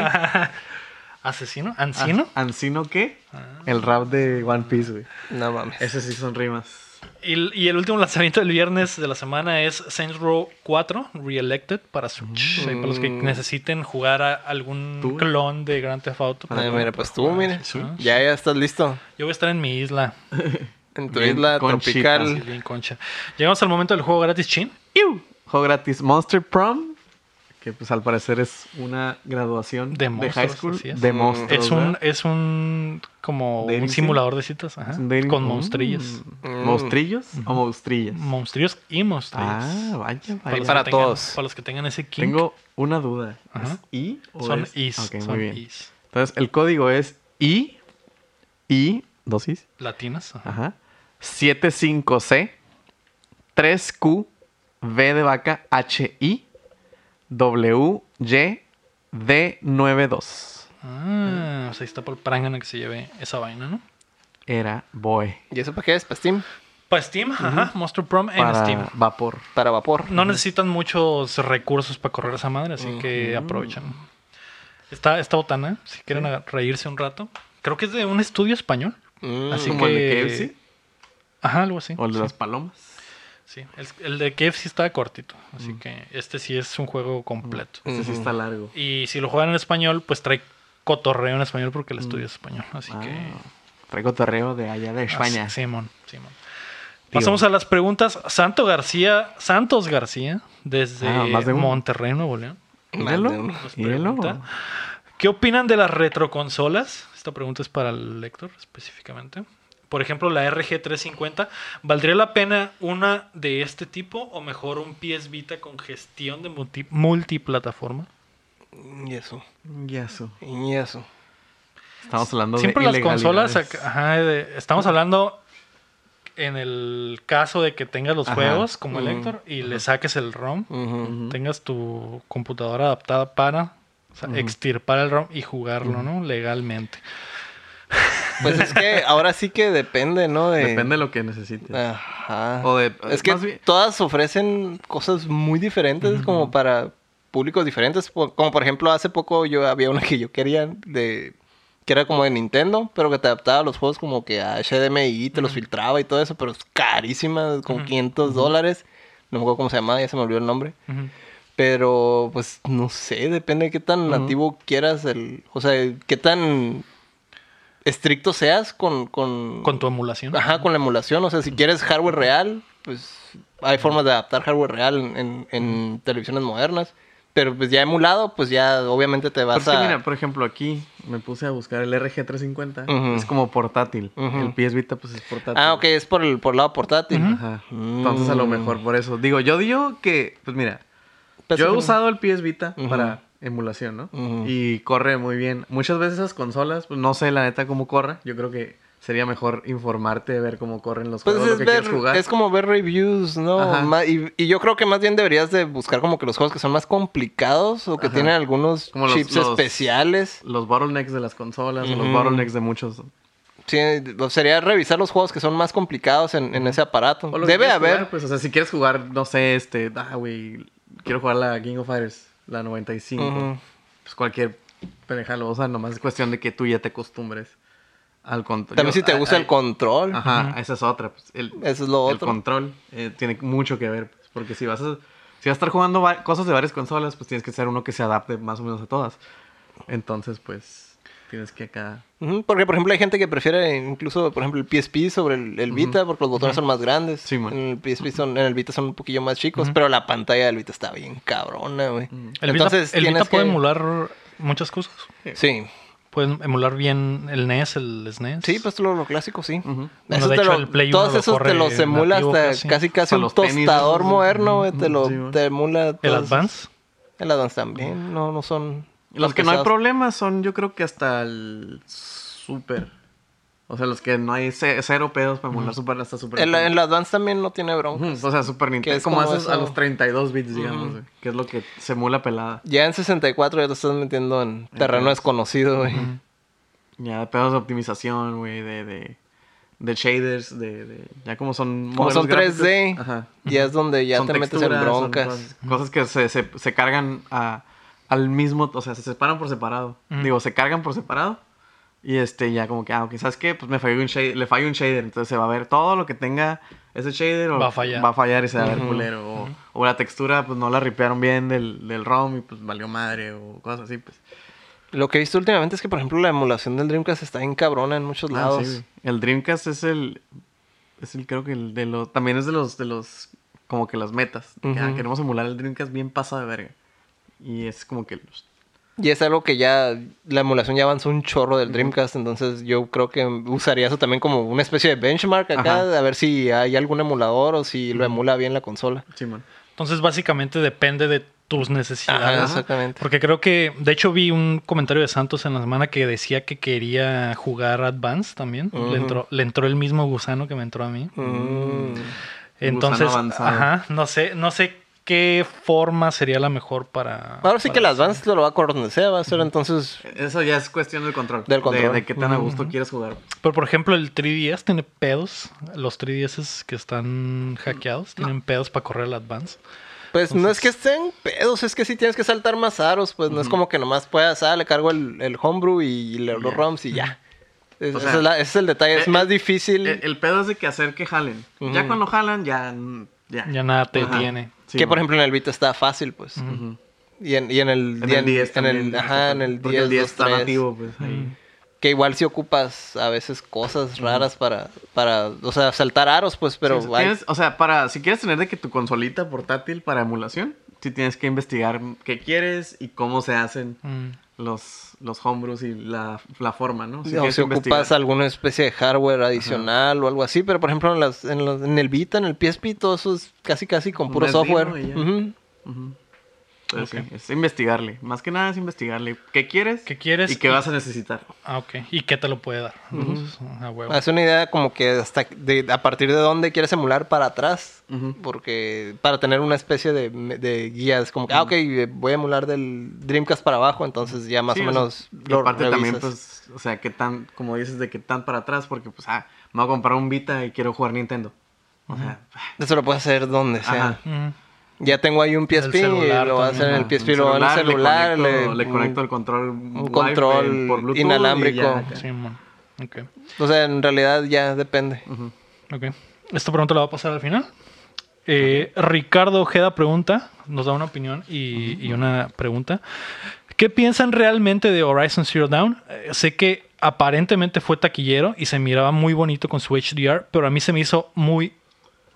¿Asesino? Ah. ¿Ancino? ¿Ancino qué? El rap de One Piece, güey. No mames. Ese sí son rimas. Y, y el último lanzamiento del viernes de la semana es Saints Row 4 Reelected para Switch. Ahí para los que Mm. necesiten jugar a algún ¿Tú? clon de Grand Theft Auto. Ah, mira, pues tú, mira. Sí. Ya, ya estás listo. Yo voy a estar en mi isla, En tu Bien isla conchita. así tropical. bien concha. Llegamos al momento del juego gratis chin. ¡Iu! Juego gratis Monster Prom. Que pues al parecer es una graduación De de, high monstruos, school así es. de monstruos. Es un, ¿verdad? es un como Dating un sim. simulador de citas, ajá, Es un dating- con Mm. monstrillas. ¿Monstrillos o monstrillas? Monstrillos y monstrillas. ah, vaya, los vaya. que para tengan- todos. Mm. Para los que tengan ese kink, Tengo una duda. Ajá. ¿Es I o son es? is. Pues, Ok, son muy bien. is. Entonces el código es I, I, dos Is. Latinas. ajá. Ajá. 75C 3Q V de vaca HI W Y D92. Ah, o sea, ahí está por prangana que se lleve esa vaina, ¿no? Era Boe. ¿Y eso para qué es? Para Steam. Para Pues Steam, ajá, Monster Prom en Para Steam. vapor. Para vapor. No necesitan muchos recursos para correr esa madre, así que aprovechan. Está, esta botana, si quieren aga- reírse un rato. Creo que es de un estudio español. Mm. Así Como el de que- KFC Ajá, algo así. o el de sí. las palomas. Sí, el, el de KFC está cortito, así que este sí es un juego completo. Ese sí Ujú. está largo. Y si lo juegan en español, pues trae cotorreo en español porque el estudio es español, así Ah, que... Traigo torreo de allá de España. Ah, Simón, Simón. Pasamos a las preguntas. Santo García, Santos García, desde Ah, más de uno. Monterrey, Nuevo León. Míralo. Manden. nos Míralo. pregunta, ¿Qué opinan de las retroconsolas? Esta pregunta es para el lector específicamente. Por ejemplo, la RG350. ¿Valdría la pena una de este tipo o mejor un PS Vita con gestión de multi- multiplataforma? Y eso. Y eso. Y eso. Estamos hablando Siempre de las consolas, ilegalidades. acá- ajá, de- estamos hablando en el caso de que tengas los Ajá. juegos como el Ujú. Héctor y le saques el ROM, Ujú. Ujú. tengas tu computadora adaptada para o sea, extirpar el ROM y jugarlo, ¿no? Legalmente. Pues es que ahora sí que depende, ¿no? De... Depende de lo que necesites. Eh, Ajá. O de- es que más bien- todas ofrecen cosas muy diferentes como para públicos diferentes. Por- Como por ejemplo, hace poco yo había una que yo quería de... Que era como de Nintendo, pero que te adaptaba a los juegos como que a HDMI, te los filtraba y todo eso, pero es carísima, como 500 dólares. No me acuerdo cómo se llamaba, ya se me olvidó el nombre. Ujú. Pero, pues, no sé, depende de qué tan nativo quieras el... O sea, qué tan estricto seas con... Con, Con tu emulación. Ajá, con la emulación. O sea, si quieres hardware real, pues hay formas de adaptar hardware real en, en- en televisiones modernas. Pero, pues, ya emulado, pues ya obviamente te Pero vas es que a... mira, por ejemplo, aquí me puse a buscar el RG350. Ujú. Es como portátil. Ujú. El PS Vita, pues es portátil. ah, ok, es por el, por el lado portátil. Ajá. Entonces, a lo Mm. mejor por eso. Digo, yo digo que, pues mira, Pensé yo he que- usado el PS Vita Ujú. para emulación, ¿no? Ujú. Y corre muy bien. Muchas veces esas consolas, pues no sé la neta cómo corre. Yo creo que sería mejor informarte de ver cómo corren los Pues juegos, lo es, que ver, quieres jugar. es como ver reviews, ¿no? Ajá. Ma- y, y yo creo que más bien deberías de buscar como que los juegos que son más complicados o que Ajá. tienen algunos Como los- chips los- especiales. Los bottlenecks de las consolas, o los Ujú. bottlenecks de muchos. Sí, sería revisar los juegos que son más complicados en, en ese aparato. O lo que Debe quieres haber. jugar, pues, o sea, si quieres jugar, no sé, este, ah, güey, quiero jugar la King of Fighters, la 95. Ujú. Pues cualquier pendejalo, o sea, nomás es cuestión de que tú ya te acostumbres al control. También si te gusta el control. control. Ajá, esa es otra. pues, el, Eso es lo el otro. control eh, tiene mucho que ver, pues, porque si vas a, si vas a estar jugando va- cosas de varias consolas, pues tienes que ser uno que se adapte más o menos a todas. Entonces, pues, tienes que acá... Ujú, Porque, por ejemplo, hay gente que prefiere incluso, por ejemplo, el PSP sobre el, el Vita, porque los botones son más grandes. Sí, man. en el PSP son, en el Vita son un poquillo más chicos, pero la pantalla del Vita está bien cabrona, güey. El Vita, Entonces, el Vita tienes puede que- emular muchas cosas. Sí. Pueden emular bien el NES, el E SNES. Sí, pues todo lo, lo clásico, sí. Ujú. Bueno, Eso de te hecho, lo- el Play todos uno lo esos te corre los emula nativo hasta casi. casi casi, Para un los tenis, tostador ¿no? moderno, güey, te lo Sí, güey. te emula El todos- Advance. El Advance también, no no son Los que no hay pesados. problemas son, yo creo que hasta el Super. O sea, los que no hay ce- cero pedos para emular Super hasta Super. El, Nintendo. el Advance también no tiene bronca. Ujú, O sea, Super Nintendo. es como, como haces a eso. los 32 bits, digamos, Ujú. güey, que es lo que se emula pelada. Ya en 64 ya te estás metiendo en terreno Ujú. desconocido, güey. Ya, de pedos de optimización, güey, de, de, de shaders, de, de- Ya como son. Como modelos son gráficos. 3D, Ajá. ya es donde ya Son te metes en texturas, son broncas. cosas- Cosas que se, se, se cargan a- al mismo, o sea, se separan por separado. Digo, se cargan por separado. Y este, ya como que, ah, ok, ¿sabes qué? Pues me falló un shader, le falló un shader. Entonces se va a ver todo lo que tenga ese shader. O Va a fallar. Va a fallar y se va a ver culero. O, o la textura, pues no la ripearon bien del, del ROM y pues valió madre. O cosas así, pues. Lo que he visto últimamente es que, por ejemplo, la emulación del Dreamcast está bien cabrona en muchos Ah, lados. sí, güey. el Dreamcast es el. Es el, creo que el de los. También es de los. De los como que las metas. de que, ah, Ujú. queremos emular el Dreamcast bien pasado de verga. Y es como que los- Y es algo que ya la emulación ya avanzó un chorro del Dreamcast, entonces yo creo que usaría eso también como una especie de benchmark acá, Ajá. a ver si hay algún emulador o si lo emula bien la consola. Simón. Entonces, básicamente depende de tus necesidades. Ajá, exactamente. Porque creo que, de hecho, vi un comentario de Santos en la semana que decía que quería jugar Advance también. Ujú. le, entró, le entró el mismo gusano que me entró a mí. Mm. Entonces, avanzado. ajá, no sé, no sé qué forma sería la mejor para. Ahora sí que para- el Advance lo va a conocer, va a ser entonces... Eso ya es cuestión del control. Del control. De, de qué tan a gusto quieres jugar. Pero por ejemplo, el 3DS tiene pedos. Los 3DS que están hackeados tienen pedos para correr el Advance. Pues no es que estén pedos, es que sí tienes que saltar más aros, pues no es como que nomás puedas, ah, le cargo el, el homebrew y le, los Ya. ROMs y ya. Es- O esa sea, es la- ese es el detalle, es eh, más difícil El, el pedo es de que hacer que jalen. Ya Ujú. cuando jalan, ya. mm, Ya, Ya nada te Ajá. tiene. Sí, que, por man. ejemplo, en el Vita está fácil, pues. Y en, y en el En el 10 en el- también, ajá, en el porque 10, el 10 2, está 3, nativo, pues. ahí. Mm, que igual si ocupas a veces cosas raras para, para, o sea, saltar aros, pues, pero Sí, o sea, hay- tienes- o sea, para si quieres tener de que tu consolita portátil para emulación, sí tienes que investigar qué quieres y cómo se hacen Mm. los, los homebrews y la, la forma, ¿no? Sí o tienes si que investigar. ocupas alguna especie de hardware adicional o algo así, pero por ejemplo en, las, en, los- en el Vita, en el PSP, todo eso es casi casi con Un puro Arduino software. y ya. Ujú. Ujú. Entonces, Ok. sí, es investigarle. Más que nada es investigarle qué quieres ¿Qué quieres? y qué vas a necesitar. Ah, ok. ¿Y qué te lo puede dar? Entonces, ah, huevo. Haz una idea como que hasta de- a partir de dónde quieres emular para atrás. Ujú. Porque para tener una especie de, de guía es como que, ah, ok, voy a emular del Dreamcast para abajo, entonces ya más Sí, o sea, menos y lo aparte también, revisas. pues, o sea, qué tan, como dices, de qué tan para atrás, porque, pues, ah, me voy a comprar un Vita y quiero jugar Nintendo. O sea, Eso lo puedes hacer donde ajá. sea. Ujú. Ya tengo ahí un PSP, celular lo voy a también, hacer en el ajá. PSP, lo voy a hacer en el celular. le conecto, le- mm, le conecto el control Wi-Fi control Bluetooth y inalámbrico. ya, acá. Sí, mon. Ok. O sea, en realidad ya depende. Ok. Esta pregunta la va a pasar al final. Eh, Ricardo Ojeda pregunta, nos da una opinión y, y una pregunta. ¿Qué piensan realmente de Horizon Zero Dawn? Eh, sé que aparentemente fue taquillero y se miraba muy bonito con su HDR, pero a mí se me hizo muy...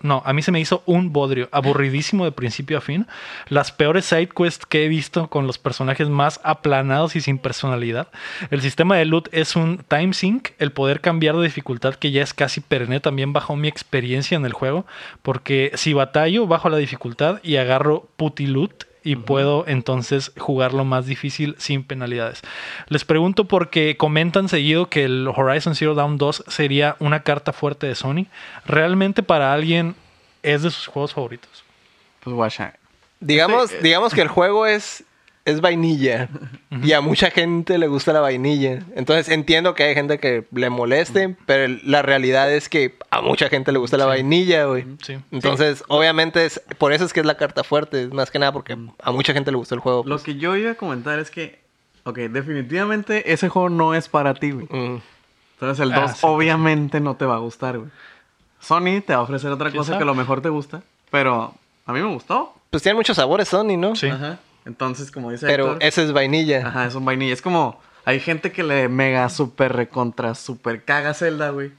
No, a mí se me hizo un bodrio, aburridísimo de principio a fin. Las peores side quests que he visto con los personajes más aplanados y sin personalidad. El sistema de loot es un time sync, el poder cambiar de dificultad que ya es casi perenne también bajó mi experiencia en el juego, porque si batallo bajo la dificultad y agarro puti loot y puedo entonces jugarlo más difícil sin penalidades. Les pregunto porque comentan seguido que el Horizon Zero Dawn 2 sería una carta fuerte de Sony. Realmente para alguien es de sus juegos favoritos. Pues, guacha, Digamos, Este, eh, digamos que el juego es, es vainilla. Y a mucha gente le gusta la vainilla. Entonces entiendo que hay gente que le moleste, pero el- la realidad es que a mucha gente le gusta la vainilla, güey. Sí. Entonces, obviamente, es, por eso es que es la carta fuerte. es Más que nada porque a mucha gente le gusta el juego. Lo que yo iba a comentar es que, ok, definitivamente ese juego no es para ti, güey. Mm. Entonces el Ah, 2 sí, pues. obviamente no te va a gustar, güey. Sony te va a ofrecer otra ¿Quién cosa sabe? que a lo mejor te gusta, pero a mí me gustó. Pues tiene muchos sabores Sony, ¿no? Sí. Ajá. Entonces, como dice Pero Héctor, ese es vainilla. ajá, es un vainilla. Es como, hay gente que le mega super recontra super caga Zelda, güey.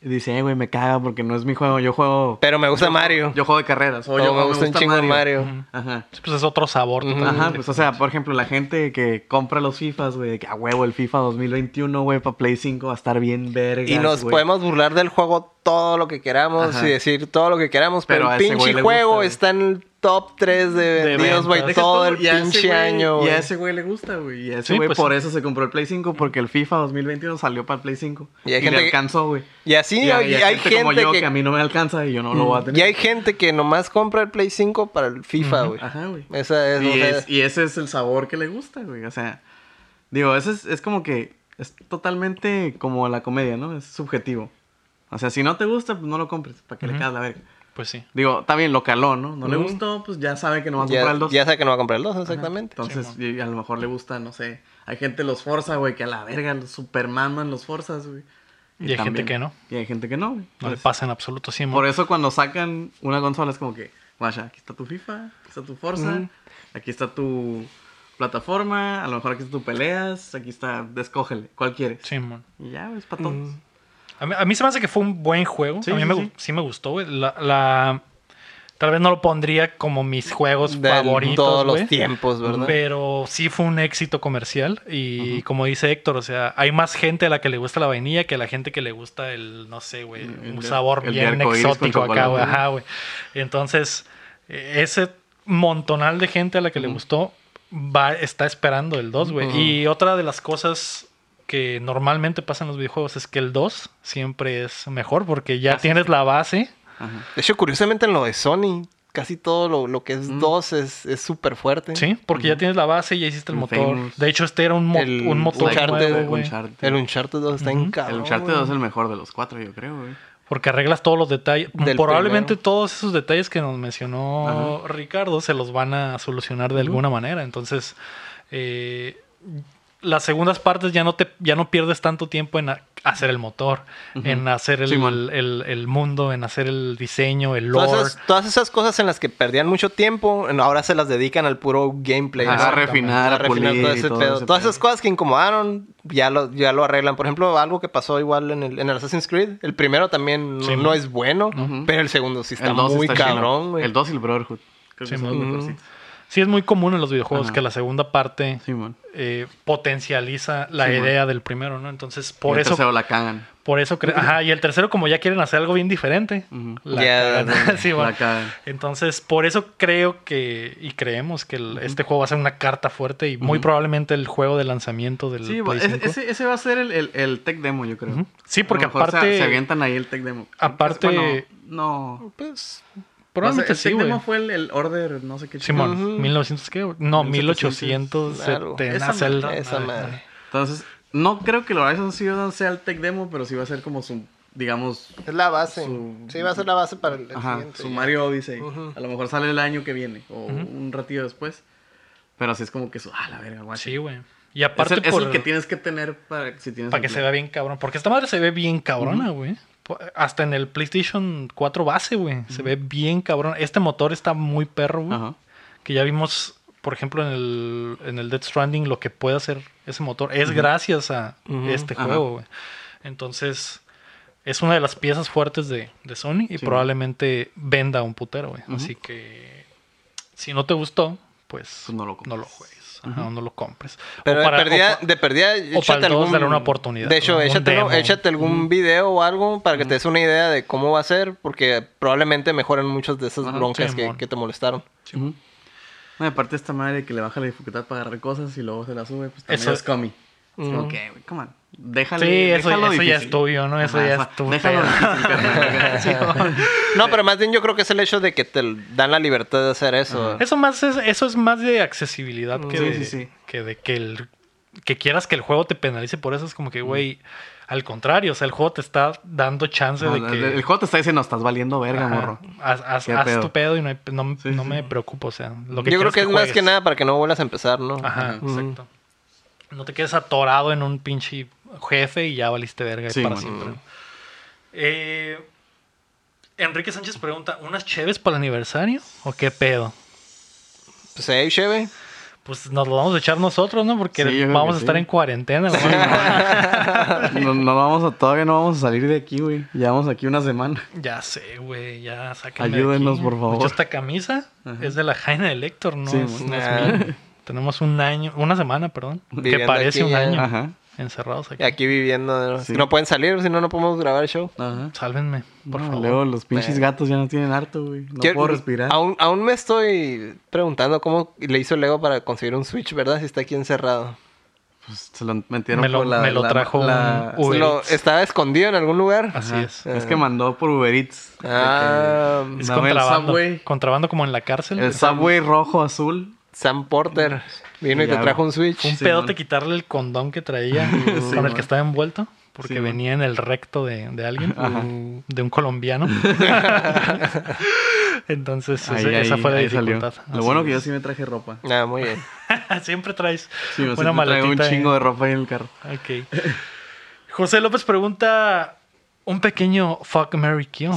Y dice, "Eh, güey, me caga porque no es mi juego, yo juego... Pero me gusta Mario. Yo juego de carreras, o O yo me gusta Oh, un chingo de Mario. Ajá. Sí, Pues es otro sabor. Ujú. totalmente Ajá, pues o sea, por ejemplo, la gente que compra los FIFAs, güey, de que a huevo el FIFA 2021, güey, para Play 5 va a estar bien verga. Y nos podemos burlar del juego todo lo que queramos Ajá. y decir todo lo que queramos, pero, Pero a el ese güey pinche le juego gusta, güey. está en el top 3 de vendidos, güey, ventas. todo el pinche año, Y güey. a ese güey le gusta, güey. Y a ese Sí, güey pues por sí. eso se compró el Play 5, porque el FIFA 2021 salió para el Play 5. Y Y, hay gente le que- alcanzó, güey. Y así a- hay, y a hay gente, como yo que... que... a mí no me alcanza y yo no lo voy a tener. y hay gente que nomás compra el Play 5 para el FIFA, güey. Ajá, güey. Esa es, o Y, sea, es- y ese es el sabor que le gusta, güey. O sea, digo, eso es, es como que es totalmente como la comedia, ¿no? Es subjetivo. O sea, si no te gusta, pues no lo compres, para que le Ujú. cagas la verga. Pues sí. Digo, está bien, lo caló, ¿no? No le Ujú. gustó, pues ya sabe que no va a comprar ya, el 2. ya sabe que no va a comprar el 2, exactamente. Entonces, Sí, y a lo mejor le gusta, no sé. Hay gente los forza, güey, que a la verga los supermaman los forzas, güey. Y hay gente también- que no. Y hay gente que no, güey. No le Entonces, pasa en absoluto. Sí, mon. Pues, por e- eso cuando sacan una consola es como que, guacha, aquí está tu FIFA, aquí está tu Forza, Ujú. aquí está tu plataforma, a lo mejor aquí está tu peleas, aquí está, descógele, cuál quieres. Sí, mon. Y ya, es para todos. A mí, a mí se me hace que fue un buen juego. Sí, a mí sí, me, sí. gu- sí me gustó, güey. La, la- Tal vez no lo pondría como mis juegos De favoritos. todos los güey, tiempos, ¿verdad? Pero sí fue un éxito comercial. Y como dice Héctor, o sea, hay más gente a la que le gusta la vainilla que a la gente que le gusta el, no sé, güey, El- un el- sabor el de bien arcoíris con exótico acá, chocolate, güey. ¿no? Ajá, güey. Entonces, eh, ese montonal de gente a la que le gustó va, está esperando el 2, güey. Ujú. Y otra de las cosas que normalmente pasa en los videojuegos es que el 2 siempre es mejor porque Ah, ya tienes la base. Ajá. De hecho, curiosamente en lo de Sony, casi todo lo, lo que es Mm. 2 es es súper fuerte. Sí, porque ya tienes la base y ya hiciste el El motor. Famous. De hecho, este era un, mo- El un motor Uncharted, nuevo, güey. Uncharted. El Uncharted 2 está Ujú. en cabrón. El Uncharted güey. 2 es el mejor de los cuatro, yo creo, güey. Porque arreglas todos los detalles. Del Probablemente primero. todos esos detalles que nos mencionó Ricardo se los van a solucionar de alguna manera. Entonces, eh, las segundas partes ya no te, ya no pierdes tanto tiempo en a- hacer el motor, en hacer el, Simón. el- el mundo, en hacer el diseño, el lore. Todas esas, todas esas cosas en las que perdían mucho tiempo, en- ahora se las dedican al puro gameplay. Ajá, ¿no? a refinar, A a pulir refinar todo y ese todo pedo. ese Todas pedo. esas cosas que incomodaron, ya lo, ya lo arreglan. Por ejemplo, algo que pasó igual en el, en el Assassin's Creed. El primero también no- Sí, no, man. es bueno, Ujú. pero el segundo sí está el 2 muy está chido. cabrón, güey. El 2 y el Brotherhood. Creo Sí, que son los ujú. mejorcitos. Sí, es muy común en los videojuegos Ajá. que la segunda parte Simón. eh, potencializa la Simón. idea del primero, ¿no? Entonces, por Y el eso tercero la cagan. Por eso cre- Ajá, y el tercero, como ya quieren hacer algo bien diferente. Ujú. la Ya, cagan. Sí, bueno. La cagan. Entonces, por eso creo que y creemos que el- este juego va a ser una carta fuerte y muy Ujú. probablemente el juego de lanzamiento del Sí, Play es- 5. ese, ese va a ser el, el, el tech demo, yo creo. Ujú. Sí, A lo porque mejor se- aparte- Se, avientan ahí el tech demo. pues, Aparte- Bueno, no. Pues, Probablemente O sea, sí, el tech güey. demo fue el, el order, no sé qué Simón, chingados. Ujú. 1900 qué? No, 1800. 1870. Claro. Esa Zelda. esa Ay, madre. Entonces, no creo que el Horizon Zero sea el tech demo, pero sí va a ser como su, digamos, Es la base. Su- Sí, va a ser la base para el, el Ajá, siguiente. su Mario Odyssey. Ujú. A lo mejor sale el año que viene o Ujú. un ratito después. Pero así es como que su. Ah, la verga, guacha. Sí, güey. Y Es, aparte el, es por- el que tienes que tener para, si tienes para un que Play. se vea bien cabrón. Porque esta madre se ve bien cabrona, güey. Po- Hasta en el PlayStation 4 base, güey. Se ve bien cabrón. Este motor está muy perro, güey. Ajá. Que ya vimos, por ejemplo, en el, en el Dead Stranding, lo que puede hacer ese motor. Es gracias a Ujú. este Ajá. juego, güey. Entonces, es una de las piezas fuertes de, de Sony y Sí. probablemente venda un putero, güey. Así que, si no te gustó, pues Pues no lo no compres. lo juegues. Ajá, No lo compres. O Pero para- de o perdida, pa- de perdida, para échate el dos, algún... dale una oportunidad, De hecho, ¿no? Un échatelo- demo. échate algún video o algo para que te des una idea de cómo va a ser, porque probablemente mejoren muchas de esas Ajá, broncas que, Simón. que te molestaron. Ujú. No, y aparte esta madre que le baja la dificultad para agarrar cosas y luego se la sube, pues Eso- también es comi. Es Ujú. como que, güey, come on. Déjale, Sí, eso, déjalo eso ya difícil. es tuyo, ¿no? Eso Ajá, ya o sea, es tuyo. Déjalo difícil, carnal. No, pero más bien yo creo que es el hecho de que te dan la libertad de hacer eso. Eso más es, eso es más de accesibilidad que, Sí, de, sí, sí. que de que el que quieras que el juego te penalice por eso es como que güey al contrario o sea el juego te está dando chance No, de el- que El juego te está diciendo, estás valiendo verga, ajá, morro. haz, haz- Qué haz pedo. tu pedo y no, hay- no me- Sí, no sí. me preocupo o sea lo que Yo creo quieras que es más juegues. que nada para que no vuelvas a empezar, ¿no? ajá Ajá. exacto no te quedes atorado en un pinche jefe y ya valiste verga Sí, para mano. siempre Eh, Enrique Sánchez pregunta unas cheves para el aniversario o qué pedo Pues ahí, chévere. pues nos lo vamos a echar nosotros, ¿no? Porque Sí, yo creo vamos que a estar sí. en cuarentena. ¿no? No, no vamos a, todavía no vamos a salir de aquí, güey. Llevamos aquí una semana. Ya sé, güey, ya sáquenme de Ayúdenos, aquí. por De hecho, favor. esta camisa Ajá. es de la Jaina del Héctor, ¿no? Sí, es, bueno. no es mía. Tenemos un año, una semana, perdón, que Viviendo parece aquí un ya. año Ajá. encerrados aquí. Y Aquí viviendo. ¿no? Sí. No pueden salir, si no, no podemos grabar el show. Ajá. Sálvenme, por No, favor. Luego los pinches Pero- gatos ya no tienen harto, güey. No Quiero- puedo respirar. Ah, Aún, aún me estoy preguntando cómo le hizo Lego para conseguir un Switch, ¿verdad? Si está aquí encerrado. Pues se lo metieron Me lo- por la. me lo la- trajo la- un Uber Se lo- Eats. ¿Estaba escondido en algún lugar? Así Ajá. es. Es que mandó por Uber Eats. De que- Ah, Es Dame el contrabando. Subway. Contrabando como en la cárcel. El Subway rojo azul. Sam Porter vino y Ya, te trajo güey. un Switch. Fue un Sí, pedote man. quitarle el condón que traía con el man. que estaba envuelto. Porque Sí, man. venía en el recto de, de alguien, mm, de un colombiano. Entonces, Ahí, ese- esa ahí- fue la ahí salió. dificultad. Lo Así bueno que yo es. sí me traje ropa. Ah, muy bien. Siempre traes Sí, me una siento- traigo un maletita. ahí. chingo de ropa ahí en el carro. Ok. José López pregunta un pequeño fuck Mary Kill.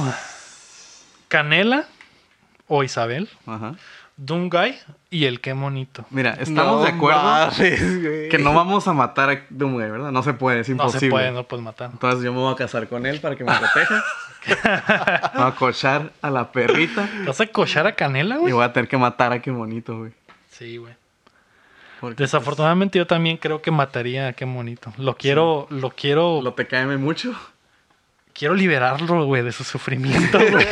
Canela o Isabel, Ajá. Dungay y el qué monito. Mira, estamos de acuerdo que no vamos a matar a Doomguy, ¿verdad? No se puede, es No imposible. se puede, no puedes matar. Entonces yo me voy a casar con él para que me proteja. Me voy a cochar a la perrita. ¿Te ¿Vas a cochar a Canela, Y güey? voy a tener que matar a qué bonito, güey. Sí, güey. Porque Desafortunadamente yo también creo que mataría a qué monito. Lo quiero, lo quiero, lo te caeme mucho. quiero liberarlo, güey, de su sufrimiento, güey.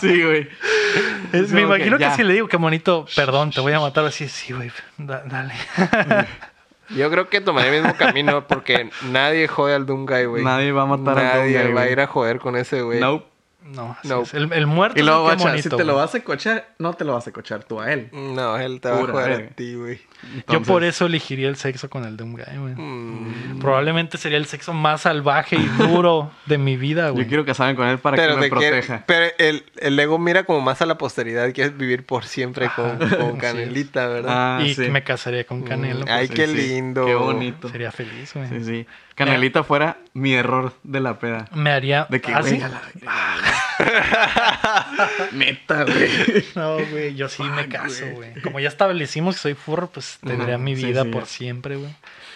sí, güey. Es- me como que imagino que, ya. si le digo que monito, perdón, te voy a matar, así, sí, güey, da- dale. Yo creo que tomaré el mismo camino porque nadie jode al Doomguy, güey. Nadie va a matar a Nadie Doomguy, va a güey. ir a joder con ese, güey. Nope. No, así No. es. El, el muerto Y es luego, el qué guacha, monito. si te lo güey. vas a cochar, no te lo vas a cochar tú a él. No, él te va a Pura joder a verga. ti, güey. Yo por Entonces, eso elegiría el sexo con el Doomguy, güey. Mm. Probablemente sería el sexo más salvaje y duro de mi vida, güey. Yo quiero casarme con él para Pero, que me te quiere- proteja. pero el, el ego mira como más a la posteridad y quieres vivir por siempre con, Ajá, con así Canelita, ¿verdad? Ah, y sí. me casaría con Canelo. Mm, ay, pues, qué lindo. Qué bonito. sería feliz, güey. Sí, sí. Canelita fuera mi error de la peda. Me haría... De que, ¿Ah, sí? güey, a la verga. Neta, güey. No, güey, yo sí me caso, güey. Como ya establecimos que soy furro, pues tendría mi sí, vida sí. por siempre, güey.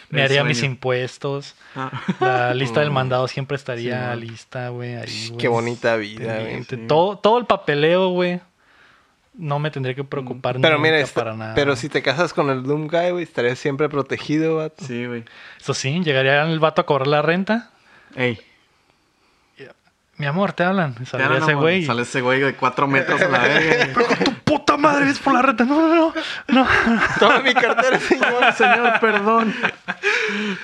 Me El haría mis sueño. impuestos. Ah, La lista del mandado siempre estaría Sí, lista, güey. ahí, güey. Qué bonita vida, güey. Pendiente. Todo, todo el papeleo, güey. No me tendría que preocupar Pero mira, nunca esta- para nada. pero si te casas con el Doom Guy, güey, estarías siempre protegido, vato. Sí, güey. Eso sí, llegaría el vato a cobrar la renta. Ey, Mi amor, te hablan. Ya Sale no, ese no, güey. Sale ese güey de cuatro metros a la verga. Pero con tu puta madre es por la reta. No, no, no. no. Toma mi cartera, señor. señor, perdón.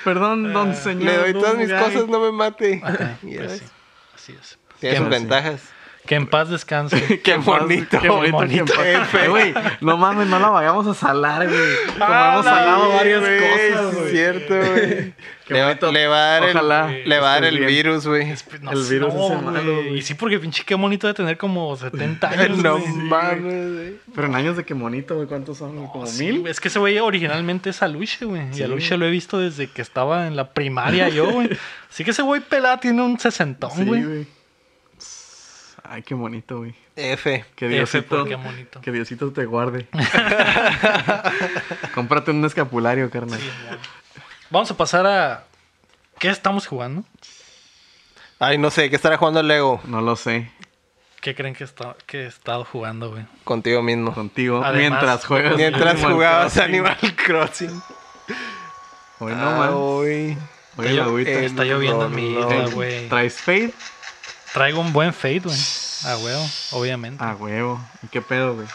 Perdón, Ah. don señor. Le doy don todas mis guy. cosas, no me mate. Ajá, Ya pues ves. sí, así es. Tiene sus Qué- ventajas. Que en paz descanse. Qué bonito. Qué bonito. Bonito. qué bonito. Eh, güey, no mames, no la vayamos a salar, güey. Como Ah, hemos la salado verga, varias güey, cosas, sí güey. Es cierto, güey. Qué Le, va- bonito. le va a dar el, Ojalá le va a dar estés el bien. virus, güey. El sé, virus es el güey. malo, güey. Y sí, porque pinche qué bonito de tener como 70 años. No güey. mames, güey. Pero en años de que bonito, güey, ¿cuántos son? güey? ¿Como Sí, mil? güey, es que ese güey originalmente es Aluche, güey. Y Sí, Aluche güey. lo he visto desde que estaba en la primaria yo, güey. Así que ese güey pelada tiene un Sí, sesentón, güey. güey. Ay, qué bonito, güey. F. Que F Diosito, por qué bonito. que Diosito te guarde. Cómprate un escapulario, carnal. Vamos a pasar a... ¿Qué estamos jugando? Ay, no sé, ¿qué estará jugando el Lego No lo sé. ¿Qué creen que, está, que he estado jugando, güey? contigo mismo? Contigo, Además, mientras juegas. Mientras Pues, Animal jugabas Crossing. Animal Crossing. Hoy no, Ah, man. hoy. Hoy la agüita. eh, Está lloviendo en mi no, isla, no. güey. ¿Traes Fade? Traigo un buen fade, güey. A huevo, obviamente. Ah, huevo. ¿Y qué pedo, güey?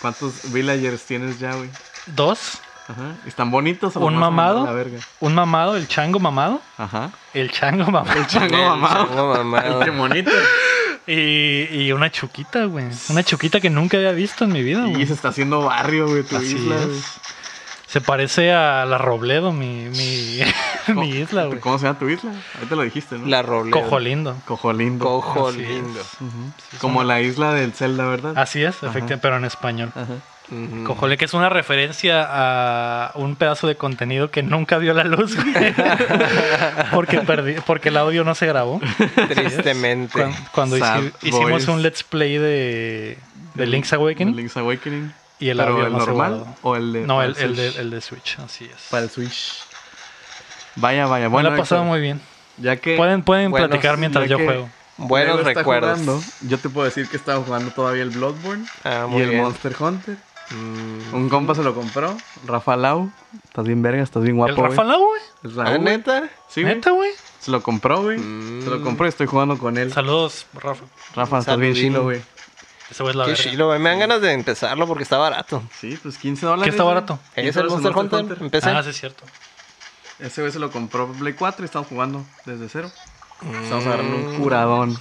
¿Cuántos villagers tienes ya, güey? Dos, Ajá. ¿Están bonitos o un nomás mandan mamado. a La verga? Un mamado, el chango mamado. Ajá. El chango mamado. El chango El mamado. chango mamado. Qué bonito. Y, y una chuquita, güey. Una chuquita que nunca había visto en mi vida, Y güey. se está haciendo barrio, güey, tu Así isla, es. güey. Se parece a la Robledo, mi, mi, ¿Cómo- mi isla, güey. ¿Cómo se llama tu isla? Ahorita lo dijiste, ¿no? La Robledo. Cojolindo. Cojolindo. Cojo Así es. lindo. Ujú. Como la isla del Zelda, ¿verdad? Así es, efectivamente, pero en español. Ajá. Ujú. Cojole, que es una referencia a un pedazo de contenido que nunca vio la luz, güey. porque, perdí, porque el audio no se grabó. Tristemente. Cuan- Cuando, hici- Sad hicimos boys. un let's play de, de Link's Awakening Link's Awakening. y el ¿Pero audio el no se normal guardó. o el de No, para el, el de, Switch? el de Switch, así es. Para el Switch. Vaya, vaya. Me Bueno, la ha pasado Héctor, muy bien. ya que... Pueden, pueden Bueno, platicar mientras ya yo que- juego. Buenos Lego está recuerdos. jugando, yo te puedo decir que estaba jugando todavía el Bloodborne Ah, y muy el bien. Monster Hunter. Mm. Un compa se lo compró, Rafa Lau. Estás bien verga, estás bien guapo, ¿El Rafa güey. Lau, güey? Es ¿Ah, Raúl, güey. neta? Sí, güey. ¿Neta, güey? Se lo compró, güey. Mm. Se lo compró y estoy jugando con él. Saludos, Rafa. Rafa, estás bien Saludín. chilo, güey. Ese güey es la Qué verga. chilo, güey. Me dan ganas de empezarlo porque está barato. Sí, pues 15 dólares. ¿Qué está güey. barato? ¿Y ¿Es solo el Monster Hunter? ¿Empecé? Ah, sí es cierto. Ese güey se lo compró en Play 4 y estamos jugando desde cero. Mm. Estamos agarrando un Mm. curadón.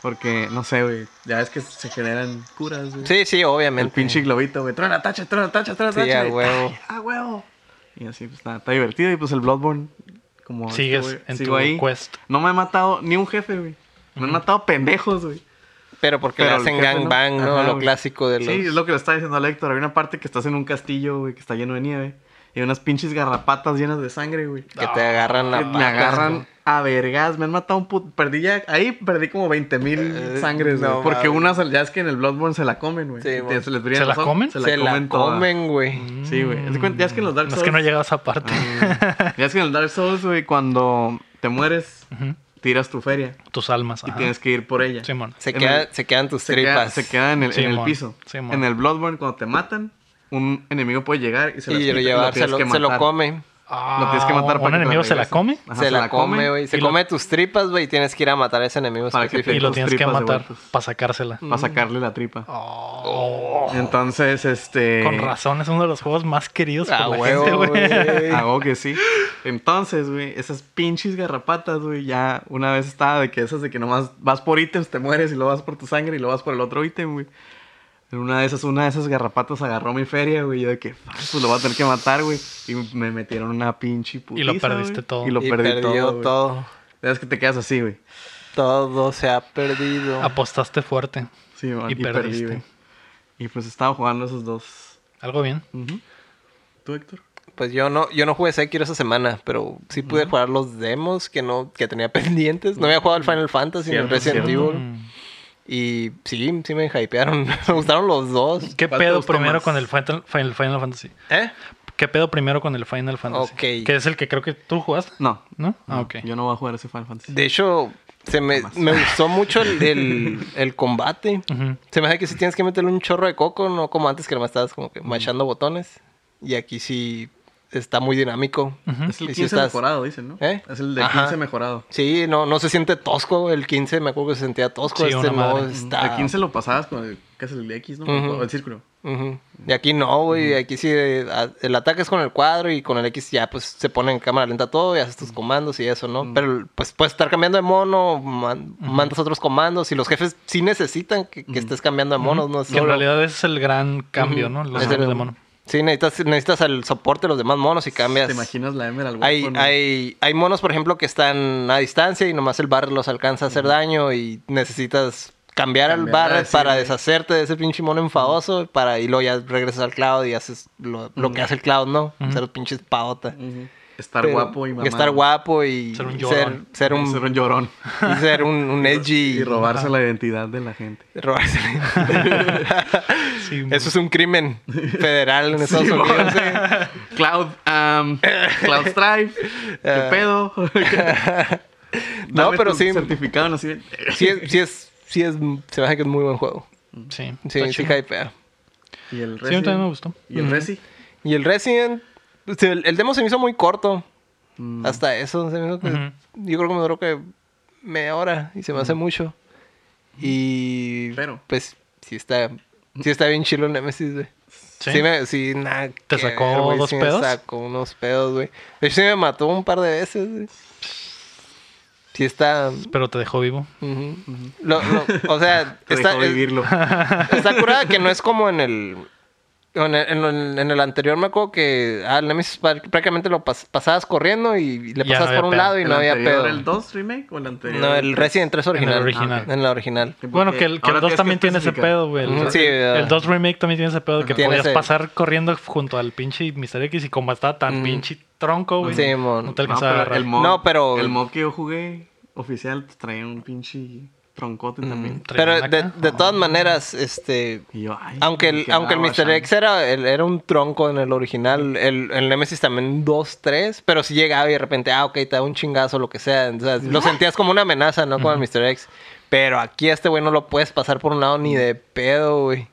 Porque, no sé, güey. Ya ves que se generan curas, güey. Sí, sí, El obviamente. pinche globito, güey. Truena tacha, truena tacha, truena Sí, tacha. a y- huevo. ¡Ah, huevo! Y así, pues nada, está divertido. Y pues el Bloodborne, como. Sigues este, güey, en sigo tu ahí. quest. No me he matado ni un jefe, güey. Me han matado pendejos, güey. Pero porque Pero el le hacen jefe, gangbang, ¿no? Ajá, Lo güey. clásico de los... Sí, es lo que le estaba diciendo a Héctor. Hay una parte que estás en un castillo, güey, que está lleno de nieve. Y hay unas pinches garrapatas llenas de sangre, güey. Que te agarran la Que me pata, agarran güey. a vergas, me han matado un puto. Perdí ya, ahí perdí como 20 mil Eh, sangres, güey. no porque mames. unas ya es que en el Bloodborne se la comen, güey. Sí, Y te- güey. se, les brillan ¿Se la los ojos, comen? Se la Se comen la toda. comen, güey. Sí, güey. Haz de cuenta, Ya es que en los Dark No, Souls. es que no llegaba a esa parte. Ah, ya es que en el Dark Souls, güey, cuando te mueres, Ujú. tiras tu feria Tus almas. y ajá. tienes que ir por ella. Simón. Se, En queda- el- se quedan tus se, queda, tripas. se queda en el, en el Simón, piso. Simón. En el Bloodborne, cuando te matan, un enemigo puede llegar y se las y quita lo y llevar, se tienes lo, que se lo matar. come. Lo tienes que matar para Ah, ¿Un que te enemigo se la regrese. come? Ajá, se, la come, güey. Se Y lo- come tus tripas, güey. y Tienes que ir a matar a ese enemigo Para que específico. te- Y lo tus tienes que tripas de matar vueltas. para sacársela. Para sacarle la tripa. Oh. Entonces, este. Eh, Con razón, es uno de los juegos más queridos Ah, A por la huevo, gente, güey. güey. Hago que sí. Entonces, güey, esas pinches garrapatas, güey, ya una vez estaba de que esas de que nomás vas por ítems, te mueres y lo vas por tu sangre y lo vas por el otro ítem, güey. En una de esas, una de esas garrapatas agarró mi feria, güey. Yo de que, "Fuck, pues lo voy a tener que matar, güey. Y me metieron una pinche putiza, Y lo perdiste güey. todo. Y lo Y perdí perdió todo. todo. todo. Es que te quedas así, güey. Todo se ha perdido. Apostaste fuerte. Sí, man, Y y, perdí, perdiste. güey. Y pues estaba jugando esos dos. Algo bien. Ujú. ¿Tú, Héctor? Pues yo no, yo no jugué Sekiro esa semana, pero sí pude jugar los demos que no, que tenía pendientes. No había jugado el Final Fantasy ni el Cierto, Resident cierto. Evil. Mm. Y sí, sí me hypearon. me gustaron los dos. ¿Qué ¿Cuál te pedo gustó primero más? con el Final, Final- Final Fantasy? ¿Eh? ¿Qué pedo primero con el Final Fantasy? Ok. Que es el que creo que tú jugaste, No. ¿no? Ah, ok. Yo no voy a jugar ese Final Fantasy. De hecho, se me, me gustó mucho el, el- el combate. Ujú. Se me hace que sí tienes que meterle un chorro de coco, no como antes que nomás estabas como que machando botones. Y aquí sí está muy dinámico. Ujú. Es el 15 Y si estás- mejorado, dicen, ¿no? ¿Eh? Es el de Ajá. 15 mejorado. Sí, no, no se siente tosco. El 15 me acuerdo que se sentía tosco. Sí, este una no madre. está. El 15 lo pasabas con el, ¿qué es el de X, ¿no? Ujú. O el círculo. Ujú. Y aquí no, güey. Aquí sí, eh, a- el ataque es con el cuadro y con el X ya pues se pone en cámara lenta todo y haces tus comandos y eso, ¿no? Pero pues puedes estar cambiando de mono, man- mandas otros comandos y los jefes sí necesitan que, que estés cambiando de monos, no es Que en solo- realidad ese es el gran cambio, ¿no? Los Es cambios el- de mono. Sí, necesitas, necesitas el soporte de los demás monos y cambias. ¿Te imaginas la Emerald Wolf Hay, con- hay, hay monos, por ejemplo, que están a distancia y nomás el bar los alcanza a hacer daño y necesitas cambiar al Cambiar, bar sí, para sí. deshacerte de ese pinche mono enfadoso para, y luego ya regresas al cloud y haces lo, lo que hace el cloud, ¿no? Ser los pinches padota. Ujú. Estar Pero- guapo y mamado. Estar guapo y Ser un ser, llorón. ser un, Ser un llorón. y ser un, un edgy. Y robarse la identidad de la gente. robarse. Sí, Eso es un crimen federal en Estados Unidos. ¿eh? Cloud, am, Cloud Stripe, ¿qué Eh. pedo? No, Dame pero tu sí. Certificado, no sé. Sí, es, sí, es, sí es, se me hace que es muy buen juego. sí. Sí, está sí chido. hypea. Y el Sí, a mí Resident. también me gustó. Y el Resi. Y el Resident, pues, el, el demo se me hizo muy corto. Hasta eso, se me hizo que- Mm. Ujú. yo creo que me duró que media hora y se me hace mucho. Y Pero. pues sí está, sí está bien chilo el Nemesis, güey. Sí. Sí, me, sí, nada. ¿Te que sacó güey, dos sí pedos? Me sacó unos pedos, güey. De hecho, sí me mató un par de veces, güey. Sí está. Pero te dejó vivo. ujú. Lo- lo- o sea, Te está, dejó es- vivirlo. Está curada que no es como en el. En el, en el- en el anterior me acuerdo que al Nemesis par- prácticamente lo pas- pasabas corriendo y le Ya pasabas no había por un pedo. lado y ¿El no había anterior pedo. era el 2 remake o el anterior? no, el Resident 3 original. En el original. En la original. Porque Bueno, que el, que el ahora 2 tienes también tiene ese especificar. pedo, güey. Ujú, El, sí, el- el ah. 2 Remake también tiene ese pedo de que Tiene podías ese- pasar corriendo junto al pinche Mr. X y como estaba tan Mm. pinche tronco, güey. Sí, mon. no te No, alcanzaba a pero agarrar. el mod, No, pero- El mod que yo jugué oficial traía un pinche Mm. troncote también. Pero Traían de, acá. de todas maneras, este. Y yo, ay, Aunque el, dije, aunque el "Ah, Mr. Bashan". X era, el- era un tronco en el original, el, el Nemesis también 2-3, pero si llegaba y de repente, ah, ok, te da un chingazo, lo que sea. O sea, lo sentías como una amenaza, ¿no? Con el Mr. X. Pero aquí a este güey no lo puedes pasar por un lado ni de pedo, güey.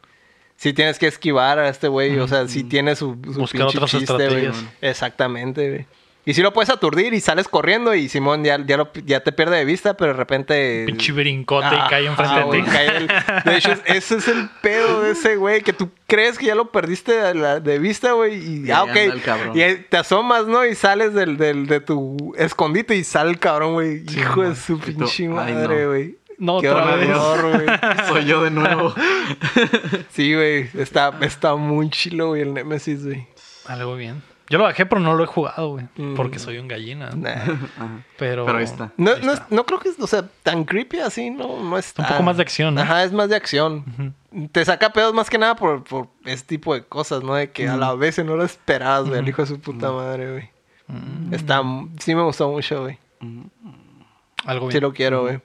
Sí tienes que esquivar a este güey, o sea, sí tiene su, su Buscar otras güey. estrategias. Exactamente, güey. Y sí lo puedes aturdir y sales corriendo y Simón ya, ya, lo- ya te pierde de vista, pero de repente... Pinche brincote y cae Ajá, enfrente Ah, güey, de ti. cae el- de hecho, es- ese es el pedo de ese güey, que tú crees que ya lo perdiste de, la- de vista, güey. Y, Y ah, ahí anda el ok. cabrón. Y ahí te asomas, ¿no? Y sales del, del- de tu escondite y sale el cabrón, güey. Sí, Hijo de man. su tú, pinche ay, madre, no. güey. No, Qué otra vez. horror, güey. Soy yo de nuevo. Sí, güey. Está, está muy chilo, güey, el Nemesis, güey. Algo bien. Yo lo bajé, pero no lo he jugado, güey. Mm. Porque soy un gallina. Nah. Ajá. Pero, Pero ahí está. No, ahí no, es- está. no creo que es, o sea, tan creepy así, no, no está. poco más de acción, ¿no? Ajá, es más de acción. Te saca pedos más que nada por, por este tipo de cosas, ¿no? De que a la vez no lo esperabas, güey, el hijo de su puta madre, güey. Mm. Está, sí me gustó mucho, güey. Algo bien. Sí lo quiero, güey.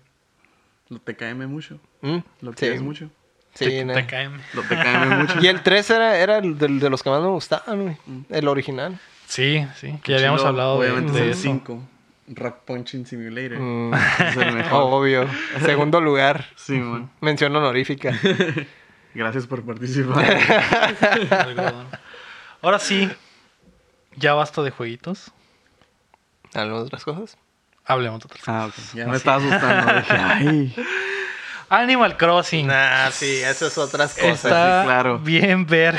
Lo te caeme mucho. ¿Mm? Lo Sí. quieres mucho. Sí, te, nada. te caen. Lo te caeme mucho. Y el 3 era, era el del- de, los que más me gustaban, güey. Mm. El original. Sí, sí. Que ya habíamos Chilo, hablado de, Obviamente de es el eso. 5. Rock Punching Simulator. Mm, Oh, Es el mejor. obvio. Segundo lugar. Sí, man. Mención honorífica. Gracias por participar. Algodón. Ahora sí, ya basta de jueguitos. ¿Algunas otras cosas? Hablemos de otras cosas. Ah, ok. Ya me estaba asustando. Dije, ay. Animal Crossing. Nah, sí, esas otras Está sí, claro. bien ver.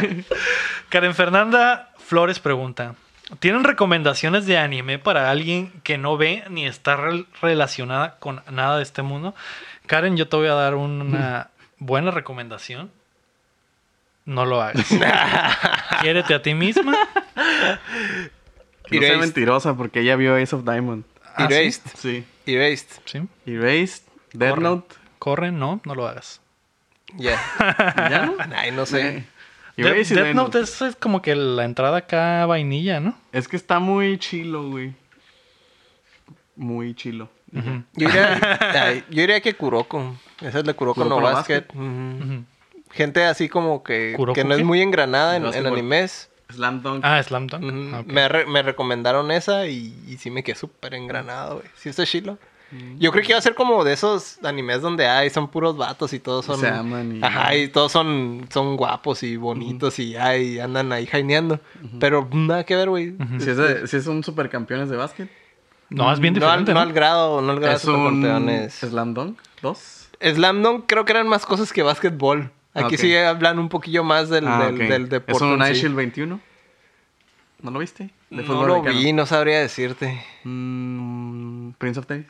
Karen Fernanda Flores pregunta. ¿Tienen recomendaciones de anime para alguien que no ve ni está rel- relacionada con nada de este mundo? Karen, yo te voy a dar una buena recomendación. No lo hagas. Quiérete a ti misma. Que No sea Erased. mentirosa porque ella vio Ace of Diamond. Ah, sí. Erased. Sí. Erased. Sí. Erased, Death Corre. Note. Corre, no, no lo hagas. Ya. ¿Ya no? Ay, no sé. Eh, Death- Erased y Death Death Note es, es como que la entrada acá vainilla, ¿no? Es que está muy chilo, güey. Muy chilo. Ujú, Yo diría, ay, yo diría que Kuroko. Esa es la Kuroko, Kuroko no no Basket. Ujú. ujú. Gente así como que, ¿Kuroko que no qué? es muy engranada en, No, en Basketball. animes. Slam Dunk. Ah, Slam Dunk. Ujú. Ah, ok. me, re- me recomendaron esa y, y sí me quedé súper engranado, güey. Sí, está chilo. Yo creo que iba a ser como de esos animes donde hay, son puros vatos y todos son. Se aman y- Ajá, y todos son, son guapos y bonitos y ay, andan ahí jaineando. Pero nada que ver, güey. Si es, de- si es un supercampeones de básquet, No, es bien No al, diferente. no ¿no? al grado, no al grado es de un supercampeones. Slam Dunk 2. Slam Dunk creo que eran más cosas que básquetbol. Aquí Ah, ok. sí hablan un poquillo más del, Ah, del, ok. del deporte. Es un en sí. Night Shield 21. ¿No lo viste? De No fútbol lo americano. vi, no sabría decirte. Mm, Prince of Tennis.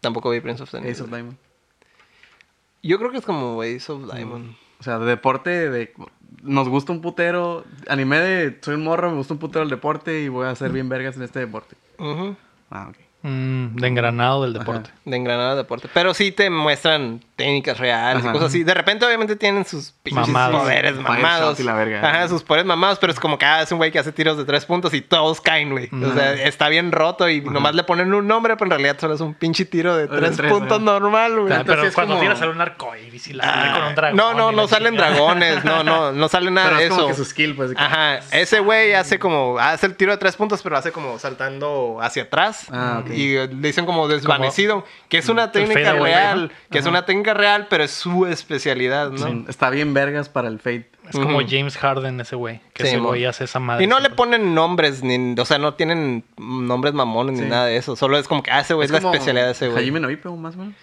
Tampoco vi Prince of Tennis. Ace of güey. Diamond. Mm. Yo creo que es como Ace of Diamond. O sea, de deporte, de... Nos gusta un putero. Animé de... Soy un morro, me gusta un putero el deporte y voy a hacer bien vergas en este deporte. Ujú. Ah, ok. Mm, de engranado del deporte. De engranado deporte. Pero sí te muestran técnicas reales y Ajá. cosas así. De repente, obviamente, tienen sus pinches Mamadas. poderes Fire mamados. shot y la verga. Ajá, sus poderes mamados, pero es como que ah, es un güey que hace tiros de tres puntos y todos caen, güey. O sea, está bien roto y nomás le ponen un nombre, pero en realidad solo es un pinche tiro de De tres, tres, puntos ajá. normal, güey. Ah, Entonces pero sí es cuando como- tiras a un arco iris y la Ah, sale con un dragón. no, no, y la no salen chingada. dragones, no, no, no sale nada Pero de es eso. como que su skill, pues. de que- Ajá, ese güey hace como, hace el tiro de tres puntos, pero hace como saltando hacia atrás. Ah, ok. Y eh, le dicen como desvanecido, que es una técnica fadeaway, real, ¿no? que es una técnica real, pero es su especialidad, ¿no? Sí, Está bien vergas para el Fate. Es como Ujú. James Harden ese güey. Que Sí, ese mo. güey hace esa madre. Y no le siempre. ponen nombres, ni, o sea, no tienen nombres mamones ni Sí. nada de eso. Solo es como que, ah, ese güey es, la como especialidad de ese güey. Hajime no Ippo, más o menos.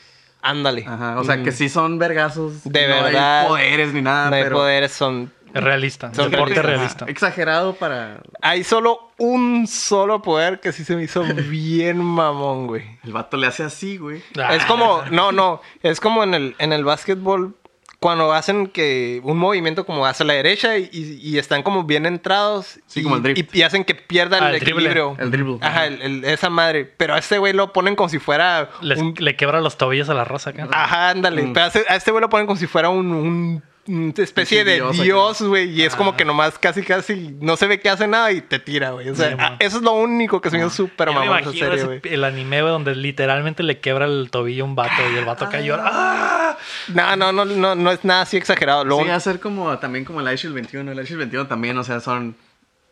Ándale. Ajá, o sea, que sí son vergazos. De no verdad. hay poderes ni nada, No hay pero... poderes, son Es realista. Son deporte Ajá, realista. Exagerado para Hay solo un solo poder que sí se me hizo bien mamón, güey. El vato le hace así, güey. Ah, Es como, no, no, es como en el, en el básquetbol, cuando hacen que un movimiento como hacia la derecha y, y- y están como bien entrados Sí, y, como el drift. y- y hacen que pierda Ah, el, el drible. equilibrio. El dribble. Ajá, el- el- esa madre. Pero a este güey lo ponen como si fuera les- un... Le quebra los tobillos a la raza acá. Ah, Ajá, ándale. Pero a este, a este güey lo ponen como si fuera un... un- una especie Pinche de dios acá. dios, güey, y es como Ah. que nomás casi, casi no se ve que hace nada y te tira, güey. O sea, Sí, ah, man. eso es lo único que se me hizo súper Yo me mamón esa imagino serie, ese- güey. el anime güey, donde literalmente le quebra el tobillo a un vato y el vato acá llora. ¡Ah! No, no, no, no, no es nada así exagerado. Lo Sí, un- hacer como también como el Aishil 21. El Aishil 21 también, o sea, son.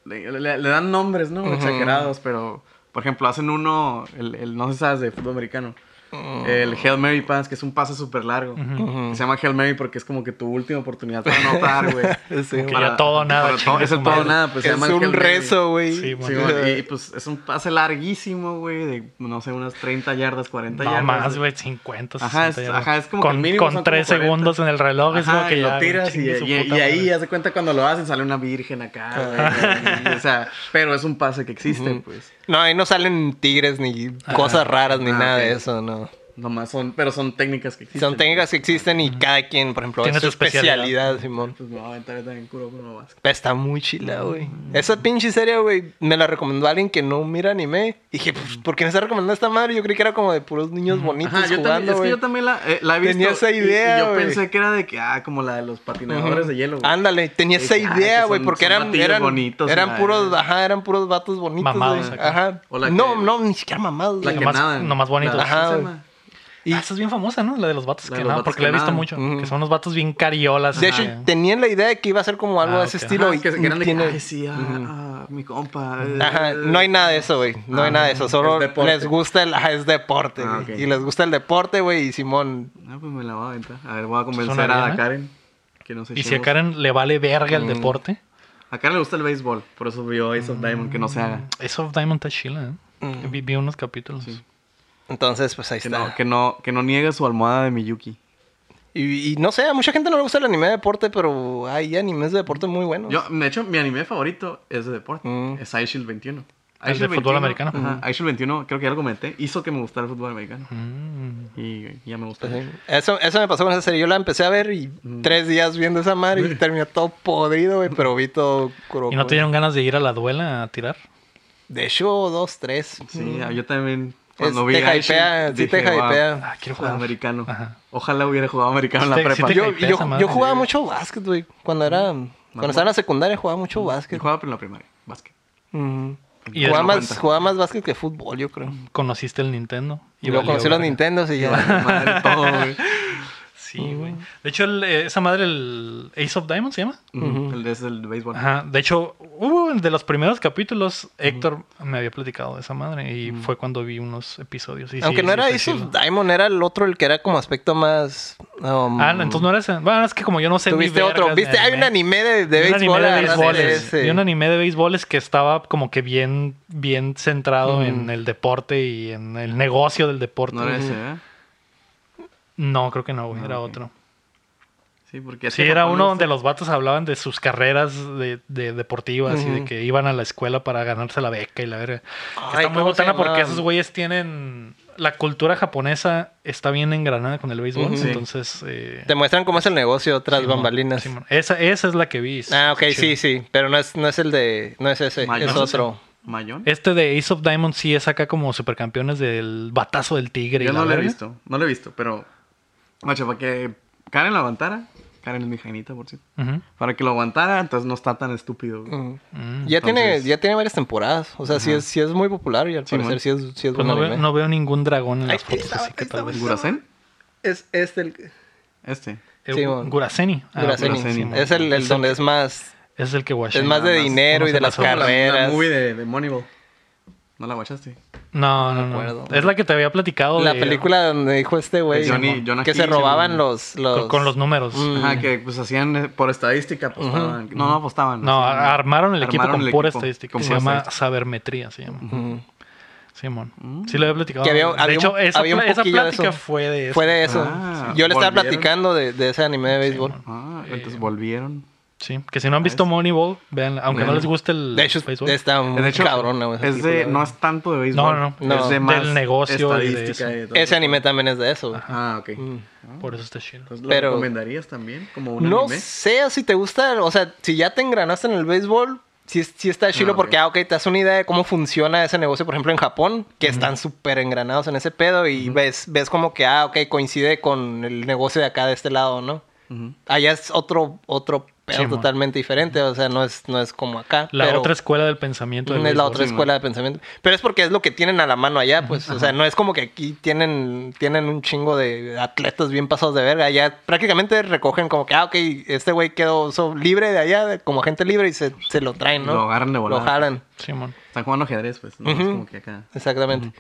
Le, le- le dan nombres, ¿no? Exagerados, pero. Por ejemplo, hacen uno, el, el- no sé si sabes de fútbol americano. El Hail Mary Pass, que es un pase súper largo. Mm. Ujú. Se llama Hail Mary porque es como que tu última oportunidad para anotar, güey. Sí, Que ya todo o nada, para chinga todo- es su el todo o madre. nada, pues se es llama el un Hail Mary. rezo, güey. Sí, Sí, güey, y pues es un pase larguísimo, güey, de no sé, unas 30 yardas, 40 No yardas. más, güey, 50, 60 Ajá, es- ya, güey. ajá, es como que con, mínimo con son 3 como 40. segundos en el reloj. es como Ajá, que y ya, lo güey, tiras y, chingue su y- y puta ahí, madre. haz de cuenta, cuando lo hacen sale una virgen acá, güey, y- O sea, pero es un pase que existe, pues. No, ahí no salen tigres ni cosas raras ni Ah, nada de ok. eso, no. Nomás son, pero son técnicas que existen. Son técnicas que existen y cada quien, por ejemplo, Tiene es su su especialidad. especialidad, Simón. Pues me voy a aventar yo también curo con más. Pero Está muy chila, güey. Mm. Esa pinche serie, güey, me la recomendó alguien que no mira anime. Y dije, pues, ¿por qué me está recomendando esta madre? Yo creí que era como de puros niños bonitos Mm. Ajá, yo también, jugando, es que güey. yo también la, eh, la he visto. Tenía esa y- idea, Y, yo güey. pensé que era de que, ah, como la de los patinadores de hielo, güey. Ándale, tenía Es esa que, ay, idea, que güey, son- porque son eran, batillos eran, bonitos y eran la puros, verga. ajá, eran puros vatos bonitos, Mamados güey. acá. Ajá. O la que- No, no, ni siquiera mamados. La güey. que Nomás- nadan. nomás bonitos. La- Ajá, ¿cómo se güey. llama? Y- Ah, esa es bien famosa, ¿no? La de los vatos La que de los nada, vatos porque que la he visto nadan. mucho. Ujú. Que son unos vatos bien cariolas. De acá. hecho, tenían la idea de que iba a ser como algo Ah, de ese ok. estilo. Ajá, y que, que eran de que, tiene- ay, sí, ah, ah, mi compa. eh, Ajá, no hay nada de eso, güey. No hay Ah, nada de eso. Solo es deporte. les gusta el... Ajá, es deporte, Ah, güey. ok. Y les gusta el deporte, güey. Y Simón... No, pues me la voy a aventar. A ver, voy a convencer Suena a bien, ¿eh? Karen. Que no sé y si a Karen le vale verga el Mm. deporte, A Karen le gusta el béisbol, por eso vio Ace of Diamond, que no se haga. eso of Diamond está chila, ¿eh? Mm. Vi, vi unos capítulos. Sí. Entonces, pues ahí Que está. no, que no, que no niegue su almohada de Miyuki. Y, y no sé, a mucha gente no le gusta el anime de deporte, pero hay animes de deporte muy buenos. Yo, de hecho, mi anime favorito es de deporte. Mm. Es Aishil 21. El de Ice Shield fútbol 21, americano. Ajá, Ice Shield 21, creo que ya lo comenté, hizo que me gustara el fútbol americano. Mm. Y eh, ya me gusta. Pues, sí. Eso, eso me pasó con esa serie. Yo la empecé a ver y Mm. tres días viendo esa madre y terminó todo podrido, güey. Pero vi todo... ¿Y no tuvieron ganas de ir a la duela a tirar? De hecho, dos, tres. Sí, ah, Mm. yo también. Es- Cuando vi te Ice Shield, hypea, sí te dije, wow, hypea. Ah, quiero Juego jugar. americano. Ajá. Ojalá hubiera jugado americano en la Sí, sí prepa. te- yo, Yo, hypea yo- esa madre. yo jugaba mucho básquet, güey. Cuando era... Mm. Cuando estaba en la secundaria jugaba mucho yo básquet. jugaba en la primaria, básquet. Ujú. Y Jugaba eso Mm. más, cuenta. jugaba más básquet que fútbol, yo creo. Conociste el Nintendo. Y luego valió conocí los verga. Nintendos y ya. Madre, todo, güey. Sí, güey. De hecho, el, eh, esa madre, el Ace of Diamonds se llama. Ujú, El es el béisbol. Ajá. De hecho, hubo de los primeros capítulos, Héctor me había platicado de esa madre y fue cuando vi unos episodios. y sí, Aunque no sí era está Ace of chido. Diamond, era el otro, el que era como aspecto más. um, Ah, no, entonces no era ese. Bueno, es que como yo no sé. ni Tuviste otro. vergas de Viste, hay un anime de, de Vi un béisbol. anime de agarraste béisboles. ese. Vi un anime de béisboles que estaba como que bien, bien centrado Ujú. en el deporte y en el negocio del deporte. No No, era ese, ¿eh? creo que no, güey. Ah, Era ok. otro. Sí, porque... Este Sí, es que era Japón uno es- donde los vatos hablaban de sus carreras de, de deportivas y de Ujú. que iban a la escuela para ganarse la beca y la verga. Que Ay, está muy ¿cómo botana se porque llamaban? esos güeyes tienen. La cultura japonesa está bien engranada con el béisbol, Ujú. Sí. entonces. eh, Te muestran cómo es el negocio tras Simón, bambalinas. Simón. Esa, esa es la que vi. ah, ok, Chido. sí, sí. Pero no es, no es el de. No es ese, Mayo. es No, otro. ¿Mayón? Este de Ace of Diamonds sí es acá como supercampeones del batazo del tigre. y Yo la no lo he verga. visto. No lo he visto, pero... Macho, para que Karen lo aguantara. Karen es mi jainita, por cierto. Ujú. Para que lo aguantara, entonces no está tan estúpido. güey. Mm. Mm. Ya, tiene, Entonces- ya tiene varias temporadas. O sea, sí es, sí es muy popular y al Simón. parecer sí es, sí es Pues buen no, veo, anime. no veo ningún dragón en Ahí las fotos, estaba, así que ahí tal estaba. vez. ¿Gurasen? Es, es el. Este. Eh, Simón. Guraseni. Ah, Guraseni. Guraseni. Simón. Pues Es el, el donde es más. es el que guaché. Es más de nada más. dinero y Uno de se las pasó por la- La carreras. movie de, de Moneyball. ¿No la guachaste? No, no, No no. recuerdo. Es la que te había platicado La de- película donde dijo este güey El Johnny- que Jonah se Hill, robaban el- los, los... Pues con, con los números. Mm. Ajá, que pues hacían eh, por estadística, apostaban. No, no apostaban. No, hacían- a- armaron el equipo armaron con el pura equipo, estadística. con que se pura llama estadística. sabermetría, se llama. Ujú. Simón. Sí, lo había platicado. Mm. Que había- de había un- hecho, esa, había un pla- esa poquillo de eso. plática fue de eso. Fue de eso. Ah, Yo le estaba volvieron. platicando de, de ese anime de béisbol. Simón. Ah, entonces volvieron. Sí, que si no han visto ¿Sabes? Moneyball, vean, aunque no Vean. les guste el Ah, de este- hecho, béisbol. está muy De hecho, cabrón. güey, esa es de, película. no es tanto de béisbol. No, no, no. Es No, de del más negocio y de estadística. eso. y de todo Ese eso. anime también es de eso. güey. Ah, ok. Mm. Por eso está chido. Entonces, ¿Lo Pero- recomendarías también? Como un No anime. sé si te gusta, o sea, si ya te engranaste en el béisbol, sí, sí está chido ok. porque, ah, ok, te das una idea de cómo funciona ese negocio, por ejemplo, en Japón, que están súper engranados en ese pedo y ves, ves como que, ah, ok, coincide con el negocio de acá de este lado, ¿no? Ujú. Allá es otro, otro pedo Sí, mo. totalmente diferente, o sea, no es, no es como acá. La pero otra escuela del pensamiento. del es la béisbol. sí, otra mo. escuela de pensamiento. Pero es porque es lo que tienen a la mano allá, pues. O sea, no es como que aquí tienen, tienen un chingo de atletas bien pasados de verga. Allá prácticamente recogen como que, ah, ok, este güey quedó so- libre de allá, de- como gente libre, y se, se lo traen, ¿no? Lo agarran de volada. Lo jalan. Simón. Están jugando ajedrez, pues. No, es Ujú. como que acá. Exactamente.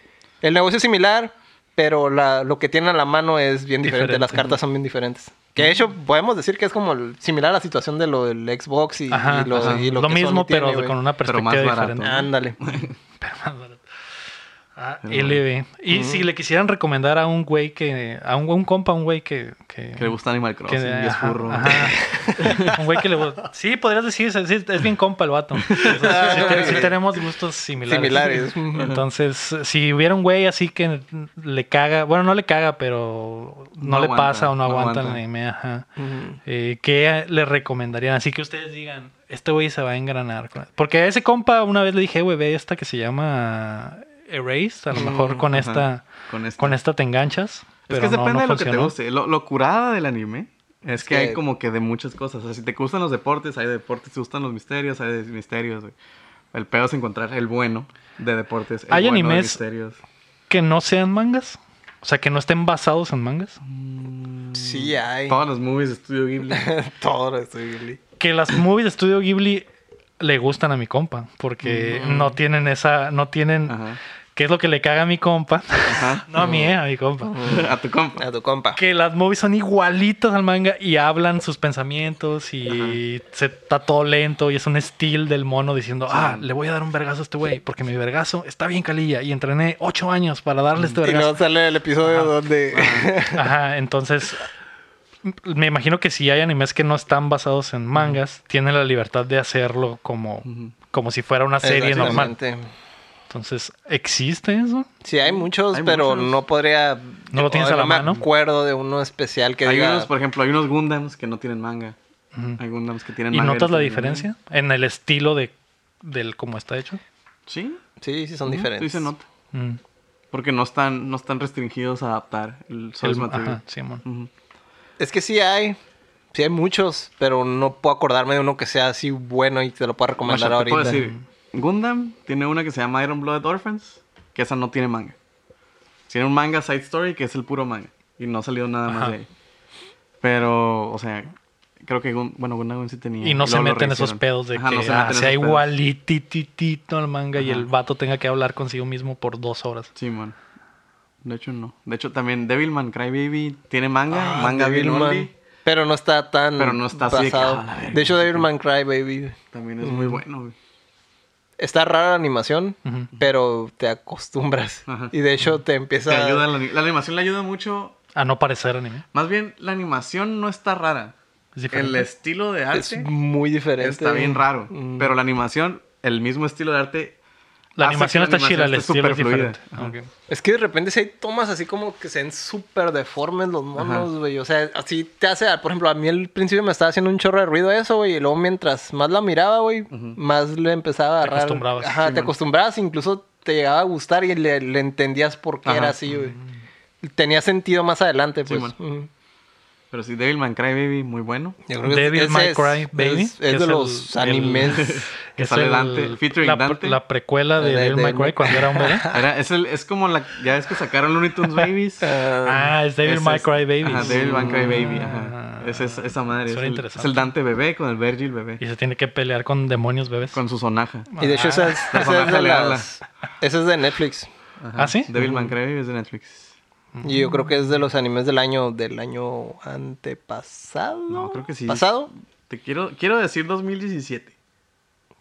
El negocio es similar, pero la, lo que tienen a la mano es bien diferente. Diferente. Las cartas son bien diferentes. Que de hecho podemos decir que es como el- similar a la situación de lo del Xbox y, Ajá, y lo, ajá. y lo, lo que mismo, Sony tiene, pero güey. con una Pero más perspectiva barato, diferente. ¿no? Ándale. Ah, Pero- LB. Y si le quisieran recomendar a un güey que. A un, un compa, un güey que. que, Que le gusta Animal que- Crossing y es ajá, burro. ajá. un güey que le gusta. Sí, podrías decir, sí, es bien compa el vato. Entonces, Ah, sí, te- sí tenemos gustos similares. Similares. Entonces, si hubiera un güey así que le caga, bueno, no le caga, pero no, No le aguanta, pasa o no no aguanta, el aguanta. anime, ajá. Ujú. Eh, ¿Qué le recomendarían? Así que ustedes digan, este güey se va a engranar. con- Porque a ese compa una vez le dije, güey, ve esta que se llama Erase, a lo mejor con Mm, ajá. esta Con esto. con esta te enganchas. Es Pero que no- depende no de lo que te funcionó. guste. Lo, lo curada del anime es que que- hay como que de muchas cosas. O sea, si te gustan los deportes, hay de deportes. Si te gustan los misterios, hay de misterios. güey. El pedo es encontrar el bueno de deportes. el Hay bueno de animes- misterios. Que no sean mangas. O sea, que no estén basados en mangas. Sí hay. Todos los movies de Studio Ghibli. Todo lo estoy Ghibli. Que las movies de Studio Ghibli le gustan a mi compa. Porque no tienen esa. No tienen. Ajá. ¿Qué es lo que le caga a mi compa? Ajá. No a mí, eh, a mi compa. A tu compa. A tu compa. Que las movies son igualitas al manga y hablan sus pensamientos y se está todo lento y es un estilo del mono diciendo, ah, le voy a dar un vergazo a este güey porque mi vergazo está bien calilla y entrené ocho años para darle este Y vergazo. luego sale el episodio donde. Ajá, entonces m- me imagino que si hay animes que no están basados en mangas, tienen la libertad de hacerlo como, como si fuera Ah, una serie normal. Exactamente. Entonces, ¿existe eso? Sí, hay muchos, Hay pero muchos. no podría. ¿No lo tienes Ay, a la mano? No me acuerdo de uno especial que Hay diga. unos, por ejemplo, hay unos Gundams que no tienen manga. Ujú. Hay Gundams que tienen ¿Y manga. notas no la tienen manga. diferencia en el estilo de del cómo está hecho? Sí. Sí, sí, son Ujú, Sí diferentes. se nota. Mm, Porque no están, no están restringidos a adaptar el el- source material. ajá, Simón. Ujú. Es que sí hay. Sí hay muchos, pero no puedo acordarme de uno que sea así bueno y te lo pueda recomendar Masha, te puedo ahorita. decir, Gundam tiene una que se llama Iron Blooded Orphans, que esa no tiene manga. Tiene un manga Side Story que es el puro manga. Y no ha salido nada más Ajá. de ahí. Pero, o sea, creo que, Gun- bueno, Gunna Gun sí tenía. Y no se luego lo meten esos rehicieron. pedos de Ajá, que no se ah, meten sea esos pedos. igualitititito al manga y Ajá. el vato tenga que hablar consigo mismo por dos horas. Sí, man. De hecho, no. De hecho, también Devilman Crybaby tiene Ah, manga. ah, manga Devilman. Devilman. Pero no está tan Pero no está así de que, basado. "Ah, la verga". De hecho, Devilman Cry, baby. También es muy bueno, güey. Está rara la animación, Ujú. pero te acostumbras. Ajá. Y de hecho Te te empieza... ayuda la, la animación le ayuda mucho. A no parecer anime. Más bien, la animación no está rara. Es El diferente. estilo de arte Es muy diferente. está bien raro. Mm. Pero la animación, el mismo estilo de arte. La hace animación que la está chida, el animación estilo es esté súper diferente. Ah, fluida. Ajá. Ok. Es que de repente si hay tomas así como que se ven súper deformes los monos, güey. O sea, así te hace... Por ejemplo, a mí al principio me estaba haciendo un chorro de ruido eso, güey. Y luego mientras más la miraba, güey, más le empezaba a agarrar. acostumbrabas. Ajá, te Simón. acostumbrabas. Incluso te llegaba a gustar y le, le entendías por qué Ajá. era así, güey. Mm. Tenía sentido más adelante, pues. Simón. Ujú. Pero sí, Devilman Crybaby, muy bueno. Yo creo que Devil ese May es- Cry, es- baby, Es, que de es el- los el- animes. Que sale el- Dante, featuring la, Dante. La precuela de, De- Devil de- May Cry cuando era un bebé. Era- es, el- es como la. Ya ves que sacaron Looney Tunes Babies. Ah, Ah, es Devil Ese May es- Cry Baby. Ajá, Devil May Cry Baby. Ah. Ajá. Es, es- esa madre. Es Suena el, interesante. es el Dante bebé con el Virgil bebé. Y se tiene que pelear con demonios bebés. Con su sonaja. y de hecho, esa es, Ah, esa es de personaje le habla. las- esa es de Netflix. Ajá. ¿Ah, sí? Devil Mm. May Cry Baby es de Netflix. Y yo creo que es de los animes del año del año antepasado. No, creo que sí. ¿Pasado? Te quiero, quiero decir 2017.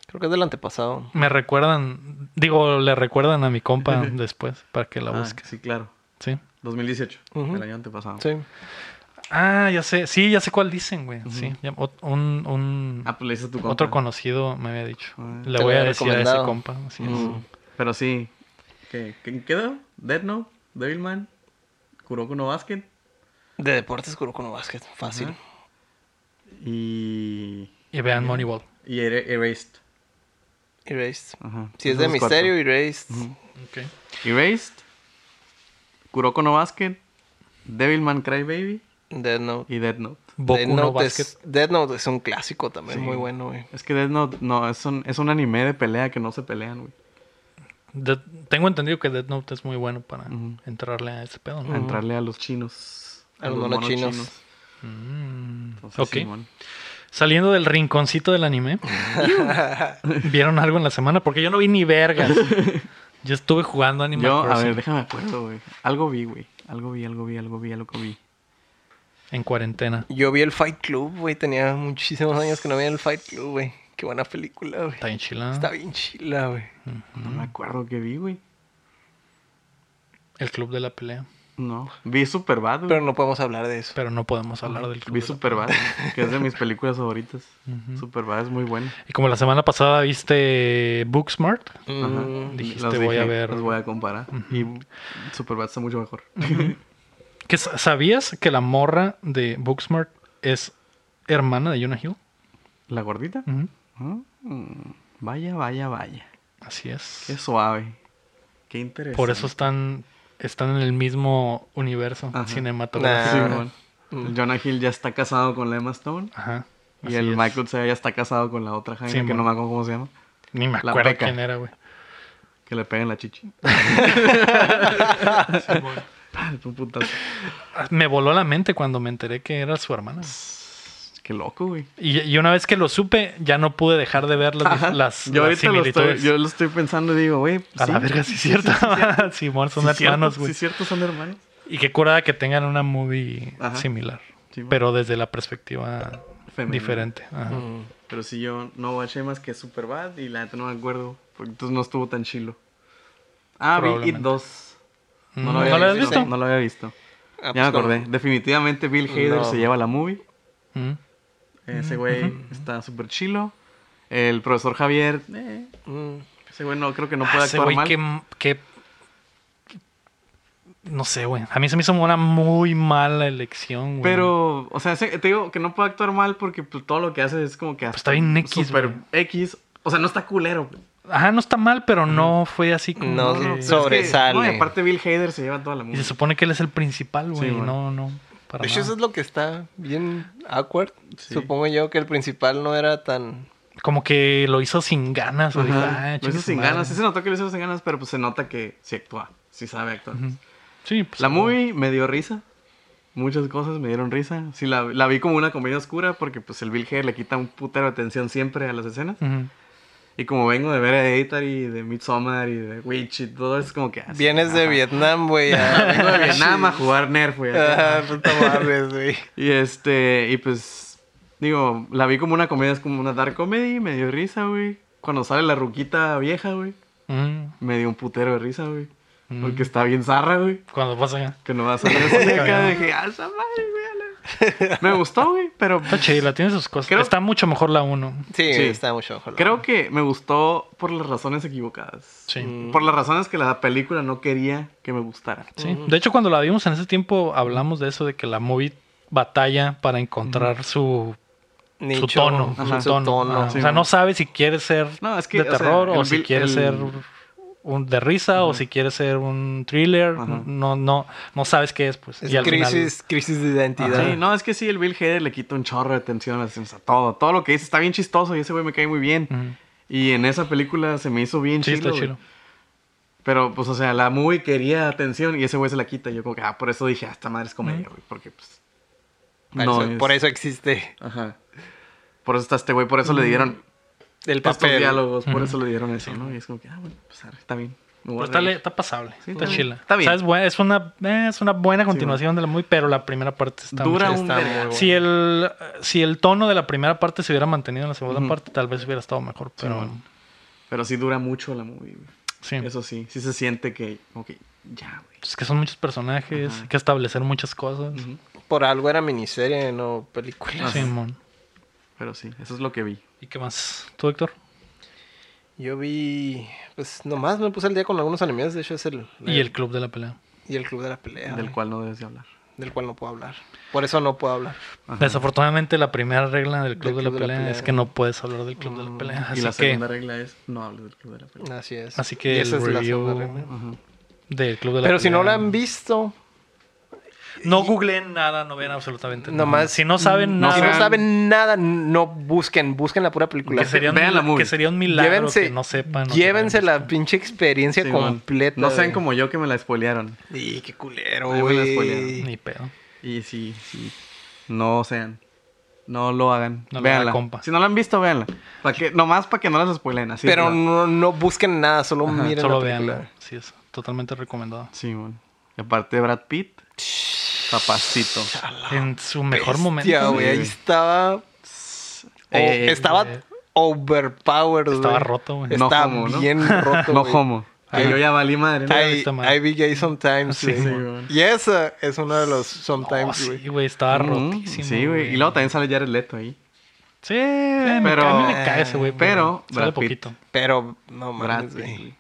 Creo que es del antepasado. Me recuerdan, digo, le recuerdan a mi compa después para que la Ah, busque. sí, claro. Sí. 2018. Ujú. El año antepasado. Sí. Ah, ya sé. Sí, ya sé cuál dicen, güey. Sí. ya- ot- un, un- Ah, pues le dices a tu compa. otro conocido me había dicho. Ah. Le Te voy lo a había decir a ese recomendado. compa. así es. Mm, Pero sí. ¿Qué, qué quedó? Dead Note, Devilman, Kuroko no Basket De deportes Kuroko no Basket. Fácil. y. Y vean Moneyball. y Era- Erased. Erased. Ajá. Si es de Esos cuatro. misterio, Erased. Ok. Erased, Kuroko no Basket, Devilman Crybaby Dead Note. y Dead Note. Boku Death no Note Basket. es, Death Note es un clásico también. Muy bueno, güey. Es que Dead Note no, es un, es un anime de pelea que no se pelean, güey. De- tengo entendido que Dead Note es muy bueno para Ujú. entrarle a ese pedo, Ah, A ¿no? entrarle a los chinos. A los monos chinos. Mm. Entonces, Ok. Simón. Saliendo del rinconcito del anime, ¿vieron algo en la semana? Porque yo no vi ni vergas. Yo estuve jugando Animal Yo, a Crossing ver, déjame acuerdo, güey. Algo vi, güey. Algo vi, algo vi, algo vi, algo vi. en cuarentena. Yo vi el Fight Club, güey. Tenía muchísimos años que no veía el Fight Club, güey. Qué buena película, güey. Está bien chila. Está bien chila, güey. No me acuerdo qué vi, güey. El club de la pelea. No. Vi Superbad, güey. Pero no podemos hablar de eso. Pero no podemos hablar del club. Vi de la- Superbad, que es de mis películas favoritas. Superbad es muy buena. Y como la semana pasada viste Booksmart, Ajá. Mm, dijiste, Las voy a dije, ver. Las voy a comparar. Y Superbad está mucho mejor. que sa- ¿Sabías que la morra de Booksmart es hermana de Jonah Hill? ¿La gordita? Ujú. Mm, Vaya, vaya, vaya. Así es. Qué suave. Qué interesante. Por eso están, están en el mismo universo Ajá. cinematográfico. Nah. Simón. El Jonah Hill ya está casado con la Emma Stone. Ajá. Y así el es. Michael Cera ya está casado con la otra Jaina, que Simón. no me acuerdo cómo se llama. Ni me la acuerdo peca. quién era, güey. Que le peguen la chichi. Ah, tu putazo. Me voló la mente cuando me enteré que era su hermana. Qué loco, güey. Y, y una vez que lo supe, ya no pude dejar de ver las, Ajá. las, yo las ahorita lo similitudes. estoy, yo lo estoy pensando y digo, güey, pues A sí, la verga, sí es cierto. Simón, son sí es cierto, hermanos, Sí, güey. es cierto, son hermanos. Y qué curada que tengan una movie Ajá. similar. Sí, bueno. pero desde la perspectiva Femenina. diferente. Ajá. mm. Pero si yo no watché más que Superbad y la neta no me acuerdo. Porque entonces no estuvo tan chilo. Ah, vi It Probablemente. 2. Mm, lo había ¿no lo has visto? No lo había visto. Ah, ya me pues, no. acordé. Definitivamente Bill Hader No. se lleva la movie. Mm. Ese güey está súper chilo. El profesor Javier, eh, Mm. ese güey no, creo que no Ah, puede ese actuar güey mal. que, que- No sé, güey. A mí se me hizo una muy mala elección, güey. Pero, o sea, ese- te digo que no puede actuar mal porque pues, todo lo que hace es como que hasta Pues está bien X, Super güey. X. O sea, no está culero. pues. Ajá, no está mal, pero no fue así como... No, que- No, pues, es que- Sobresale. no, y aparte Bill Hader se lleva toda la Y se música. supone que él es el principal, güey. Sí, güey. no, no. Para De hecho, eso nada. es lo que está bien awkward. Sí. Supongo yo que el principal no era tan. Como que lo hizo sin ganas, güey. Ah, Lo chingue hizo su sin madre. ganas. Sí se notó que lo hizo sin ganas, pero pues se nota que sí actúa. Sí sabe actuar. Ujú. Sí, pues, La como- movie me dio risa. Muchas cosas me dieron risa. Sí, la, la vi como una comedia oscura porque pues el Bill Hader le quita un putero de atención siempre a las escenas. Ujú. Y como vengo de ver Hereditary y de Midsommar y de Witch y todo, es como que... ah, sí, Vienes de ajá. Vietnam, güey. ah, Vengo de sí. Vietnam a jugar Nerf, güey. acá. Ah, puta madre, güey. Y este, y pues, digo, la vi como una comedia, es como una dark comedy, me dio risa, güey. Cuando sale la ruquita vieja, güey, Mm. me dio un putero de risa, güey. Mm. Porque está bien zarra, güey. Cuando pasa acá. Que no va a salir así de acá, dije, ah, esa madre, güey. a la-". Me gustó, güey, pero Está chida, tiene sus cosas. Creo- Está mucho mejor la 1. Sí, Sí. está mucho mejor. creo que me gustó por las razones equivocadas. Sí. Mm. Por las razones que la película no quería que me gustara. Sí. De hecho, cuando la vimos en ese tiempo, hablamos de eso, de que la movie batalla para encontrar su, su Nicho, tono. Ajá. su tono. tono. Ah, sí, o sea, ¿no? no sabe si quiere ser No, es que, de o sea, terror o el si vil- quiere el- ser un de risa o si quiere ser un thriller. Ajá. No, no, no sabes qué es, pues. Es Y al final- crisis, crisis de identidad. Sí, no, es que sí, el Bill Hader le quita un chorro de atención o sea, todo. Todo lo que dice está bien chistoso y ese güey me cae muy bien. Ujú. Y en esa película se me hizo bien Mm. Sí, está chido. chido. Pero, pues, o sea, la movie quería atención y ese güey se la quita. Yo como que, ah, por eso dije, ah, esta madre es Mm. comedia, güey. Porque, pues, Por no eso- es- Por eso existe Ajá. Por eso está este güey, por eso Mm. le dieron el estos papel. diálogos, por eso le dieron eso, ¿no? Y es como que, ah, bueno, pues, arre, está bien. Me voy Pero a Pues está, le- reír. está pasable, Sí, está está bien. chila. Está bien. O sea, es, buena, es, una, eh, es una buena continuación de la movie, pero la primera parte está muy Dura chida. un... está muy vergo. bueno. Si el, si el tono de la primera parte se hubiera mantenido en la segunda Ujú. parte, tal vez hubiera estado mejor. Pero bueno. Pero sí dura mucho la movie, güey. sí. Eso sí, sí se siente que, ok, ya, güey. Es que son muchos personajes, hay que establecer muchas cosas. Ujú. Por algo era miniserie, no Ah. película. Sí, mon. Pero sí, eso es lo que vi. ¿Y qué más? ¿Tú, Héctor? Yo vi. Pues nomás me puse al día con algunos animes. De hecho, es el. Eh, Y el club de la pelea. y el club de la pelea. Del güey, cual no debes de hablar. del cual no puedo hablar. Por eso no puedo hablar. Desafortunadamente, la primera regla del club, de, la pelea es pelea. que que no puedes hablar del club de la pelea. Mm, y Así la que, segunda regla es no hables del club de la película. Así es. así Y que el esa es la review segunda regla. del club de la pelea. Pero si no la han visto, No googleen nada, no vean absolutamente nada. Nomás- si no saben No nada, si no sean- saben nada, no busquen. Busquen la pura película. que, sería un, Vean la movie. que sería un milagro Llévense- que no sepan. o que Llévense hayan la visto. pinche experiencia Sí, man. completa. eh. No sean güey. como yo que me la spoilearon. Y qué culero, Ahí me la güey. spoilearon. Ni pedo. Y sí, sí. No sean. No lo hagan. No lo haga, véanla. compa. Si no la han visto, véanla. Pa que, nomás para que no las spoilen. Así Pero es, ¿verdad? no, no busquen nada, solo Ajá, miren Solo la película. vean. Sí, es totalmente recomendado. Sí, man. Y aparte de Brad Pitt, papacito. en su mejor Bestia, momento. güey, ahí Sí. estaba. o- Eh, estaba güey. overpowered. Estaba güey. roto, güey. No Estaba homo, ¿no? bien roto. No güey. homo. Que yo ya valí madre. ¿no? I, visto, man. I be gay sometimes. Sí, güey. güey. y esa es una de los Oh, sometimes, güey. sí, güey, estaba Mm, rotísimo. Sí, güey. Y luego también sale Jared Leto ahí. Sí, me Pero- cae- a mí me cae ese güey. pero Sale Brad Pitt. poquito. Pero no Brad mames, Pitt. güey. güey.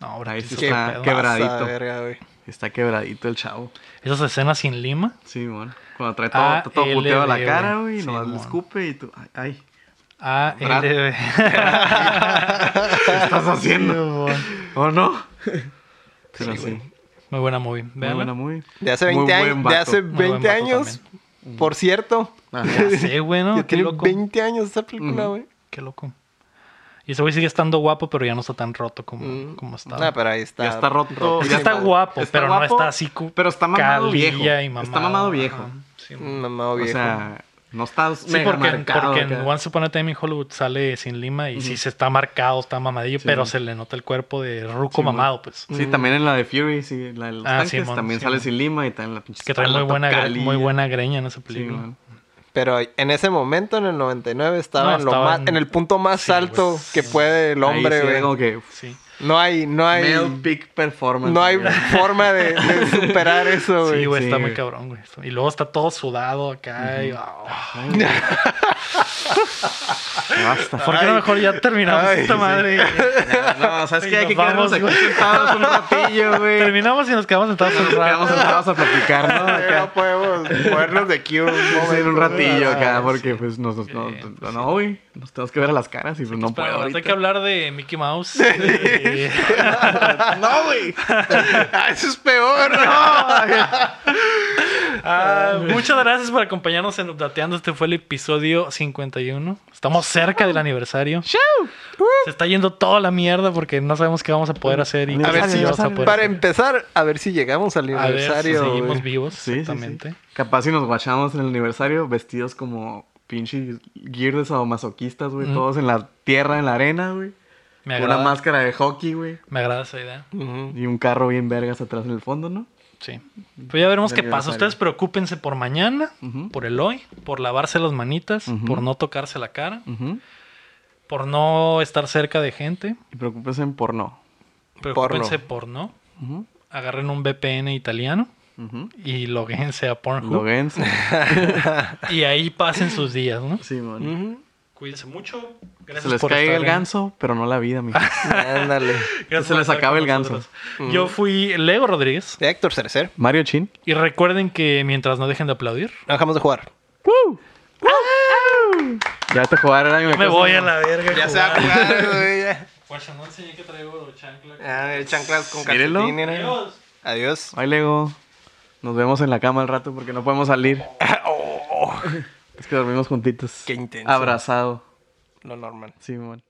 No, Ahí Brad Pitt sí es otro está pedo. quebra- Pasa Quebradito. verga, güey. Está quebradito el chavo. Esas escenas sin Lima. Sí, man. Cuando trae todo, Ah, todo puteado a la LD, cara, güey. güey. Sí, nomás le mon. escupe y tú. Ay, ay. Ah, Brad- LD. ¿Qué estás haciendo? ¿O no? Pero Sí, sí. güey. Muy buena movie. Muy véanla. buena movie. De hace Muy 20 buen años. vato. De hace Muy buen 20 vato años. Por cierto. Ya sé, Ah, güey, ¿no? ya Qué tiene loco. 20 años esa película, Ujú. güey. Qué loco. Y ese güey sigue estando guapo, pero ya no está tan roto como, Mm. como estaba. No, pero ahí está. Ya está roto. Pues ya ya está está- guapo, está pero no guapo, está así. cu- pero está mamado calilla viejo. y Está mamado viejo. Ajá, Sí, Mamado O Mm, viejo. sea, no estás Sí, mega porque, marcado porque en acá. Once Upon a Time in Hollywood sale sin Lima y sí se está marcado, está mamadillo, Sí, pero mon. se le nota el cuerpo de ruco Sí, Mm. mon. mamado, pues. Sí, también en la de Fury, sí, la de los Ah, tanques, Simón, también Simón. sale sin lima y también la pinche. Que trae muy espalda buena, toda gre- calilla. muy buena greña en esa Sí, película. man. Pero en ese momento, en el 99, estaba, No, en, lo estaba más, en- en el punto más Sí, alto güey. que puede el hombre, Ahí sí era güey. como que. uf, Sí. No hay, no hay, male peak performance. no hay güey. forma de, de superar eso, Sí, güey. güey, sí, está muy güey. cabrón, güey. Y luego está todo sudado acá. y- ah, Ay, güey. Basta. ¿Por qué no mejor ya terminamos Ay, esta sí. madre? No, ¿sabes Y qué? Hay nos que quedarnos vamos, aquí güey. sentados un ratillo, güey. Terminamos y nos quedamos sentados un Nos rato. quedamos sentados a platicar, ¿no? Ay, Acá. No podemos movernos de aquí un Vamos a ir un momento. Ah, ratillo acá, sí. porque pues nos, nos- no, Bien, no, no, güey, nos tenemos que ver a las caras y pues no Pero puedo hay que ahorita. hablar de Mickey Mouse. de- No, güey. Ah, eso es peor. No, güey. Ah, muchas gracias por acompañarnos en Updateando. Este fue el episodio 51. Estamos cerca del aniversario. Uh. Se está yendo toda la mierda porque no sabemos qué vamos a poder hacer y A qué ver sí si- vamos a poder Para hacer. empezar, a ver si llegamos al A ver si aniversario. seguimos güey. vivos, Sí, sí, exactamente. sí. Capaz si nos guachamos en el aniversario vestidos como pinche gear de sadomasoquistas, güey. Mm. Todos en la tierra, en la arena, güey. Una Me agrada, máscara de hockey, güey. me agrada esa idea. Ujú. Y un carro bien vergas atrás en el fondo, ¿no? Sí. Pues ya veremos De qué pasa. aniversario. Ustedes preocúpense por mañana, Ujú. por el hoy, por lavarse las manitas, Ujú. por no tocarse la cara, Ujú. por no estar cerca de gente. Y preocúpense por no. Preocúpense por no. Ujú. Agarren un VPN italiano Ujú. y loguense a Pornhub. Loguense. Y ahí pasen sus días, ¿no? Sí, man. Ujú. Cuídense mucho. Gracias Se les por caiga estar el en- ganso, pero no la vida, mijo. Ándale. Gracias se por les estar acabe con el ganso. nosotros. Yo fui Lego Rodríguez. De Héctor Cerecer. Mario Chin. Y recuerden que mientras no dejen de aplaudir, No dejamos de jugar. Ya te jugar el año. me voy a la verga. Ya se va a jugar, güey. ya. Guacha, no enseñé que traigo chancla. A ver, chanclas con Mírelo. calcetín. mira. Adiós. Adiós. Ay, Lego. Nos vemos en la cama al rato porque no podemos salir. Oh, Es que dormimos juntitos. Qué intenso. Abrazado. lo normal. Simón.